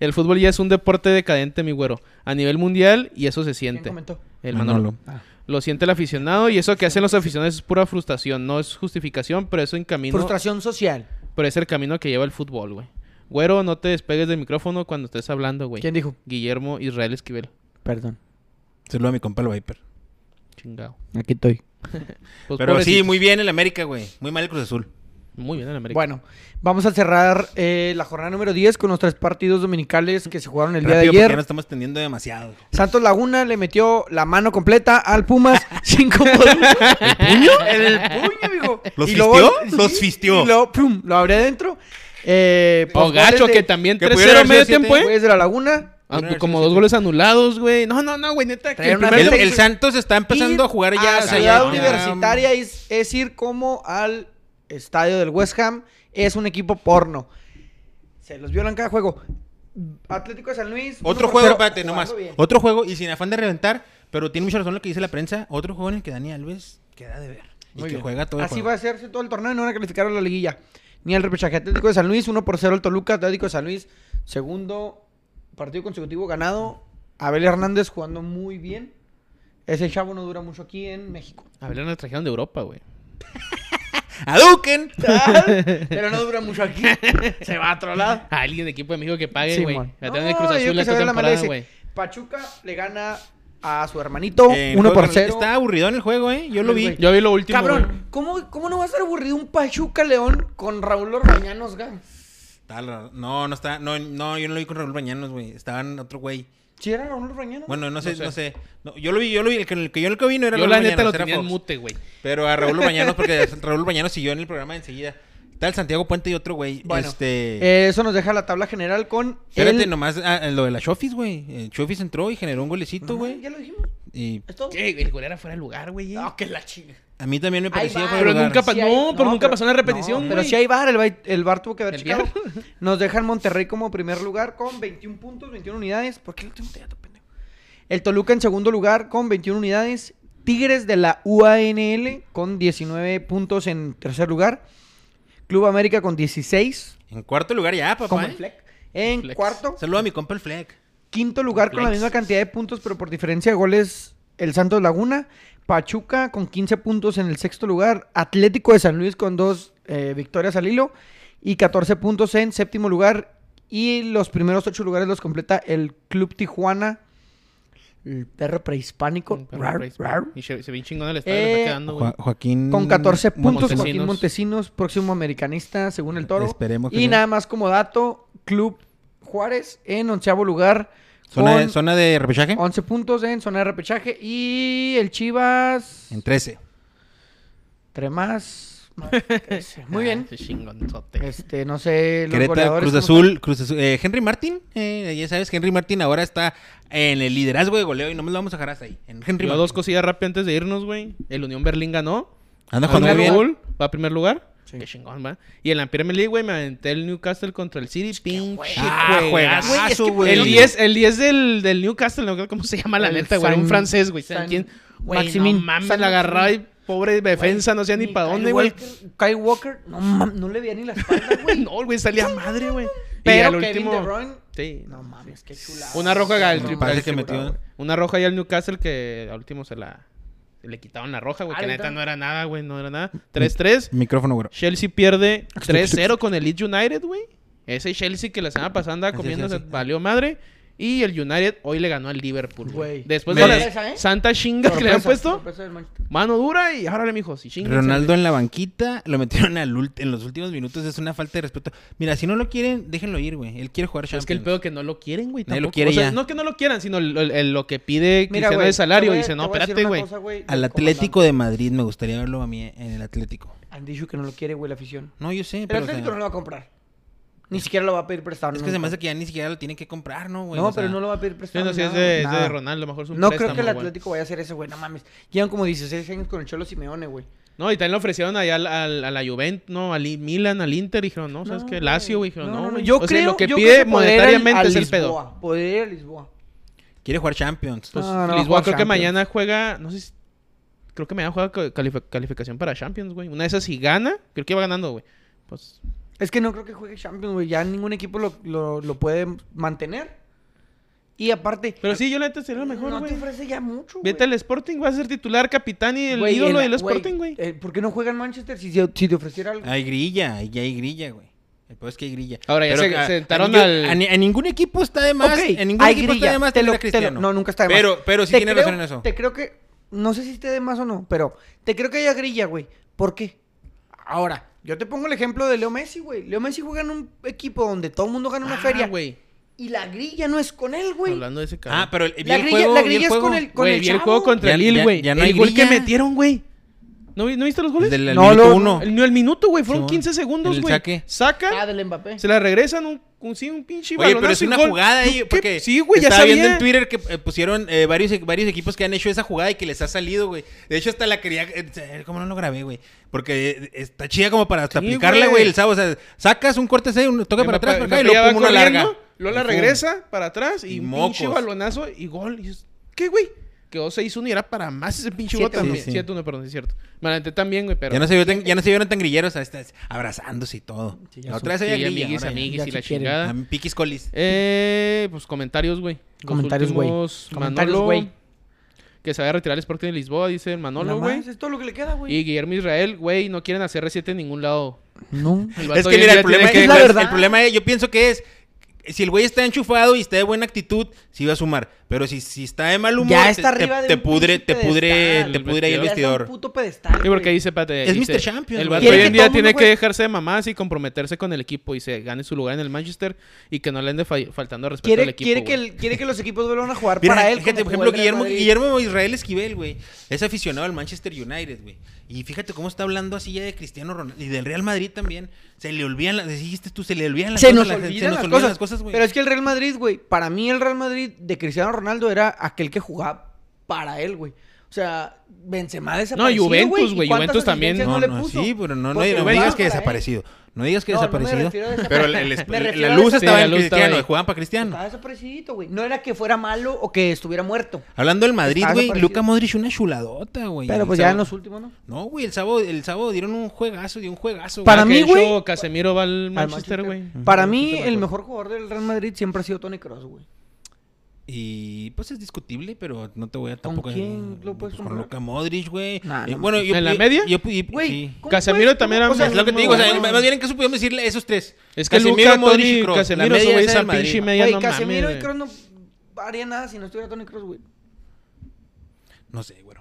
B: el fútbol ya es un deporte decadente, mi güero. A nivel mundial, y eso se
C: ¿Quién
B: siente.
C: comentó?
B: El
A: Manolo.
B: Manolo.
C: Ah.
B: Lo siente el aficionado, y eso que hacen los aficionados es pura frustración. No es justificación, pero eso en camino.
C: Frustración social.
B: Pero es el camino que lleva el fútbol, güey. Güero, no te despegues del micrófono cuando estés hablando, güey.
C: ¿Quién dijo?
B: Guillermo Israel Esquivel.
C: Perdón.
A: Saludo a mi compa el Viper.
B: Chingado.
C: Aquí estoy.
B: Pues,
A: Pero sí,
B: pobrecitos.
A: muy bien el América, güey. Muy mal el Cruz Azul.
B: Muy bien en América.
C: Bueno, vamos a cerrar eh, la jornada número 10 con los tres partidos dominicales que se jugaron el
A: Rápido,
C: día de
A: porque ya
C: ayer.
A: nos estamos tendiendo demasiado.
C: Santos Laguna le metió la mano completa al Pumas 5 por 1. ¿El puño? El puño, hijo. luego.
A: ¿Los
C: y luego-
A: fisteó? ¿Los
C: sí,
A: fisteó?
C: Y luego, pum, lo abrí adentro. Eh,
B: O
C: pues,
B: Oh, gacho,
C: goles
B: que
C: de-
B: también
A: que pudiera
B: 3-0
A: haber
B: medio
A: sido
B: tiempo,
A: siete,
B: ¿eh?
C: Güeyes de la laguna.
B: Ah,
A: Pudiera haber
B: como
A: sido
B: dos
A: siete.
B: goles anulados, güey. No, no, no, güey, neta. Que
C: Traer
B: el
C: una
B: primer
A: El,
B: tiempo-
A: el Santos está empezando a jugar ya.
C: a
A: o sea,
C: Ciudad
A: ya-
C: Universitaria es, es ir como al estadio del West Ham. Es un equipo porno. Se los violan cada juego. Atlético de San Luis. uno
A: Otro
C: por
A: juego,
C: cero.
A: espérate,
C: Jugando
A: nomás.
C: bien.
A: Otro juego, y sin afán de reventar, pero tiene mucha razón lo que dice la prensa. Otro juego en el que Dani Alves queda de ver. Y
C: Muy
A: que
C: bien.
A: juega todo el
C: Así
A: juego.
C: va a hacerse todo el torneo y no van a calificar a la liguilla. Ni al repechaje Atlético de San Luis, 1 por 0 el Toluca, Atlético de San Luis, segundo partido consecutivo ganado. Abel Hernández jugando muy bien. Ese chavo no dura mucho aquí en México.
B: A ver, nos trajeron de Europa, güey.
A: ¡Aduken!
C: Pero no dura mucho aquí. Se va a otro lado.
B: A alguien de equipo de México que pague,
C: Sí,
B: güey.
C: mon.
B: La
C: No,
B: traen de Cruz
C: yo creo
B: Azul
C: que
B: esta
C: se ve la mala
B: temporada,
C: ese.
B: güey.
C: Pachuca le gana a su hermanito
A: Eh,
C: 1 por
A: juego-
C: 0.
A: Está aburrido en el juego, ¿eh? Yo lo vi.
C: Güey.
B: Yo vi lo último, güey.
C: Cabrón, ¿cómo, ¿cómo no va a ser aburrido un Pachuca León con Raúl Orbañanos, güey?
A: Está la- No, no está. No, no, yo no lo vi con Raúl Bañanos, güey. Estaban otro güey.
C: ¿Sí era Raúl Orbañanos?
A: Bueno, no sé,
B: sé.
A: no sé. No, yo lo vi, yo lo vi. El que, el que yo el que vi no era
B: Yo
A: Raúl
B: la neta
A: Bañanos,
B: lo
A: era
B: tenía en
A: Fox.
B: mute, güey.
A: Pero a Raúl Bañanos, porque Raúl Bañanos siguió en el programa enseguida. Está el Santiago Puente y otro güey.
C: Bueno,
A: este.
C: Eh, eso nos deja la tabla general con.
A: Espérate
C: el-
A: nomás ah, lo de la Chofis, güey. Eh, Chofis entró y generó un golecito,
C: No,
A: güey.
C: Ya lo dijimos.
A: Y
C: ¿Es todo?
B: ¿Qué? El gol era fuera de lugar, güey. eh.
C: No, que la chinga.
A: a mí también me
C: Ahí
A: parecía
C: va.
A: fuera de
B: Pero
A: lugar.
B: nunca pa-
C: Sí
B: no,
C: hay-
B: pero nunca pasó en la
C: no,
B: repetición,
C: Pero
B: güey.
C: si hay bar, el, bar- el bar tuvo que haber
B: El
C: checado.
B: VAR.
C: Nos deja el Monterrey como primer lugar con 21 puntos, 21 unidades. ¿Por qué lo tengo teatro, pendejo? El Toluca en segundo lugar con 21 unidades. Tigres de la UANL con 19 puntos en tercer lugar. Club América con 16.
A: En cuarto lugar ya, papá.
C: como
A: ¿eh?
C: el Fleck. En
B: Flex.
C: cuarto.
A: Saluda a mi compa el Fleck.
C: Quinto lugar con la
B: Flex.
C: misma cantidad de puntos, pero por diferencia de goles, el Santos Laguna. Pachuca con 15 puntos en el sexto lugar. Atlético de San Luis con dos eh, victorias al hilo. Y 14 puntos en séptimo lugar. Y los primeros ocho lugares los completa el Club Tijuana. El perro prehispánico.
B: Un perro
C: rar,
B: prehispánico. Mm,
C: rar,
B: Y se, se ve bien chingón el estadio, le
C: Eh,
B: está quedando, güey.
A: Jo- Joaquín.
C: con 14 puntos,
A: Montes-
C: Joaquín Montesinos, próximo americanista, según el toro.
A: Esperemos que
C: y
A: sí.
C: nada más como dato, Club Juárez en onceavo lugar.
A: Zona, de,
C: con-
A: zona de repechaje.
C: 11 puntos en zona de repechaje. Y el Chivas.
A: En 13.
C: Entre más. más crece. Muy bien.
B: Ese chingonzote.
C: Este, no sé. Los
A: Querétaro,
C: goleadores,
A: Cruz
C: ¿cómo
A: Azul, Cruz Azul. eh, Henry Martin, eh, ya sabes, Henry Martin ahora está en el liderazgo de goleo y no me lo vamos a dejar hasta ahí. En Henry
B: Yo
A: Martin.
B: dos cosillas rápido antes de irnos, güey. El Unión Berlín ganó.
A: Anda jugando
B: Primer
A: muy bien.
B: gol, va a primer lugar.
C: Sí.
B: Qué chingón, va. Y en la Premier League, güey, me aventé el Newcastle contra el City. Pinche
A: Ah,
B: juegazo.
A: juegazo,
C: Güey,
A: güey.
B: El 10, el 10 del, del Newcastle, no creo cómo se llama la
C: El
B: neta, güey.
C: San-
B: Un francés, güey.
C: San-
B: ¿Quién?
C: güey,
B: Güey,
C: Maximin.
B: no mames,
C: San
B: la agarraba
C: Maximin.
B: y pobre defensa, no sé ni
C: Ni
B: para
C: Kyle
B: dónde, güey.
C: Walker- Kyle Walker, no, mam- no le veía ni la espalda, güey.
B: No, güey, salía madre, güey.
C: Pero
B: el
C: Kevin De Bruyne,
B: Sí.
C: No mames, qué chula.
B: Una roja al
A: Me
B: triple.
A: parece que
B: Sí,
A: metió.
C: güey.
B: Una roja ya al Newcastle que al último se la. Le quitaron la roja, güey. Que
C: Alta.
B: neta no era nada, güey. No era nada. 3-3.
A: Micrófono, güero.
B: Chelsea pierde 3-0 con el Leeds United, güey. Ese Chelsea que la semana pasada andaba
A: Así,
B: comiendo,
A: así,
B: se
A: así.
B: valió madre. Y el United hoy le ganó al Liverpool, güey.
C: Güey.
B: Después
A: Me-
B: de
C: Sorpresa,
B: la
C: ¿eh?
B: santa chinga que le habían
C: Sorpresa,
B: puesto,
C: sorpresa del Manchester.
B: mano dura y ahora le mijo, si chinga.
A: Ronaldo en la banquita, lo metieron al ult- en los últimos minutos, es una falta de respeto. Mira, si no lo quieren, déjenlo ir, güey. Él quiere jugar Champions.
B: Es que el pedo que no lo quieren, güey.
A: Nadie lo
B: tampoco.
A: quiere
B: o sea,
A: ya.
B: no que no lo quieran, sino lo, el- lo que pide
C: Mira,
B: Cristiano
C: güey,
B: de salario.
C: te voy a-
B: dice, no,
C: te voy a decir
B: espérate,
C: una
B: güey.
C: cosa, güey,
A: Al
C: del
A: Atlético de Madrid, me gustaría verlo a mí en el Atlético.
C: comandante. Han dicho que no lo quiere, güey, la afición.
A: No, yo sé,
C: El
A: pero. o sea,
C: Atlético no lo va a comprar. Ni siquiera lo va a pedir prestado.
A: es que se me
C: nunca.
A: hace que ya ni siquiera lo tienen que comprar, ¿no, güey?
C: no,
A: O sea,
C: pero no lo va a pedir
B: Sí,
C: prestado.
B: no, si
C: ni
B: es
C: nada,
B: de, es
C: nada.
B: de Ronaldo, a lo mejor es un
C: No creo
B: préstamo,
C: que el
B: güey.
C: Atlético vaya a hacer eso, güey. No mames. Llevan como 16 años con el Cholo Simeone, güey.
B: No, y también le ofrecieron allá al, al- a la Juventus, no, al I- Milan, al Inter, y dijeron, no, ¿sabes
C: No,
B: qué?
C: güey.
B: Lazio, güey, dijeron,
C: No,
B: no,
C: no, no.
B: güey.
C: Yo
B: O sea,
C: creo-
B: lo que
C: yo
B: pide
C: creo que poder al-
B: monetariamente
C: al
B: es el pedo.
C: Lisboa, Poder ir a Lisboa.
A: Quiere jugar Champions.
B: Pues,
C: No, no,
B: Lisboa
C: juega
B: creo que
C: Champions.
B: mañana juega, no sé si, creo que mañana juega ca- califi- calificación para Champions, güey. Una de esas si gana, creo que va ganando, güey. Pues,
C: Es que no creo que juegue Champions, güey. Ya ningún equipo lo, lo- lo puede mantener. Y aparte,
B: pero sí, yo la neta sería lo mejor,
C: no
B: güey.
C: te ofrece ya mucho, güey.
B: Vete al Sporting, vas a ser titular, capitán y el
C: Güey,
B: ídolo
C: el-
B: del Sporting, güey.
C: eh, ¿Por qué no juega en Manchester si, se- si te ofreciera algo?
A: Hay grilla, ahí ya hay grilla, güey. El peor es que hay grilla.
B: Ahora ya
A: Pero
B: se-
A: a-
B: se sentaron
A: a, ningún-
B: al-
A: a ni- a ningún equipo está de más.
C: Ok,
A: en ningún
C: hay
A: equipo está
C: grilla,
A: de más
C: te
A: tener
C: lo-
A: a
C: te lo-
A: Cristiano.
C: no, nunca está de más.
A: Pero, pero sí
C: Te
A: tiene
C: creo-
A: razón en eso.
C: Te creo que. No sé si esté de más o no, pero te creo que haya grilla, güey. ¿Por qué? Ahora, yo te pongo el ejemplo de Leo Messi, güey. Leo Messi juega en un equipo donde todo el mundo gana una
B: Ah,
C: feria.
B: güey.
C: Y la grilla no es con él, güey.
B: Hablando de ese cabrón.
A: Ah, pero el, vi
C: La
A: el
C: grilla,
A: juego,
C: la
A: vi
C: grilla es
A: juego.
C: con el, con
B: Güey,
C: el
B: vi el
C: chavo.
B: juego contra
A: Ya-
B: el Lille,
A: ya-
B: güey.
A: ya no
B: el
A: hay
B: gol que
A: grilla.
B: metieron, güey. ¿No, vi- Pues ¿No viste los goles?
A: Del del
C: No,
A: minuto
C: lo-
A: uno.
B: El, no, el minuto, güey. Fueron
A: Simón.
B: 15 segundos,
A: El
B: güey.
A: saque.
B: Saca,
C: Ah, del Mbappé.
B: se la regresan un, un, sí, un pinche
A: Oye, pero
B: balonazo
A: es
B: y
A: una
B: gol.
A: jugada ahí,
B: ¿Qué?
A: porque
B: Sí, güey, ya
A: estaba
B: sabía.
A: viendo en Twitter que eh, pusieron eh, varios, varios equipos que han hecho esa jugada y que les ha salido, güey. De hecho, hasta la quería... eh, ¿Cómo no lo grabé, güey? Porque eh, está chida como para hasta
B: Sí,
A: aplicarla,
B: güey.
A: güey, el sábado. O sea, sacas un corte seis, un toque para
B: Mbappé-
A: atrás, para acá, y
B: Mbappé ya
A: luego
B: va
A: pum, una
B: corriendo,
A: larga.
B: Lola
A: Y pum.
B: regresa para atrás y,
A: Y
B: un pinche
A: mocos.
B: balonazo y gol. Y dices, ¿Qué, güey? Quedó 6-1 y era para más ese pinche gol
C: Siete,
B: también.
A: sí, sí.
B: 7-1, perdón, es cierto. Me alenté también, güey, pero.
A: Ya no, se vio tan- ya no se vieron tan grilleros, hasta- hasta abrazándose y todo.
C: Sí, ya
A: la
C: son-
A: otra vez
B: Sí,
A: había grilla,
B: amiguis,
A: ahora ya.
B: amiguis
C: ya
B: y
C: que
B: la
C: quieren.
B: chingada.
A: Am- Piquis colis.
B: Eh, pues comentarios, güey. Los
C: Comentarios, güey.
B: últimos,
C: Comentarios,
B: Manolo,
C: güey.
B: Que se va a retirar el Sporting de Lisboa, dice el Manolo, güey.
C: Es todo lo que le queda, güey.
B: Y Guillermo Israel, güey, no quieren hacer R7 en ningún lado.
C: No.
B: El
A: Es
B: vato
A: que
B: ya-
A: mira,
B: ya
A: el
B: tiene
A: problema es,
C: que-
B: que-
C: Es la verdad.
A: el problema es- yo pienso que es si el güey está enchufado y está de buena actitud, sí va a sumar, pero si, si está de mal humor,
C: Ya
A: te-
C: está
A: te,
C: arriba de
A: te
C: un
A: pudre, te
C: pinche
A: pudre,
C: pedestal,
A: te
B: el
A: pudre ahí el
B: vestidor.
A: vestidor.
C: Es un puto pedestal.
B: Sí, porque
C: güey.
B: dice, espérate,
A: Es
B: dice,
A: Mr. Champions,
B: El vato
A: güey. Quiere
B: hoy
A: que
C: todo
B: en día
C: el
B: tiene
C: mundo
B: que
C: juegue.
B: dejarse de mamás y comprometerse con el equipo y se gane su lugar en el Manchester y que no le ande fa- faltando respeto al
C: Quiere,
B: equipo.
C: quiere, que
B: güey.
C: el- quiere que los equipos vuelvan a jugar
A: Mira,
C: para él.
A: fíjate,
C: como
A: por
C: jugó el
A: ejemplo,
C: Real
A: Guillermo,
C: Madrid.
A: Guillermo Israel Esquivel, güey. Es aficionado al Manchester United, güey. Y fíjate cómo está hablando así ya de Cristiano Ronaldo y del Real Madrid también. Se le olvidan las, dijiste tú, se le olvidan las
C: Se
A: cosas.
C: nos
A: la-
C: olvidan
A: se nos
C: las
A: olvidan
C: cosas.
A: las cosas, güey.
C: Pero es que el Real Madrid, güey, para mí el Real Madrid de Cristiano Ronaldo era aquel que jugaba para él, güey. O sea, Benzema desapareció,
B: Juventus,
C: ¿Y
B: güey,
C: cuántas
B: Juventus también.
C: asistencias
A: No,
C: le
A: no,
C: puso?
A: sí, pero no, no,
C: Porque
A: no
C: jugaba
A: digas que
C: para él.
A: desaparecido. No digas que
C: No, no me
A: desaparecido.
C: refiero a
A: pero
C: desaparecido.
A: el- el-
C: Me refiero
A: el-
C: a
A: la
C: este- desaparecido.
A: luz estaba
B: Sí, la
A: en
B: luz estaba
A: Cristiano,
B: ahí.
A: jugaban para Cristiano.
C: Estaba desaparecidito, güey. No era que fuera malo o que estuviera muerto.
A: Hablando del Madrid,
C: Estaba
A: güey,
C: desaparecido.
A: Luca Modric una chuladota, güey.
C: Pero
A: El
C: pues ya en
A: sábado-
C: los últimos, ¿no?
A: No, güey, el sábado, el sábado dieron un juegazo, dio un juegazo.
C: Para
B: Ah,
A: güey.
C: mí,
B: que de
C: güey, Mm.
B: hecho, Casemiro va al Manchester, güey.
C: Para
B: Ujú,
C: mí,
B: sí te
C: el
B: recuerdo.
C: mejor jugador del Real Madrid siempre ha sido Tony Cross, güey.
A: Y pues es discutible, pero no te voy a
C: ¿Con
A: tampoco. pues,
C: quién lo puedes
A: Con
C: comparar?
A: Luca Modric, güey.
C: Nah,
A: Eh,
C: no
A: bueno, yo,
B: ¿En la
A: yo-
B: media?
A: Yo, yo-
C: Güey,
A: sí.
C: ¿cómo
B: Casemiro
C: puedes?
B: también era
C: O sea,
A: Es lo que te digo, o sea,
B: Muy bueno.
A: más bien que supimos decirle a esos tres.
B: Es que
A: Casemiro,
B: Luca,
A: Modric y
B: Toni,
A: Kroos. La
B: Casemiro,
A: media
B: güey,
A: es
B: esa
A: el Madrid.
B: pinche media,
C: Güey,
B: no mames,
C: Casemiro y
B: güey.
C: Cross no haría nada si no estuviera Tony Cross, güey.
A: No sé, güey.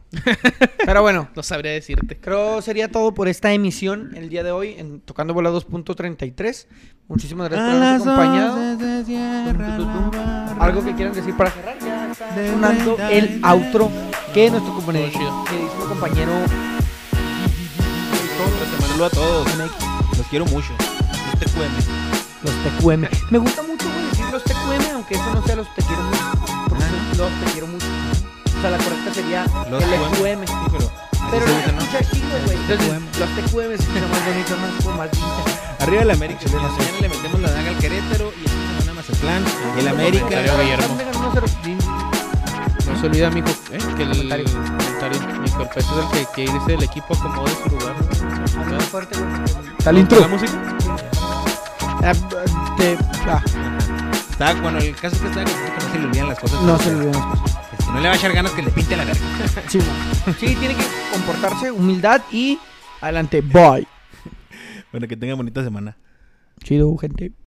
C: Pero bueno,
B: No sabría decirte.
C: creo sería todo por esta emisión el día de hoy en Tocando Bola 2.33. Muchísimas gracias por habernos acompañado. Algo que quieran decir para cerrar, ya está sonando el outro que nuestro compañero,
B: Todo chido.
C: queridísimo compañero
A: Saludo a todos. Los quiero mucho. No te cuemes.
C: Los TQM. Me gusta mucho güey, decir los TQM, aunque eso no sea los te quiero mucho. Porque
A: Ah.
C: son los te quiero mucho. O sea, la correcta sería
A: Los
C: el
A: QM.
C: TQM.
A: Sí, pero. así
C: Pero
A: se
C: no
A: dice, ¿no?
C: escucha chido, güey. Entonces,
A: TQM.
C: los TQM se escucha más bonito, más como más vintage.
A: Arriba el América. Mañana le metemos la daga al Querétaro y esta semana a Mazatlán. Y el
B: Comentario,
A: América.
B: Guillermo.
C: Dame ganó cero.
B: No se olvida, mijo, eh, que el comentario,
C: Comentario.
B: mi cuerpo es el que, que irse del equipo acomode su lugar.
C: A mí
B: ¿no?
C: más fuerte, güey.
B: ¿La música?
C: Ah, te- ah,
A: Está, bueno, el caso es que está que no se le olvidan las cosas.
C: no se le olvidó.
A: Que Si no le va a echar ganas que le pinte la verga.
C: Sí, no. sí, tiene que comportarse, humildad y adelante. Bye.
A: Bueno, que tenga bonita semana.
C: Chido, gente.